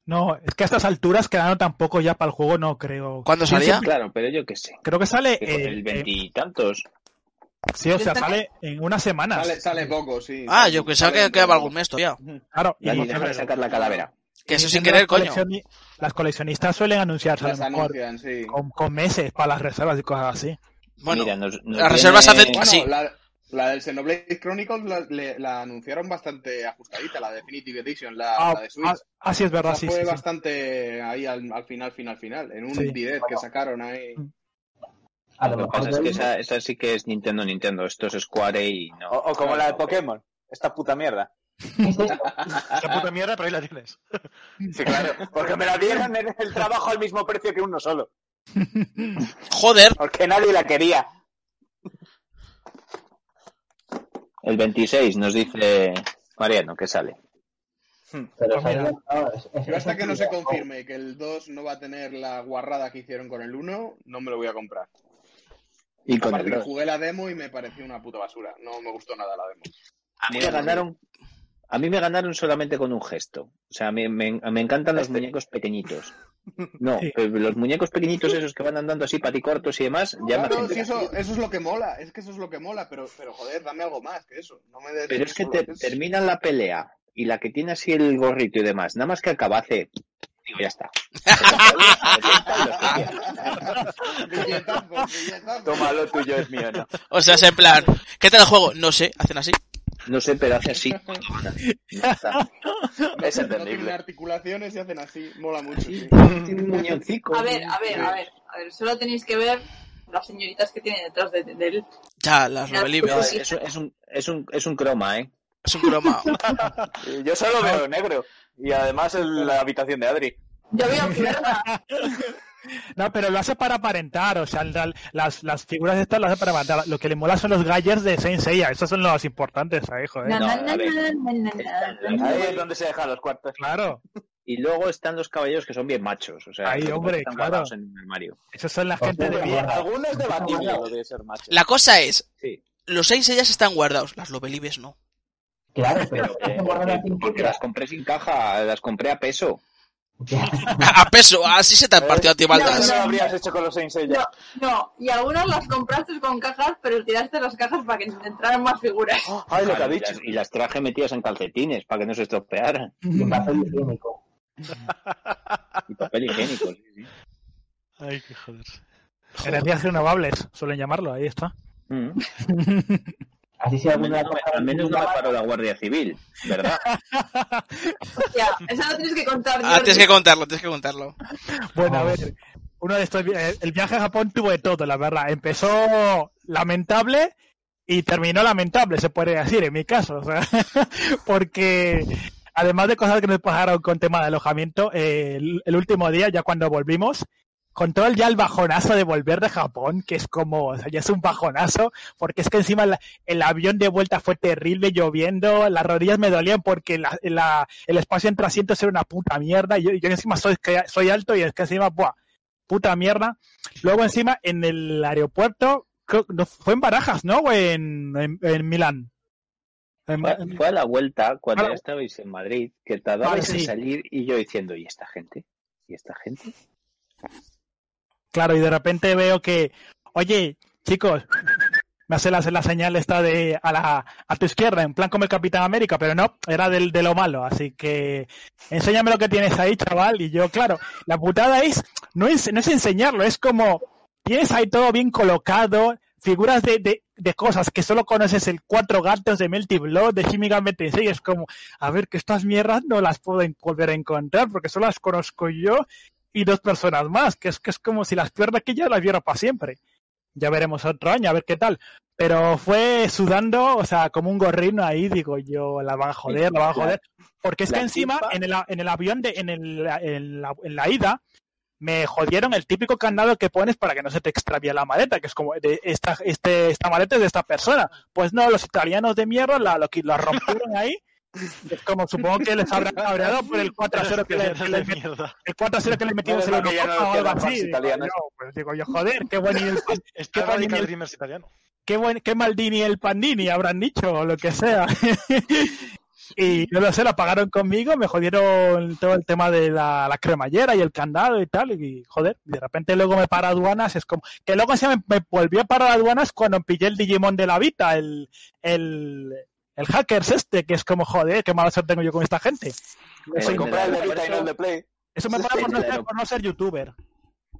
No, es que a estas alturas quedaron tampoco ya para el juego, no creo. ¿Cuándo Sí, sí, salía? Claro, pero yo qué sé. Creo que sale. que con eh, el eh, veintitantos. sí, o sea, sale en unas semanas. Sale, sale poco, sí. Ah, yo pensaba Sale que quedaba poco. algún mes todavía. Claro, y- Dani, deja de sacar la calavera. Que eso y sin las querer, coño. coleccioni- Las coleccionistas suelen anunciarse Las a lo mejor anuncian, sí. con, con meses para las reservas y cosas así. Bueno, Mira, nos- nos las reservas viene- hacen- Bueno, así. la, la del Xenoblade Chronicles la, le- la anunciaron bastante ajustadita, la Definitive Edition, la, Ah, la de Switch. ah, ah, sí, es verdad, Esa sí. fue sí, sí. bastante ahí al, al final, final, final. En un Sí. direct que sacaron ahí. A Lo lo que pasa mejor es que Dave- esa, esa sí que es Nintendo, Nintendo. Esto es Square y no. O, o como Claro, la de no, Pokémon. Esta puta mierda. ¿Qué es esto? La puta mierda, pero ahí la tienes. Sí, claro. Porque me la dieron en el trabajo al mismo precio que uno solo. joder, Porque nadie la quería. El 26 nos dice Mariano que sale. Pero Pues sale mira. lanzado, es- es- Yo hasta es que no un se videojuego. confirme que el 2 no va a tener la guarrada que hicieron con el 1, no me lo voy a comprar. Y con Aparte el que 2. jugué la demo y me pareció una puta basura. No me gustó nada la demo. A mí me ganaron. A mí me ganaron solamente con un gesto. O sea, me, me- me encantan los muñecos pequeñitos. No, Sí. pero los muñecos pequeñitos esos que van andando así, paticortos y demás, ya me Claro, hacen sí, gracia. eso, eso es lo que mola, es que eso es lo que mola, pero, pero joder, dame algo más que eso. No me des Pero es que solo te, eso. terminan la pelea y la que tiene así el gorrito y demás, nada más que acaba hace. Digo, ya está. Billetazos, billetazos. Toma lo tuyo, es mío, no. o sea, es en plan, ¿qué tal el juego? No sé, hacen así. No sé, pero hace así. cuando gana. Ya está. No, Es no entendible. tienen articulaciones y hacen así, mola mucho. Sí. Tiene un muñoncico. A ver, a ver, a ver, a ver, solo tenéis que ver las señoritas que tienen detrás de, de él. Ya, las No, No, Rebelievers. es, es un, es, un, es, un, es un croma, ¿eh? Es un croma. Y Yo solo veo negro. Y además el- la habitación de Adri. Yo veo que No, pero lo hace para aparentar, o sea, en real- las, las figuras estas las hace para aparentar. Lo que le mola son los gallers de Saint Seiya, esos son los importantes ahí, joder. Na, na, No, na, a ver. na, na, Están na, los- na. Ahí es donde se dejan los cuartos. Claro, Y luego están los caballeros que son bien machos. O sea, Ay, que no hombre, están claro. guardados en un armario. esos son la Pues gente de bueno, bien. Algunos es debatible lo de ser macho. La cosa es, Sí. los seis ellas están guardados, las Rebelievers no. Claro, pero Pero que- hacen borrar porque, la cinta. porque las compré sin caja, las compré a peso. A a peso, así se te han partido a ti, Eso baldas. no lo habrías hecho con los Saint Seiya. No, no, y algunas las compraste con cajas, pero tiraste las cajas para que te entraran más figuras. Ah, Ay, lo que ha Claro, y dicho. las- Y las traje metidas en calcetines para que no se estropearan. Y papel higiénico. Y papel higiénico. sí, sí. Ay, qué joder. Energías renovables, suelen llamarlo, ahí está. Mm. Así si Al menos, alguna no me, al menos no me paró la Guardia Civil, ¿verdad? Ya, esa la tienes que contar. Ah, Jordi. tienes que contarlo, tienes que contarlo. Bueno, a ver, uno de estos, vi- eh, el viaje a Japón tuvo de todo, la verdad. Empezó lamentable y terminó lamentable, se puede decir, en mi caso. o sea, porque además de cosas que nos pasaron con tema de alojamiento, eh, el, el último día, ya cuando volvimos, con todo el, ya el bajonazo de volver de Japón, que es como, o sea, ya es un bajonazo, porque es que encima la- el avión de vuelta fue terrible, lloviendo, las rodillas me dolían porque la- la- el espacio entre asientos era una puta mierda, y yo, yo encima soy, que- soy alto y es que encima, buah, puta mierda. Luego encima en el aeropuerto, creo- no, fue en Barajas, ¿no? O en, en, en Milán. En- Fue, en- fue a la vuelta cuando A la- ya estabais en Madrid, que tardabais Vale, en Ah, sí. salir y yo diciendo, ¿y esta gente? ¿Y esta gente? Claro, y de repente veo que, oye, chicos, me hace la, la señal esta de a, la, a tu izquierda, en plan como el Capitán América, pero no, era del, de lo malo, así que enséñame lo que tienes ahí, chaval. Y yo, claro, la putada es, no es, no es enseñarlo, es como, tienes ahí todo bien colocado, figuras de, de, de cosas que solo conoces el Cuatro Gatos de Melty Blood, de Jimmy Gambit y es como, a ver, que estas mierdas no las puedo en- volver a encontrar porque solo las conozco yo y dos personas más, que es que es como si las piernas que ya las viera para siempre. Ya veremos otro año, a ver qué tal. Pero fue sudando, o sea, como un gorrino ahí, digo yo, la van a joder, la van a joder. Porque es la que encima, tipa- en el, a- en el avión, de, en, el, en, la, en la ida, me jodieron el típico candado que pones para que no se te extravía la maleta, que es como, de esta, este, esta maleta es de esta persona. Pues no, los italianos de mierda la, lo, que- la rompieron ahí. Es como, supongo que les habrán cabreado por el 4-0 que, le- que de les mierda. el 4-0 que le metimos en la Menos mal que ya no Eurocopa o quedan algo fans así. Digo, italianos. yo, pues digo yo, joder, qué buen, el pan- Está ¿Qué Radical tal? Dreamers italiano. qué buen, qué Maldini el Pandini habrán dicho o lo que sea. Y no lo sé, la pagaron conmigo, me jodieron todo el tema de la, la cremallera y el candado y tal, y joder, de repente luego me para aduanas, es como, que luego se me, me volvió a parar aduanas cuando pillé el Digimon de la Vita, el, el, el hackers este, que es como, joder, qué mala suerte tengo yo con esta gente. Por Eso, Soy- comprar el de Vita y no el de Play. Eso me para por no ser, por no ser youtuber.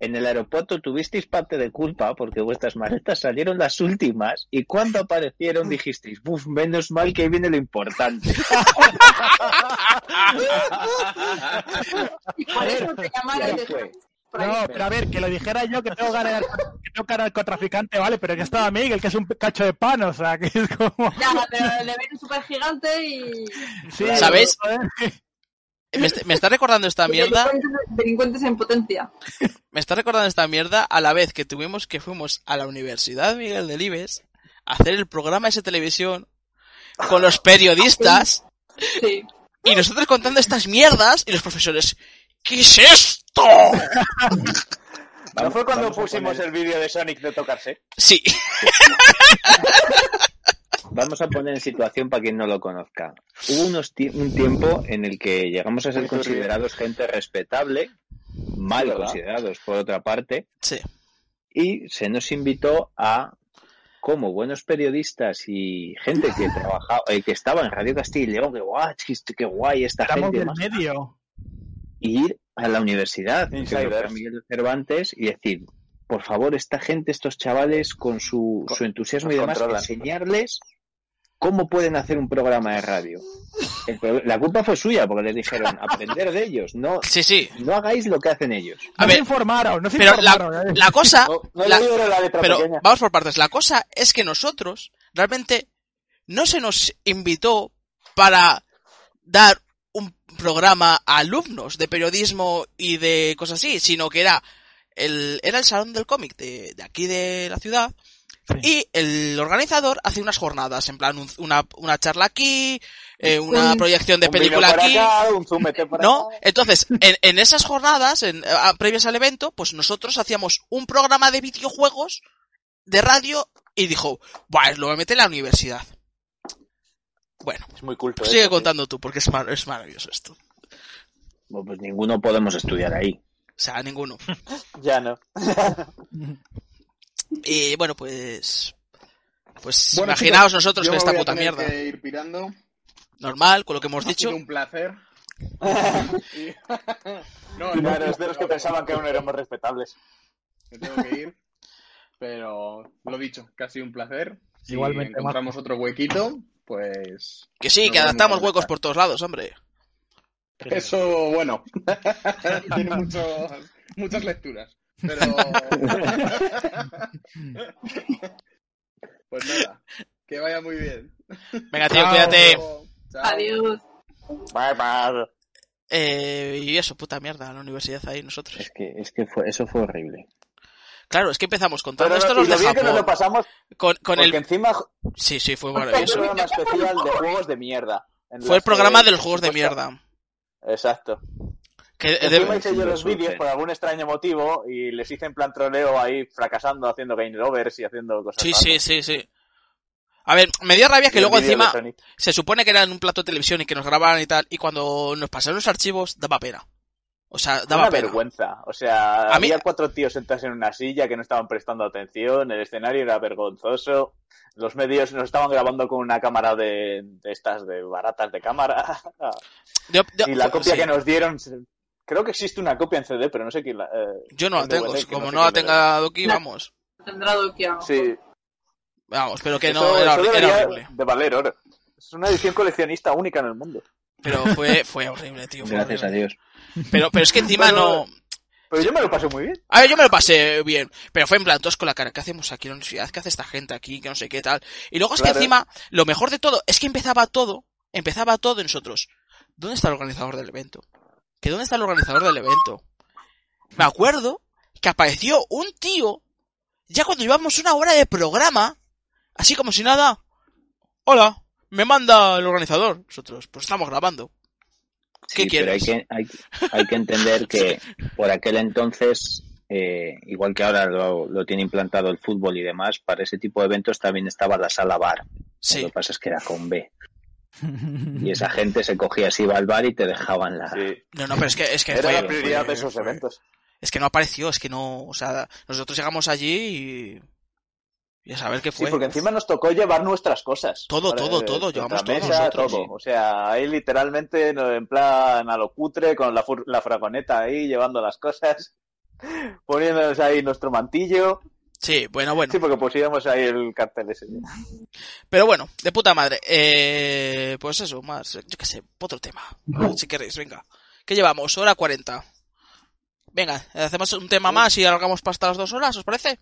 En el aeropuerto tuvisteis parte de culpa porque vuestras maletas salieron las últimas y cuando aparecieron dijisteis, buf, menos mal que ahí viene lo importante. Y por eso te llamaron y te fue. dijeron, por ahí. No, pero a ver, que lo dijera yo que tengo cara de, que tengo cara de narcotraficante, vale, pero que estaba Miguel, que es un cacho de pan, o sea, que es como... Ya, pero le ven súper gigante y... Sí, ¿Sabéis? joder. Me, est- me está recordando esta mierda. Delincuentes, delincuentes en potencia. Me está recordando esta mierda a la vez que tuvimos que fuimos a la Universidad Miguel del Libes a hacer el programa ese de televisión con los periodistas Sí. y nosotros contando estas mierdas y los profesores, ¿qué es esto? ¿No fue cuando vamos a pusimos poner- el vídeo de Sonic de tocarse? Sí, Vamos a poner en situación para quien no lo conozca. Hubo unos ti- un tiempo en el que llegamos a ser Muy turbio. considerados gente respetable, mal ¿Verdad? considerados por otra parte, sí. y se nos invitó a, como buenos periodistas y gente que trabajaba, eh, que estaba en Radio Castilla y León, que guau, chiste, qué guay esta Estamos gente, del más, medio. y ir a la universidad, que Insiders. lo fue Miguel Cervantes, y decir, por favor, esta gente, estos chavales, con su, su entusiasmo y nos demás, controlan. enseñarles cómo pueden hacer un programa de radio. El pro- la culpa fue suya, porque les dijeron, aprender de ellos, no, Sí, sí. no hagáis lo que hacen ellos. A No se ver, informaron, no se Pero informaron. la, ¿eh? la cosa... No, no he Ah, la- leído la letra pero pequeña. vamos por partes. La cosa es que nosotros realmente no se nos invitó para dar un programa a alumnos de periodismo y de cosas así, sino que era el, era el salón del cómic de, de aquí de la ciudad y el organizador hace unas jornadas, en plan un- una, una charla aquí, eh, una Un- proyección de Un vídeo película por aquí. acá, un zoomete por ¿No? acá. Entonces, en, en esas jornadas, en, eh, a- previas al evento, pues nosotros hacíamos un programa de videojuegos de radio y dijo, Buah, lo voy a meter en la universidad. Bueno, pues Es muy culto. sigue eso, sí. contando tú, porque es, mar- es maravilloso esto. O Bueno, pues ninguno podemos estudiar ahí. sea, ninguno. Ya no. Y bueno, pues... Pues Bueno, imaginaos chicos, nosotros yo en me esta voy a puta tener mierda. que ir pirando. Normal, con lo que hemos Ha dicho. sido un placer. Y- no, Y no, nada, es de los que no, pensaban que aún éramos respetables. Me tengo que ir. Pero lo dicho, que ha sido un placer. Si Igualmente, encontramos otro huequito, pues Que sí, Nos que vemos adaptamos para huecos estar. por todos lados, hombre. eso, bueno, tiene muchos- muchas lecturas. Pero... pues nada, que vaya muy bien. Venga, tío, cuídate. Chao. Adiós. Bye, bye. Eh, y eso, puta mierda, la universidad ahí nosotros. Es que, es que fue, eso fue horrible. Claro, es que empezamos contando Pero esto no, los y lo de bien que nos lo Japón. pasamos, Con, con porque el... encima Sí, sí, fue fue un maravilloso. programa especial de juegos de mierda. en Fue el las que- programa de los juegos de mierda. Exacto. Que Eh, de- Encima hice yo Siempre los surge. vídeos por algún extraño motivo y les hice en plan troleo ahí fracasando, haciendo game lovers y haciendo cosas sí, raras. sí, sí, sí. A ver, me dio rabia Y que el luego vídeo de encima Sonic. se supone que era en un plato de televisión y que nos grababan y tal, y cuando nos pasaron los archivos daba pena. O sea, Fue daba una pena. vergüenza. O sea, A mí- había cuatro tíos sentados en una silla que no estaban prestando atención, el escenario era vergonzoso, los medios nos estaban grabando con una cámara de, de estas de baratas de cámara Yo- yo- y la copia sí. que nos dieron, se- creo que existe una copia en CD, pero no sé quién la... eh, Yo no la en DVD, tengo, que como sé no la quién era. tenga Doki, vamos. Tendrá Doki a lo mejor. Sí, Vamos, pero que no, eso- era, eso horri- era debería horrible. de valer oro. Es una edición coleccionista única en el mundo. Pero fue, fue horrible, tío. fue Gracias a horrible. Dios. Pero, pero es que encima no... Bueno, Pero yo me lo pasé muy bien. A ver, yo me lo pasé bien, pero fue en plan todos con la cara, ¿qué hacemos aquí en la universidad? ¿Qué hace esta gente aquí? Que no sé qué tal. Y luego es Claro. que encima, lo mejor de todo, es que empezaba todo, empezaba todo en nosotros. ¿Dónde está el organizador del evento? ¿Que dónde está el organizador del evento? Me acuerdo que apareció un tío, ya cuando llevamos una hora de programa, así como si nada. Hola, me manda el organizador. Nosotros, pues estamos grabando. ¿Qué Sí, pero hay quieres? que, hay, hay que entender que por aquel entonces, eh, igual que ahora lo, lo tiene implantado el fútbol y demás, para ese tipo de eventos también estaba la sala bar. Lo Sí, que pasa es que era con B. Y esa gente se cogía así, iba al bar y te dejaban la. Sí. No, no, pero es que, es que Era fue- la prioridad fue- de esos fue- eventos. Es que no apareció, es que no. O sea, nosotros llegamos allí y. Y a saber qué Sí, fue. porque encima nos tocó llevar nuestras cosas. Todo, Para- todo, todo, nuestra llevamos todo mesa, nosotros. todo. O sea, ahí literalmente no, en plan a lo cutre, con la, fur- la fragoneta ahí, llevando las cosas, poniéndonos ahí nuestro mantillo. Sí, bueno, bueno. Sí, porque pusiéramos ahí el cartel ese. Pero bueno, de puta madre. Eh, pues eso, más. Yo qué sé, otro tema. Si queréis, venga. ¿Qué llevamos? Hora 40. Venga, hacemos un tema más y alargamos para hasta las dos horas, ¿os parece?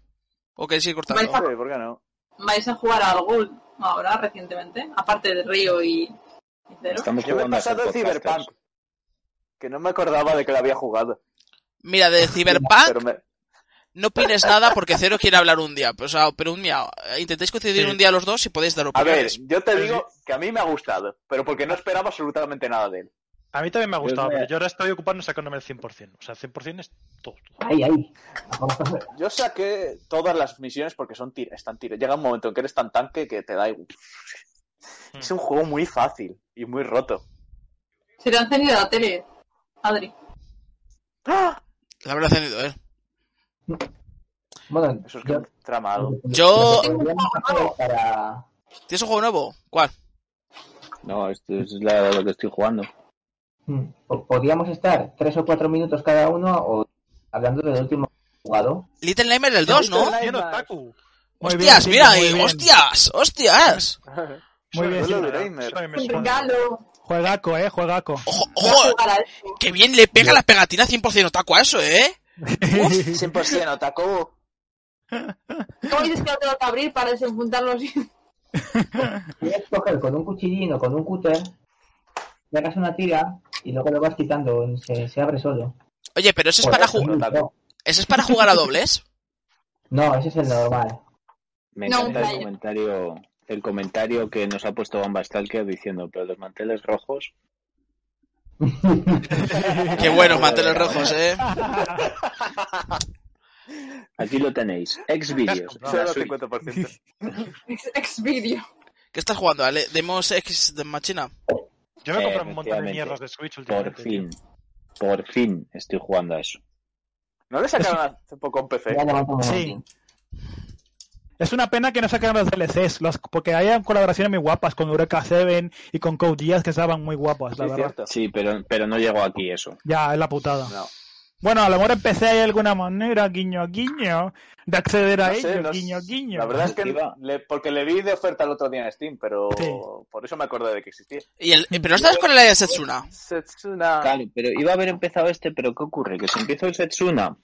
¿O queréis ir cortando? Venga. Sí, ¿por qué no? ¿Vais a jugar a algo ahora recientemente? Aparte de Río y, y Cero. Estamos Yo me he jugando a ser pasado el podcasters. Cyberpunk. Que no me acordaba de que lo había jugado. Mira, de Pero Cyberpunk, me... no opines nada porque Cero quiere hablar un día. Pues, o sea, pero un día, intentéis coincidir Sí. un día los dos y podéis dar A ver, opiniones. yo te digo que a mí me ha gustado, pero porque no esperaba absolutamente nada de él. A mí también me ha Yo gustado, me- pero yo ahora estoy ocupado en sacándome el 100%. O sea, el 100% es todo. Ahí, ahí. Yo saqué todas las misiones porque son tir están tira. Llega un momento en que eres tan tanque que te da igual. Hmm. Es un juego muy fácil y muy roto. Se te han encendido la tele, Adri. La ¿eh? habrá encendido él. Bueno, Eso es que yo, un tramado. Yo- lo que podríamos hacer para- ¿Tienes un juego nuevo? ¿Cuál? No, esto es la- lo que estoy jugando. Hmm, po- Podríamos estar tres o cuatro minutos cada uno o hablando del último jugado. Little Nightmares del 2, ¿no? Yo no, Taku. Muy bien, Hostias, Silvia, mira, muy y- bien. hostias, hostias. Muy bien, Duelo sí. de Reimer. Eso también me Un suena. regalo. Juegaco, eh, juegaco. Ojo, Voy a ojo, jugar a eso. que bien le pega la pegatina 100% otaku a eso, ¿eh? 100% Otaku. ¿Cómo dices que no tengo que abrir para desenfundarlo así? Puedes coger con un cuchillín o con un cúter, le hagas una tira y luego lo vas quitando, se, se abre solo. Oye, pero eso es Joder, para es jugar, muy Otaku. pro. eso es para jugar a dobles. No, ese es el normal. Me No, encanta el vaya. comentario, el comentario que nos ha puesto Bamba Stalker diciendo, pero los manteles rojos. Qué buenos manteles rojos, ¿eh? Aquí lo tenéis. Ex Solo 50%. Es Exvideo. ¿Qué estás jugando? Ale? Demos X de Machina. Yo me he comprado un montón de Efectivamente. mierdas de Switch Por últimamente. fin. Por fin estoy jugando a eso. ¿No le sacaron hace poco un PC? Ya levanta un Sí. momentín. Es una pena que no sacaran los DLCs, los, porque hay colaboraciones muy guapas con Eureka 7 y con Code Geass que estaban muy guapas, la Sí, verdad. cierto. Sí, pero, pero no llegó aquí eso. Ya, es la putada. No. Bueno, a lo mejor empecé hay alguna manera, guiño, guiño, de acceder a No sé, ello, no guiño, sé. guiño. La verdad es que Iba. le- porque le vi de oferta el otro día en Steam, pero Sí. por eso me acordé de que existía. Y el, eh, pero no estás con el de Setsuna. Setsuna. eh, Claro, pero iba a haber empezado este, pero ¿qué ocurre? Que se empieza el Setsuna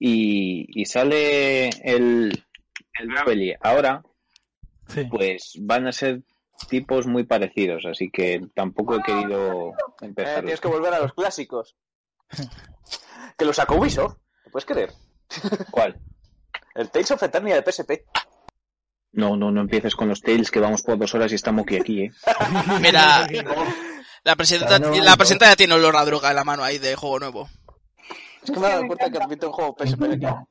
y, y sale el, el Bravely ahora, Sí. pues van a ser tipos muy parecidos, así que tampoco he querido Eh, empezar. tienes que volver a los clásicos. que lo sacó Ubisoft. ¿Te puedes creer? ¿Cuál? El Tales of Eternia de PSP. No, no, no empieces con los Tails que vamos por dos horas y estamos aquí, aquí, ¿eh? Mira, la presidenta, Claro, no, la no. presidenta ya tiene olor a droga en la mano ahí de juego nuevo. Es que me he dado cuenta que admite un juego PSP de acá.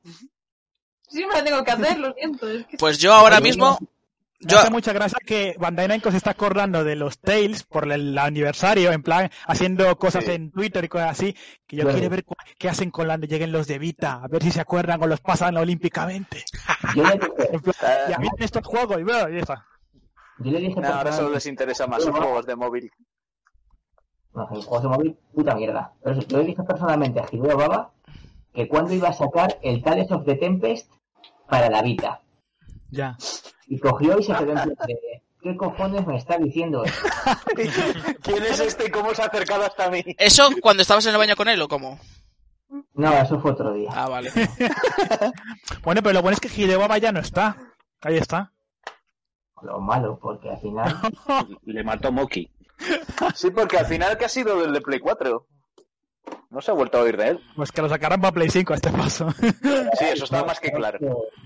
Siempre tengo que hacer, lo siento. Es que Pues yo ahora Pero mismo, Me yo, hace mucha gracia que Bandai Namco se está acordando de los Tales por el aniversario, en plan, haciendo cosas Sí. en Twitter y cosas así, que yo Claro. quiero ver cu- qué hacen con cuando lleguen los de Vita, a ver si se acuerdan o los pasan olímpicamente. Yo le dije, En plan, Eh, ya vienen estos juegos y bueno, y esa. yo le dije no, por ahora Fran- solo les interesa más los juegos de móvil. No, el juego de móvil, puta mierda. Pero eso, yo le dije personalmente a Hideo Baba que cuando iba a sacar el Tales of the Tempest para la Vita. Ya. Y cogió y se quedó en plan de, ¿qué cojones me está diciendo esto? ¿Quién es este y cómo se ha acercado hasta mí? ¿eso cuando estabas en el baño con él o cómo? No, eso fue otro día. Ah, vale. Bueno, pero lo bueno es que Hideo Baba ya no está. Ahí está. Lo malo, porque al final... Le mató Moki. Sí, porque al final que ha sido del de Play 4. No se ha vuelto a oír de él. Pues que lo sacarán para Play 5 a este paso. Sí, eso está más que claro.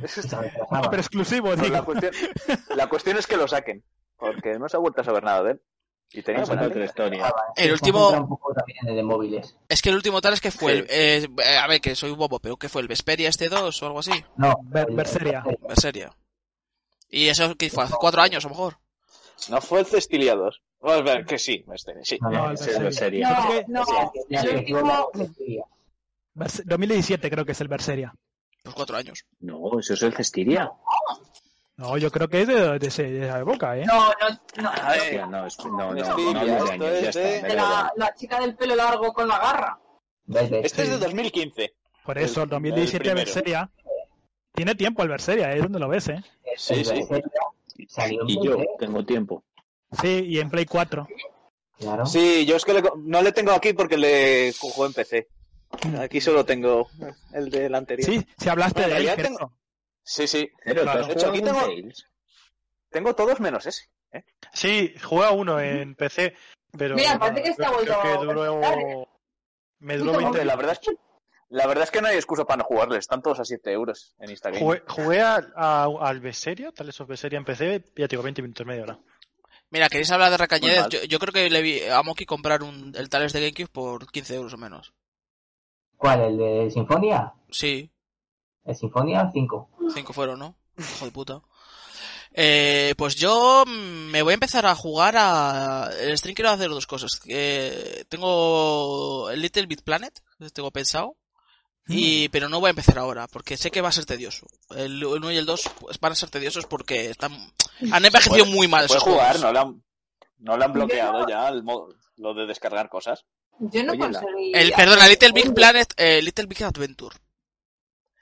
Eso Se está- retrasaba. pero exclusivo, Pero la, digo. cuestión, la cuestión es que lo saquen. Porque no se ha vuelto a saber nada de él. Y tenía Vamos a buena otra pinta. historia. El Se último, concentra un poco también en el de móviles. es que el último tal es que fue Sí. el, eh, eh, a ver, que soy un bobo, pero que fue el Vesperia este 2 o algo así. No, Ber- Berseria. Vesperia. Y eso que fue hace cuatro años a lo mejor. No fue el Cestilia 2. Vamos a ver, que sí, Mercedes, sí. No, no, no, Sí, no, en serio. No, Porque- no, O sea, que me yo digo- averiguo la cestiría. Vers- 2017 creo que es el Berseria. Los cuatro años. No, eso es el Cestiria. No, yo creo que es de, de ese- de esa época, ¿eh? no, no, no. A ver, Hostia, no, es- no, no, no, Cestiria, no hables de Eh, esto años, ya es de- está, me De da igual. la, la chica del pelo largo con la garra. ¿Ves? ¿Ves? Este es de 2015. Por eso, el el 2017 primero. Berseria. Tiene tiempo el Berseria, es donde lo ves, ¿eh? Es Sí, el sí. Berseria. Salió en Y Play yo tres, tengo tiempo. Sí, y en Play 4. Claro. Sí, yo es que le co- no le tengo aquí porque le jugó en PC. Aquí solo tengo el del anterior. Sí, si hablaste Bueno, de él, ya ¿cierto? sí. sí. Pero Claro. ¿tú De has hecho, jugado aquí algún tengo- Tales? Tengo todos menos ese. ¿eh? Sí, jugué a uno en PC, pero. Mira, parece que se ha creo- vuelto creo a ¿eh? que duró. Me duró Mucho 20 Hombre, la verdad es que la verdad es que no hay excusa para no jugarles. Están todos a 7 euros en Instagram. Jugué, jugué al, a- al Berseria, tal vez Berseria en PC, ya te digo, 20 minutos, media hora. Mira, queréis hablar de Muy Recañedez. mal. Yo, yo creo que le vi a Moki comprar un, el Tales de GameCube por 15 euros o menos. ¿Cuál? ¿El de Sinfonia? Sí, ¿El Sinfonia 5? cinco fueron, ¿no? Hijo de puta. Eh, pues yo mm, me voy a empezar a jugar a... El stream quiero hacer dos cosas. Eh, tengo el Little Big Planet, que tengo pensado. Mm. Y, pero no voy a empezar ahora, porque sé que va a ser tedioso. El 1 y el 2 van a ser tediosos porque están, han envejecido Puede- muy mal Puedes esos jugar, juegos. no lo han, no le han Yo no- bloqueado ya el modo, lo de descargar cosas. Yo no Oye, la- conseguí. El, perdona, Little Big Planet, eh, Little Big Adventure.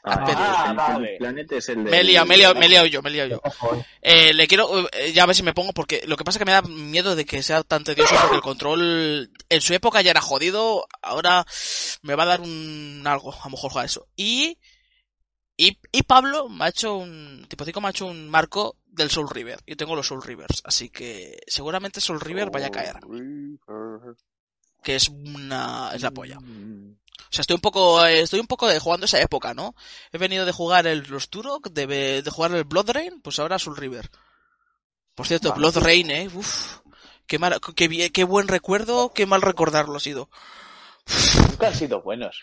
Ah, Ah, el vale. Little Planet es el de... Me he liado, me he liado, me he liado yo, me he liado yo. Ojo, Eh, le quiero, eh, ya a ver si me pongo, porque lo que pasa es que me da miedo de que sea tan tedioso, porque el control en su época ya era jodido, ahora me va a dar un algo, a lo mejor jugar eso. Y, y, y Pablo me ha hecho un, tipo 5 me ha hecho un marco del Soul River, yo tengo los Soul Rivers, así que seguramente Soul River vaya a caer, que es una, es la polla. O sea, estoy un poco, eh, estoy un poco de, jugando esa época, ¿no? He venido de jugar el los Turok, de, ve- de jugar el Blood Rain, pues ahora Soul River. Por cierto, Vale. Blood Rain, eh, uff. Qué, mara- qué, bien- qué buen recuerdo, qué mal recordarlo ha sido. Nunca han sido buenos.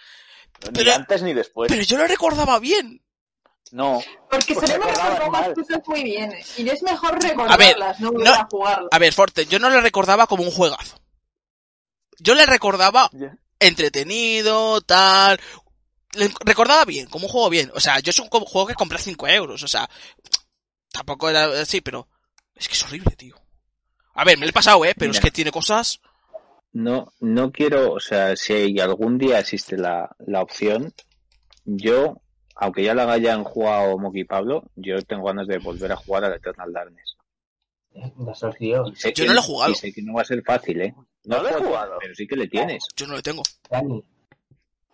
Ni Pero- antes ni después. Pero yo lo recordaba bien. No. Porque Pues solemos recordabas recordar las mal. cosas muy bien. eh, Y es mejor recordarlas, no volver no- a jugarlas. A ver, Forte, yo no lo recordaba como un juegazo. Yo le recordaba Ya. entretenido, tal. Le recordaba bien, como un juego bien. O sea, yo es un co- juego que compré a 5 euros. O sea, tampoco era así, pero es que es horrible, tío. A ver, me lo he pasado, ¿eh? Pero Mira. es que tiene cosas. No, no quiero, o sea, si algún día existe la, la opción, yo, aunque ya la hayan jugado Moki y Pablo, yo tengo ganas de volver a jugar al Eternal Darkness. no sos Dios. Y sé Yo que- no lo he jugado. Y sé que no va a ser fácil, ¿eh? No lo he jugado. Pero sí que le tienes. Yo no lo tengo. Dani. Eh,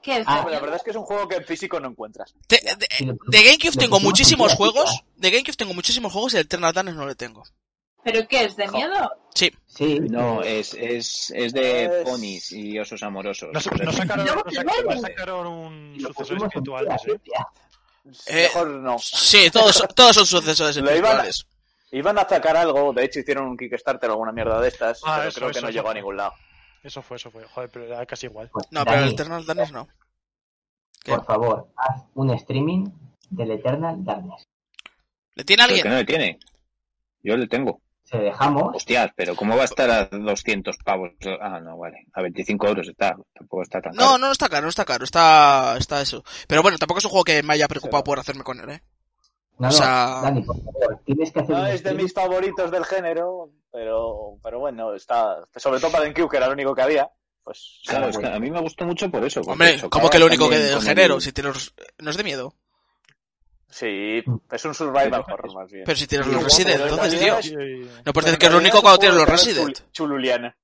¿Qué es? Ah, No, pero la verdad es que es un juego que en físico no encuentras. Te- de, y lo- de GameCube lo tengo pusimos muchísimos un día, juegos. De GameCube tengo muchísimos juegos y el Eternal Darkness no le tengo. ¿Pero qué es? ¿De miedo? Sí, Sí. No, eh, es, es, es de Es- ponis y osos amorosos. Pues Nos, Cosas nos así. sacaron, No, nos saca- claro. nos sacaron un y lo sucesor pusimos un espiritual. día, no sé. tía. Eh, Mejor no. sí, todos, son- todos son sucesores Lo iban a- espirituales. Iban a sacar algo, de hecho hicieron un Kickstarter o alguna mierda de estas, Ah, pero eso, creo que eso, no eso. llegó a ningún lado. Eso fue, eso fue. Joder, pero era casi igual. Pues, No, pero el Dani, Eternal Darkness no. ¿Qué? por favor, haz un streaming del Eternal Darkness. ¿Le tiene Pero que alguien? no le tiene. Yo le tengo. Se dejamos. Hostias, pero ¿cómo va a estar a 200 pavos? Ah, no, vale. A 25 euros está. Tampoco está tan No, caro. no, no está caro, no está caro, está, está eso. Pero bueno, tampoco es un juego que me haya preocupado por hacerme con él, ¿eh? No, O no, sea- Dani, por favor, tienes que hacer No un Ah, es de streaming. mis favoritos del género, pero, pero bueno, está. Sobre todo para GameCube, que era lo único que había. Pues. Claro, es que a mí me gustó mucho por Pues eso. porque Hombre, chocaba como que lo único que también del con género, el- si tienes... No es de miedo, Sí, es un survival horror más bien. pero si tienes Sí, los guapo, Resident, pero entonces, tío. también No puedes decir Pero que es lo en realidad único un cuando juego tienes los de terror Resident. chul- Chululiana.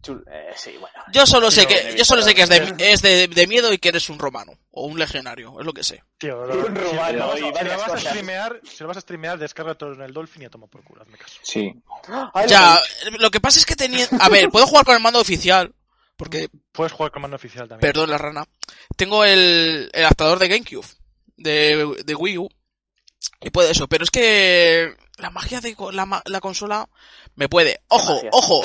Chul- eh, sí, bueno. Yo solo sé Pero- que, yo solo sé que es de, es de, de miedo y que eres un romano, o un legionario, es lo que sé. Tío, Y un si- si rumano lo vas- y si varias lo vas a cosas. streamear, si lo vas a streamear, descarga todo en el Dolphin y a tomar por culo, hazme caso. Sí, Ay, Ya, lo que pasa es que tenía... A ver, puedo jugar con el mando oficial, porque, Puedes jugar con mando oficial también. perdón la rana, tengo el, el adaptador de GameCube, de, de Wii U, y puede eso, pero es que la magia de co- la, ma- la consola me puede. Ojo, magia? ojo,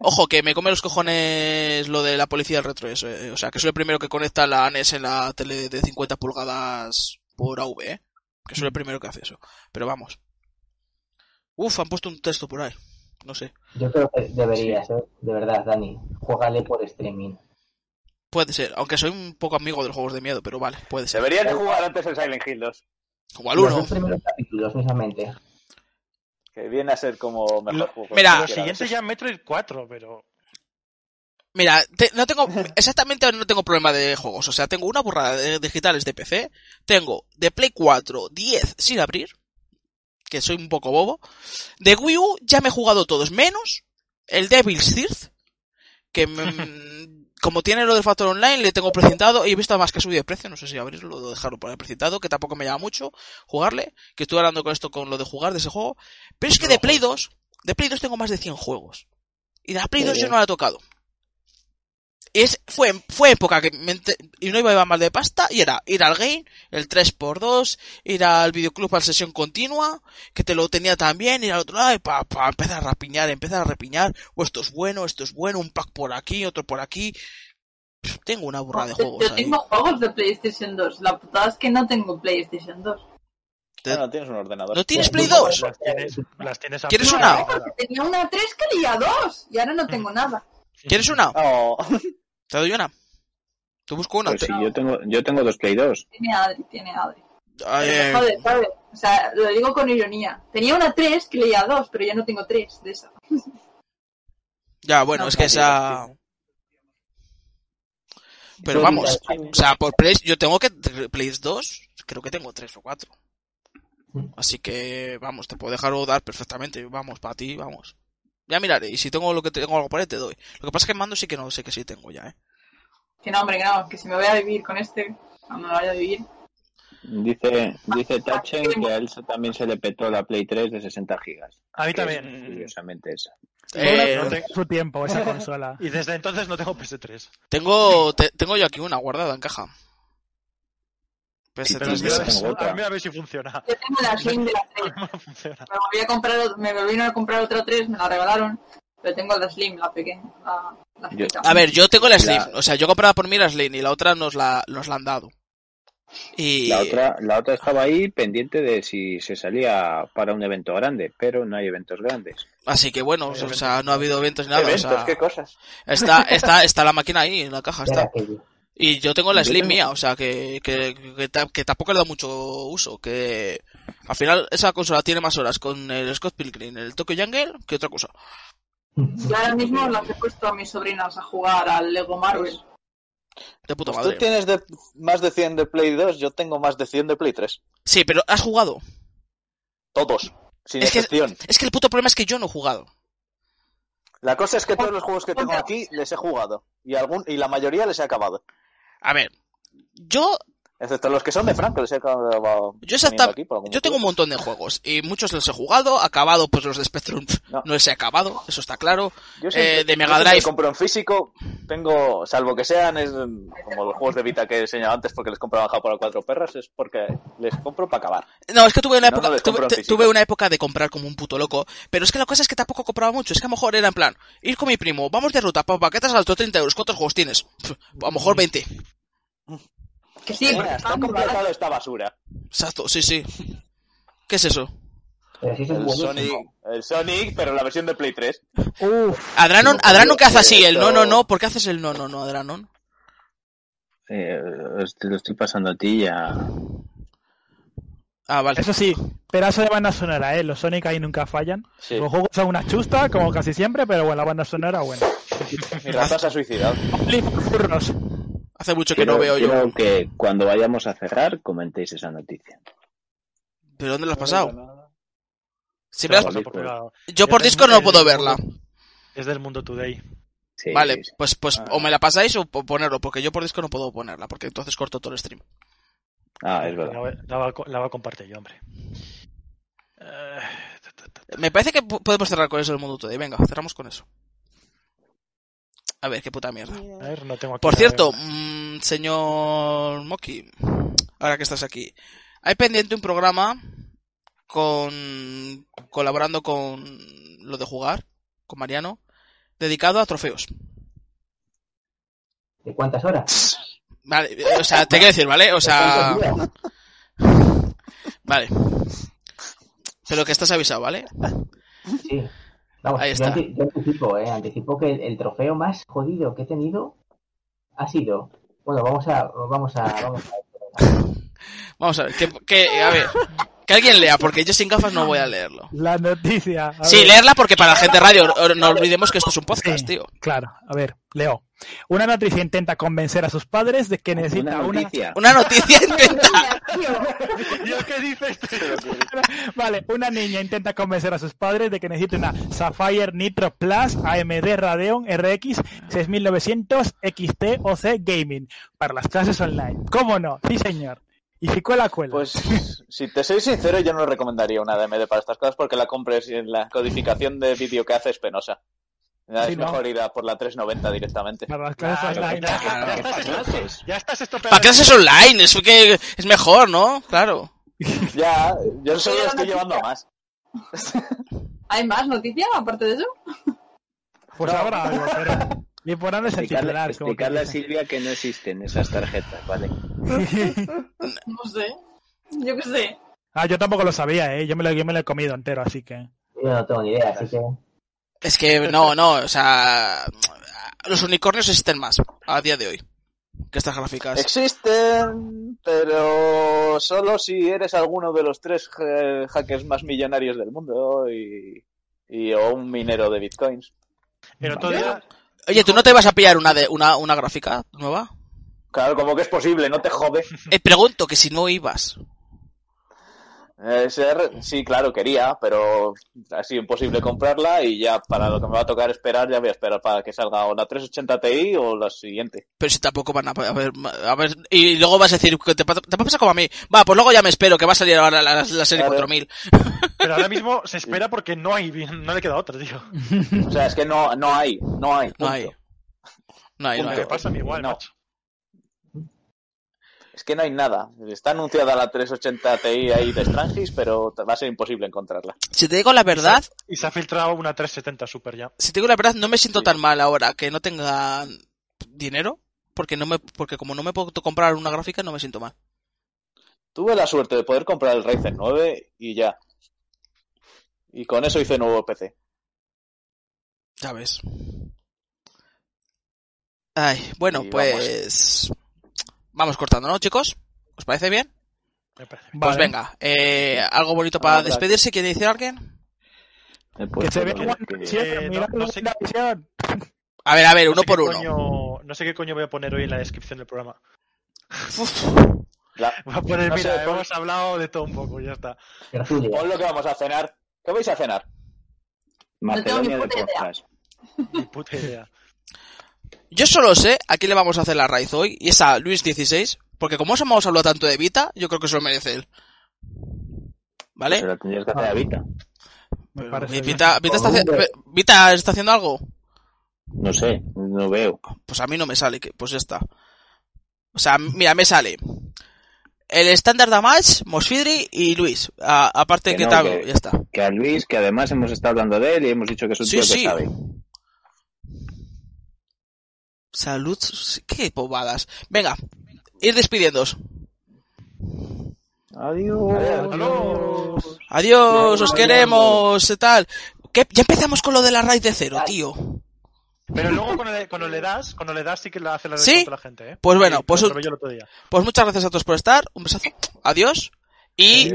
ojo, que me come los cojones lo de la policía del retro, eso, eh. o sea, que soy el primero que conecta la ANES en la tele de 50 pulgadas por AV, eh. que soy el primero que hace eso, pero vamos. Uf, han puesto un texto por ahí. No sé. Yo creo que deberías, ¿eh? de verdad, Dani. Juégale por streaming. Puede ser. Aunque soy un poco amigo de los juegos de miedo, pero vale, puede ser. Deberían de jugar antes el Silent Hill 2, Como al Los 1. dos primeros capítulos, misamente. que viene a ser como mejor Lo- juego. mira, Lo que quiera, siguiente ya Metroid 4, pero. Mira, te- no tengo. Exactamente no tengo problema de juegos. O sea, tengo una burrada de digitales de PC. Tengo de Play 4 10 sin abrir. Que soy un poco bobo. De Wii U ya me he jugado todos, menos el Devil's Third. Que me- como tiene lo del factor online, le tengo precintado. Y he visto además que ha subido de precio. No sé si abrirlo o dejarlo para el precintado. Que tampoco me llama mucho jugarle. Que estuve hablando con esto, con lo de jugar de ese juego. Pero es que de Play 2, de Play 2 tengo más de 100 juegos. Y de la Play 2 yo no la he tocado. Es, fue, fue época que me ente- y no iba mal de pasta y era ir al game, el 3x2, ir al videoclub para sesión continua, que te lo tenía también, ir al otro lado y pa, pa, empezar a rapiñar, empezar a rapiñar, o esto es bueno, esto es bueno, un pack por aquí, otro por aquí. Pff, Tengo una burrada de Yo, juegos yo ahí. tengo juegos de PlayStation 2. La putada es que no tengo PlayStation 2. Ah, no tienes un ordenador. ¿No tienes Yo Play tengo 2? Las tienes, las tienes a ¿Quieres full, una? pero- Tenía una 3 que leía 2 y ahora no tengo nada. ¿Quieres una? No, Te doy una. Te busco una. Pues Te- sí, yo tengo, yo tengo dos Play 2. Tiene Adri, tiene Adri. Eh, Joder, joder. O sea, lo digo con ironía. Tenía una 3 que leía 2, pero ya no tengo 3 de esa. ya, bueno, No, es que esa... Pero vamos, o sea, por Play, yo tengo que Play 2, creo que tengo 3 o 4. Así que, vamos, te puedo dejar dar perfectamente. Vamos, para ti, vamos. Ya miraré, y si tengo lo que tengo algo para él, te doy. Lo que pasa es que mando sí que no sé que sí tengo ya, ¿eh? Que no, hombre, que no, que si me voy a vivir con este, no me vaya a vivir. Dice, Ah, dice Tachen que a Elsa también se le petó la Play 3 de 60 gigas. A mí que es también. Curiosamente esa. Eh, no te- Su tiempo, esa consola. Y desde entonces no tengo PS3. tengo, te- tengo yo aquí una guardada en caja. Pero PS3 yo de mira, a no esas. ver si- tengo otra. a mí a ver si funciona. Yo tengo la Shane de la 3. No funciona. Me volví a comprar, ot- me volvieron a comprar otra 3, me la regalaron, pero tengo la Slim, la pequeña, la, la Yo- fita. A ver, yo tengo la Slim. La- O sea, yo compraba por mí la Slim y la otra nos la, nos la han dado. Y... La otra, la otra estaba ahí pendiente de si se salía para un evento grande, pero no hay eventos grandes. Así que bueno, o sea, no ha habido eventos ni nada. eventos, o sea, qué cosas. está, está, está la máquina ahí en la caja, Era está. aquello. Y yo tengo la Yo Slim tengo- mía, o sea, que, que, que ta- que tampoco le da mucho uso. Que al final esa consola tiene más horas con el Scott Pilgrim, el Tokyo Jungle, que otra cosa. Yo ahora mismo las he puesto a mis sobrinas a jugar al Lego Marvel. De puta Tú madre. tienes de- más de 100 de Play 2, yo tengo más de 100 de Play 3. Sí, pero has jugado. Todos, sin Es que- excepción. Es que el puto problema es que yo no he jugado. La cosa es que todos los juegos que tengo aquí les he jugado. Y, algún, y la mayoría les he acabado. A ver, yo, Excepto los que son de Franco, les he acabado. yo poniendo exacta- aquí por algún yo tengo un motivo. montón de juegos y muchos los he jugado, acabado, pues los de Spectrum pf, no, No. los he acabado, eso está claro. Yo siempre- eh, de Mega yo siempre Drive. compro en físico, tengo, salvo que sean es, mm, como los juegos de Vita que he enseñado antes porque les compraba en Japón a cuatro perras, es porque les compro para acabar. No, es que tuve una Si no, época, no les tuve, compro en tu- físico. tuve una época de comprar como un puto loco, pero es que la cosa es que tampoco compraba mucho, es que a lo mejor era en plan, ir con mi primo, vamos de ruta, papá, ¿qué te has gastado 30 euros? ¿Cuántos juegos tienes? Pf, A lo mejor 20. Que sí, porque Mira, está estaba muy completado esta basura. Exacto, sí, sí. ¿Qué es eso? Pero si eso es El buenísimo. Sonic, el Sonic, pero la versión de Play 3. Uf, Adranon, Adranon que hace así, el no, no, no, Esto- ¿por qué haces el no, no, no, Adranon? Eh, os- te lo estoy pasando a ti ya. Ah, vale. eso sí, pedazo de banda sonora, ¿eh? Los Sonic ahí nunca fallan. Sí. Los juegos son una chusta, como casi siempre, pero bueno, la banda sonora, bueno. Mi rata se ha suicidado. Flip furros. Hace mucho que Quiero, no veo quiero yo. que cuando vayamos a cerrar comentéis esa noticia. ¿Pero dónde lo has pasado? Si me Te la- lo paso Discord. privado. Yo por Desde el- Discord no desde puedo el verla. mundo- Desde el mundo today. Sí, Vale, sí, sí. pues, Ah. pues o me la pasáis o po- ponerlo, porque yo por Discord no puedo ponerla, porque entonces corto todo el stream. Ah, es La verdad. voy- la voy a co- la voy a compartir yo, hombre. Eh, ta, ta, ta. Me parece que po- podemos cerrar con eso del mundo today. Venga, cerramos con eso. A ver, qué puta mierda. A ver, no tengo aquí Por la- cierto, mm, señor Moki, ahora que estás aquí, hay pendiente un programa con colaborando con lo de jugar, con Mariano, dedicado a trofeos. ¿De cuántas horas? Vale, eh, o sea, te quiero decir, ¿vale? O sea, ¿De cuántos días? vale. Pero que estás avisado, ¿vale? Sí. Vamos, Ahí yo, está. anti- yo anticipo, eh, anticipo que el, el trofeo más jodido que he tenido ha sido. Bueno, vamos a. Vamos a. Vamos a Vamos a ver, que, que- a ver, que alguien lea, porque yo sin gafas no voy a leerlo. La noticia. a Sí, ver. leerla porque para la gente de radio, o- no olvidemos que esto es un podcast, Sí, tío. Claro, a ver, leo. Una noticia intenta convencer a sus padres de que necesita Una una. noticia. Una noticia intenta... Dios, ¿qué dices? Vale, una niña intenta convencer a sus padres de que necesita una Sapphire Nitro Plus AMD Radeon RX 6900 XT OC Gaming para las clases online. ¿Cómo no? Sí, señor. Y si cuela, cuela. Pues, si te soy sincero, yo no recomendaría una DMD para estas cosas porque la compres y la codificación de vídeo que hace es penosa. Es Sí, ¿no? mejor ir a por la 390 directamente. para las clases Claro, online. claro. Claro, Ya estás estropeando. Para clases online, es que es mejor, ¿no? Claro. Ya, yo solo lo Oye, estoy la noticia. llevando a más. ¿Hay más noticias aparte de eso? Pues habrá algo, pero. Ni por ahora es el Explicarle, titular. como que explicarle a dice. Silvia que no existen esas tarjetas, ¿vale? No sé. Yo qué sé. Ah, yo tampoco lo sabía, ¿eh? Yo me lo, yo me lo he comido entero, así que... Yo no tengo ni idea, así que. Es que no, no, o sea, los unicornios existen más a día de hoy que estas gráficas. Existen, pero solo si eres alguno de los tres eh, hackers más millonarios del mundo y, y- o un minero de bitcoins. El otro día, Oye, ¿tú no te vas a pillar una de una, una gráfica nueva? Claro, como que es posible, no te jode. Eh, pregunto que si no ibas. Eh, ser, sí, claro, quería, pero ha sido imposible comprarla y ya para lo que me va a tocar esperar, ya voy a esperar para que salga o la 380 Ti o la siguiente. Pero si tampoco van a a ver, a ver y luego vas a decir que te, pa- te pasa como a mí. Va, pues luego ya me espero que va a salir ahora la, la- la serie Claro. 4000. pero ahora mismo se espera porque no hay, no le queda otra, tío. O sea, es que no, no hay, no hay. No punto. hay. No hay, no Hombre, hay. ¿Qué pasa? a mí Igual, No. macho. Es que no hay nada. Está anunciada la 380 Ti ahí de Strangis, pero va a ser imposible encontrarla. Si te digo la verdad, Y se ha filtrado una 370 Super ya. si te digo la verdad, no me siento Sí. tan mal ahora que no tenga dinero, porque no me, porque como no me puedo comprar una gráfica, no me siento mal. Tuve la suerte de poder comprar el Ryzen 9 y ya. Y con eso hice nuevo PC. Ya ves. Ay, bueno, Y pues. Vamos. cortando, ¿no, chicos? ¿Os parece bien? Me parece. Pues Vale. Ah, venga, eh, ¿algo bonito para Habrá que- despedirse? ¿Quiere decir alguien? El Que puesto se ve de- en Pues que- WandaVision, Eh, no- mirad no sé- WandaVision. A ver, a ver, No uno sé qué por uno. coño- no sé qué coño voy a poner hoy en la descripción del programa. Uf, La- Voy a poner, No mira, sé, pon- hemos hablado de todo un poco, ya está. Tertulia. Pon lo que vamos a cenar. ¿Qué vais a cenar? Macedonia No tengo ni de puta idea. podcast. Ni puta idea. yo solo sé a quién le vamos a hacer la raíz hoy, y es a Luis XVI, porque como os hemos hablado tanto de Vita, yo creo que se lo merece él. Se ¿Vale? la tendrías que hacer a Vita. Pues Me Pero parece Vi- bien. Vita, Vita está, hace- Hombre. Vita está haciendo algo. No sé, no veo. Pues a mí no me sale, que, pues ya está. O sea, mira, me sale. El estándar Damage, Mosfidri y Luis. A- aparte Que que no, tal, que- ya está. Que a Luis, que además hemos estado hablando de él y hemos dicho que es un Sí, tío que sí. sabe. Salud, qué bobadas. Venga, ir despidiéndoos. Adiós. Hasta luego. Adiós, os queremos, eh, tal. ¿Qué? Ya empezamos con lo de la raíz de cero, tío. Pero luego cuando le, cuando le das, cuando le das sí que la hace la ¿Sí? descuento a la gente, ¿eh? Pues bueno, Sí, pues lo un- probé yo el otro día. Pues muchas gracias a todos por estar. Un besazo. Adiós. Y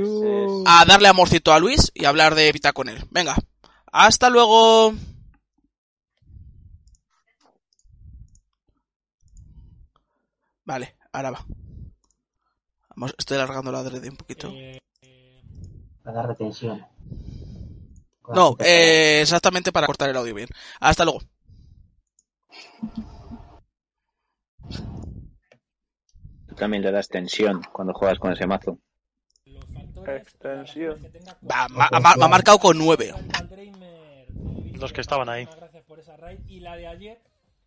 a darle amorcito a Luis y hablar de Vita con él. Venga, hasta luego. Vale, ahora va. Vamos, estoy alargando la red un poquito. Para dar retención. No, eh, exactamente para cortar el audio bien. Hasta luego. Tú también le das tensión cuando juegas con ese mazo. Extensión. Va, ma- ma- me ha marcado con 9. Los que estaban ahí. Gracias por esa raid. Y la de ayer,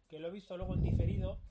que lo he visto luego en diferido,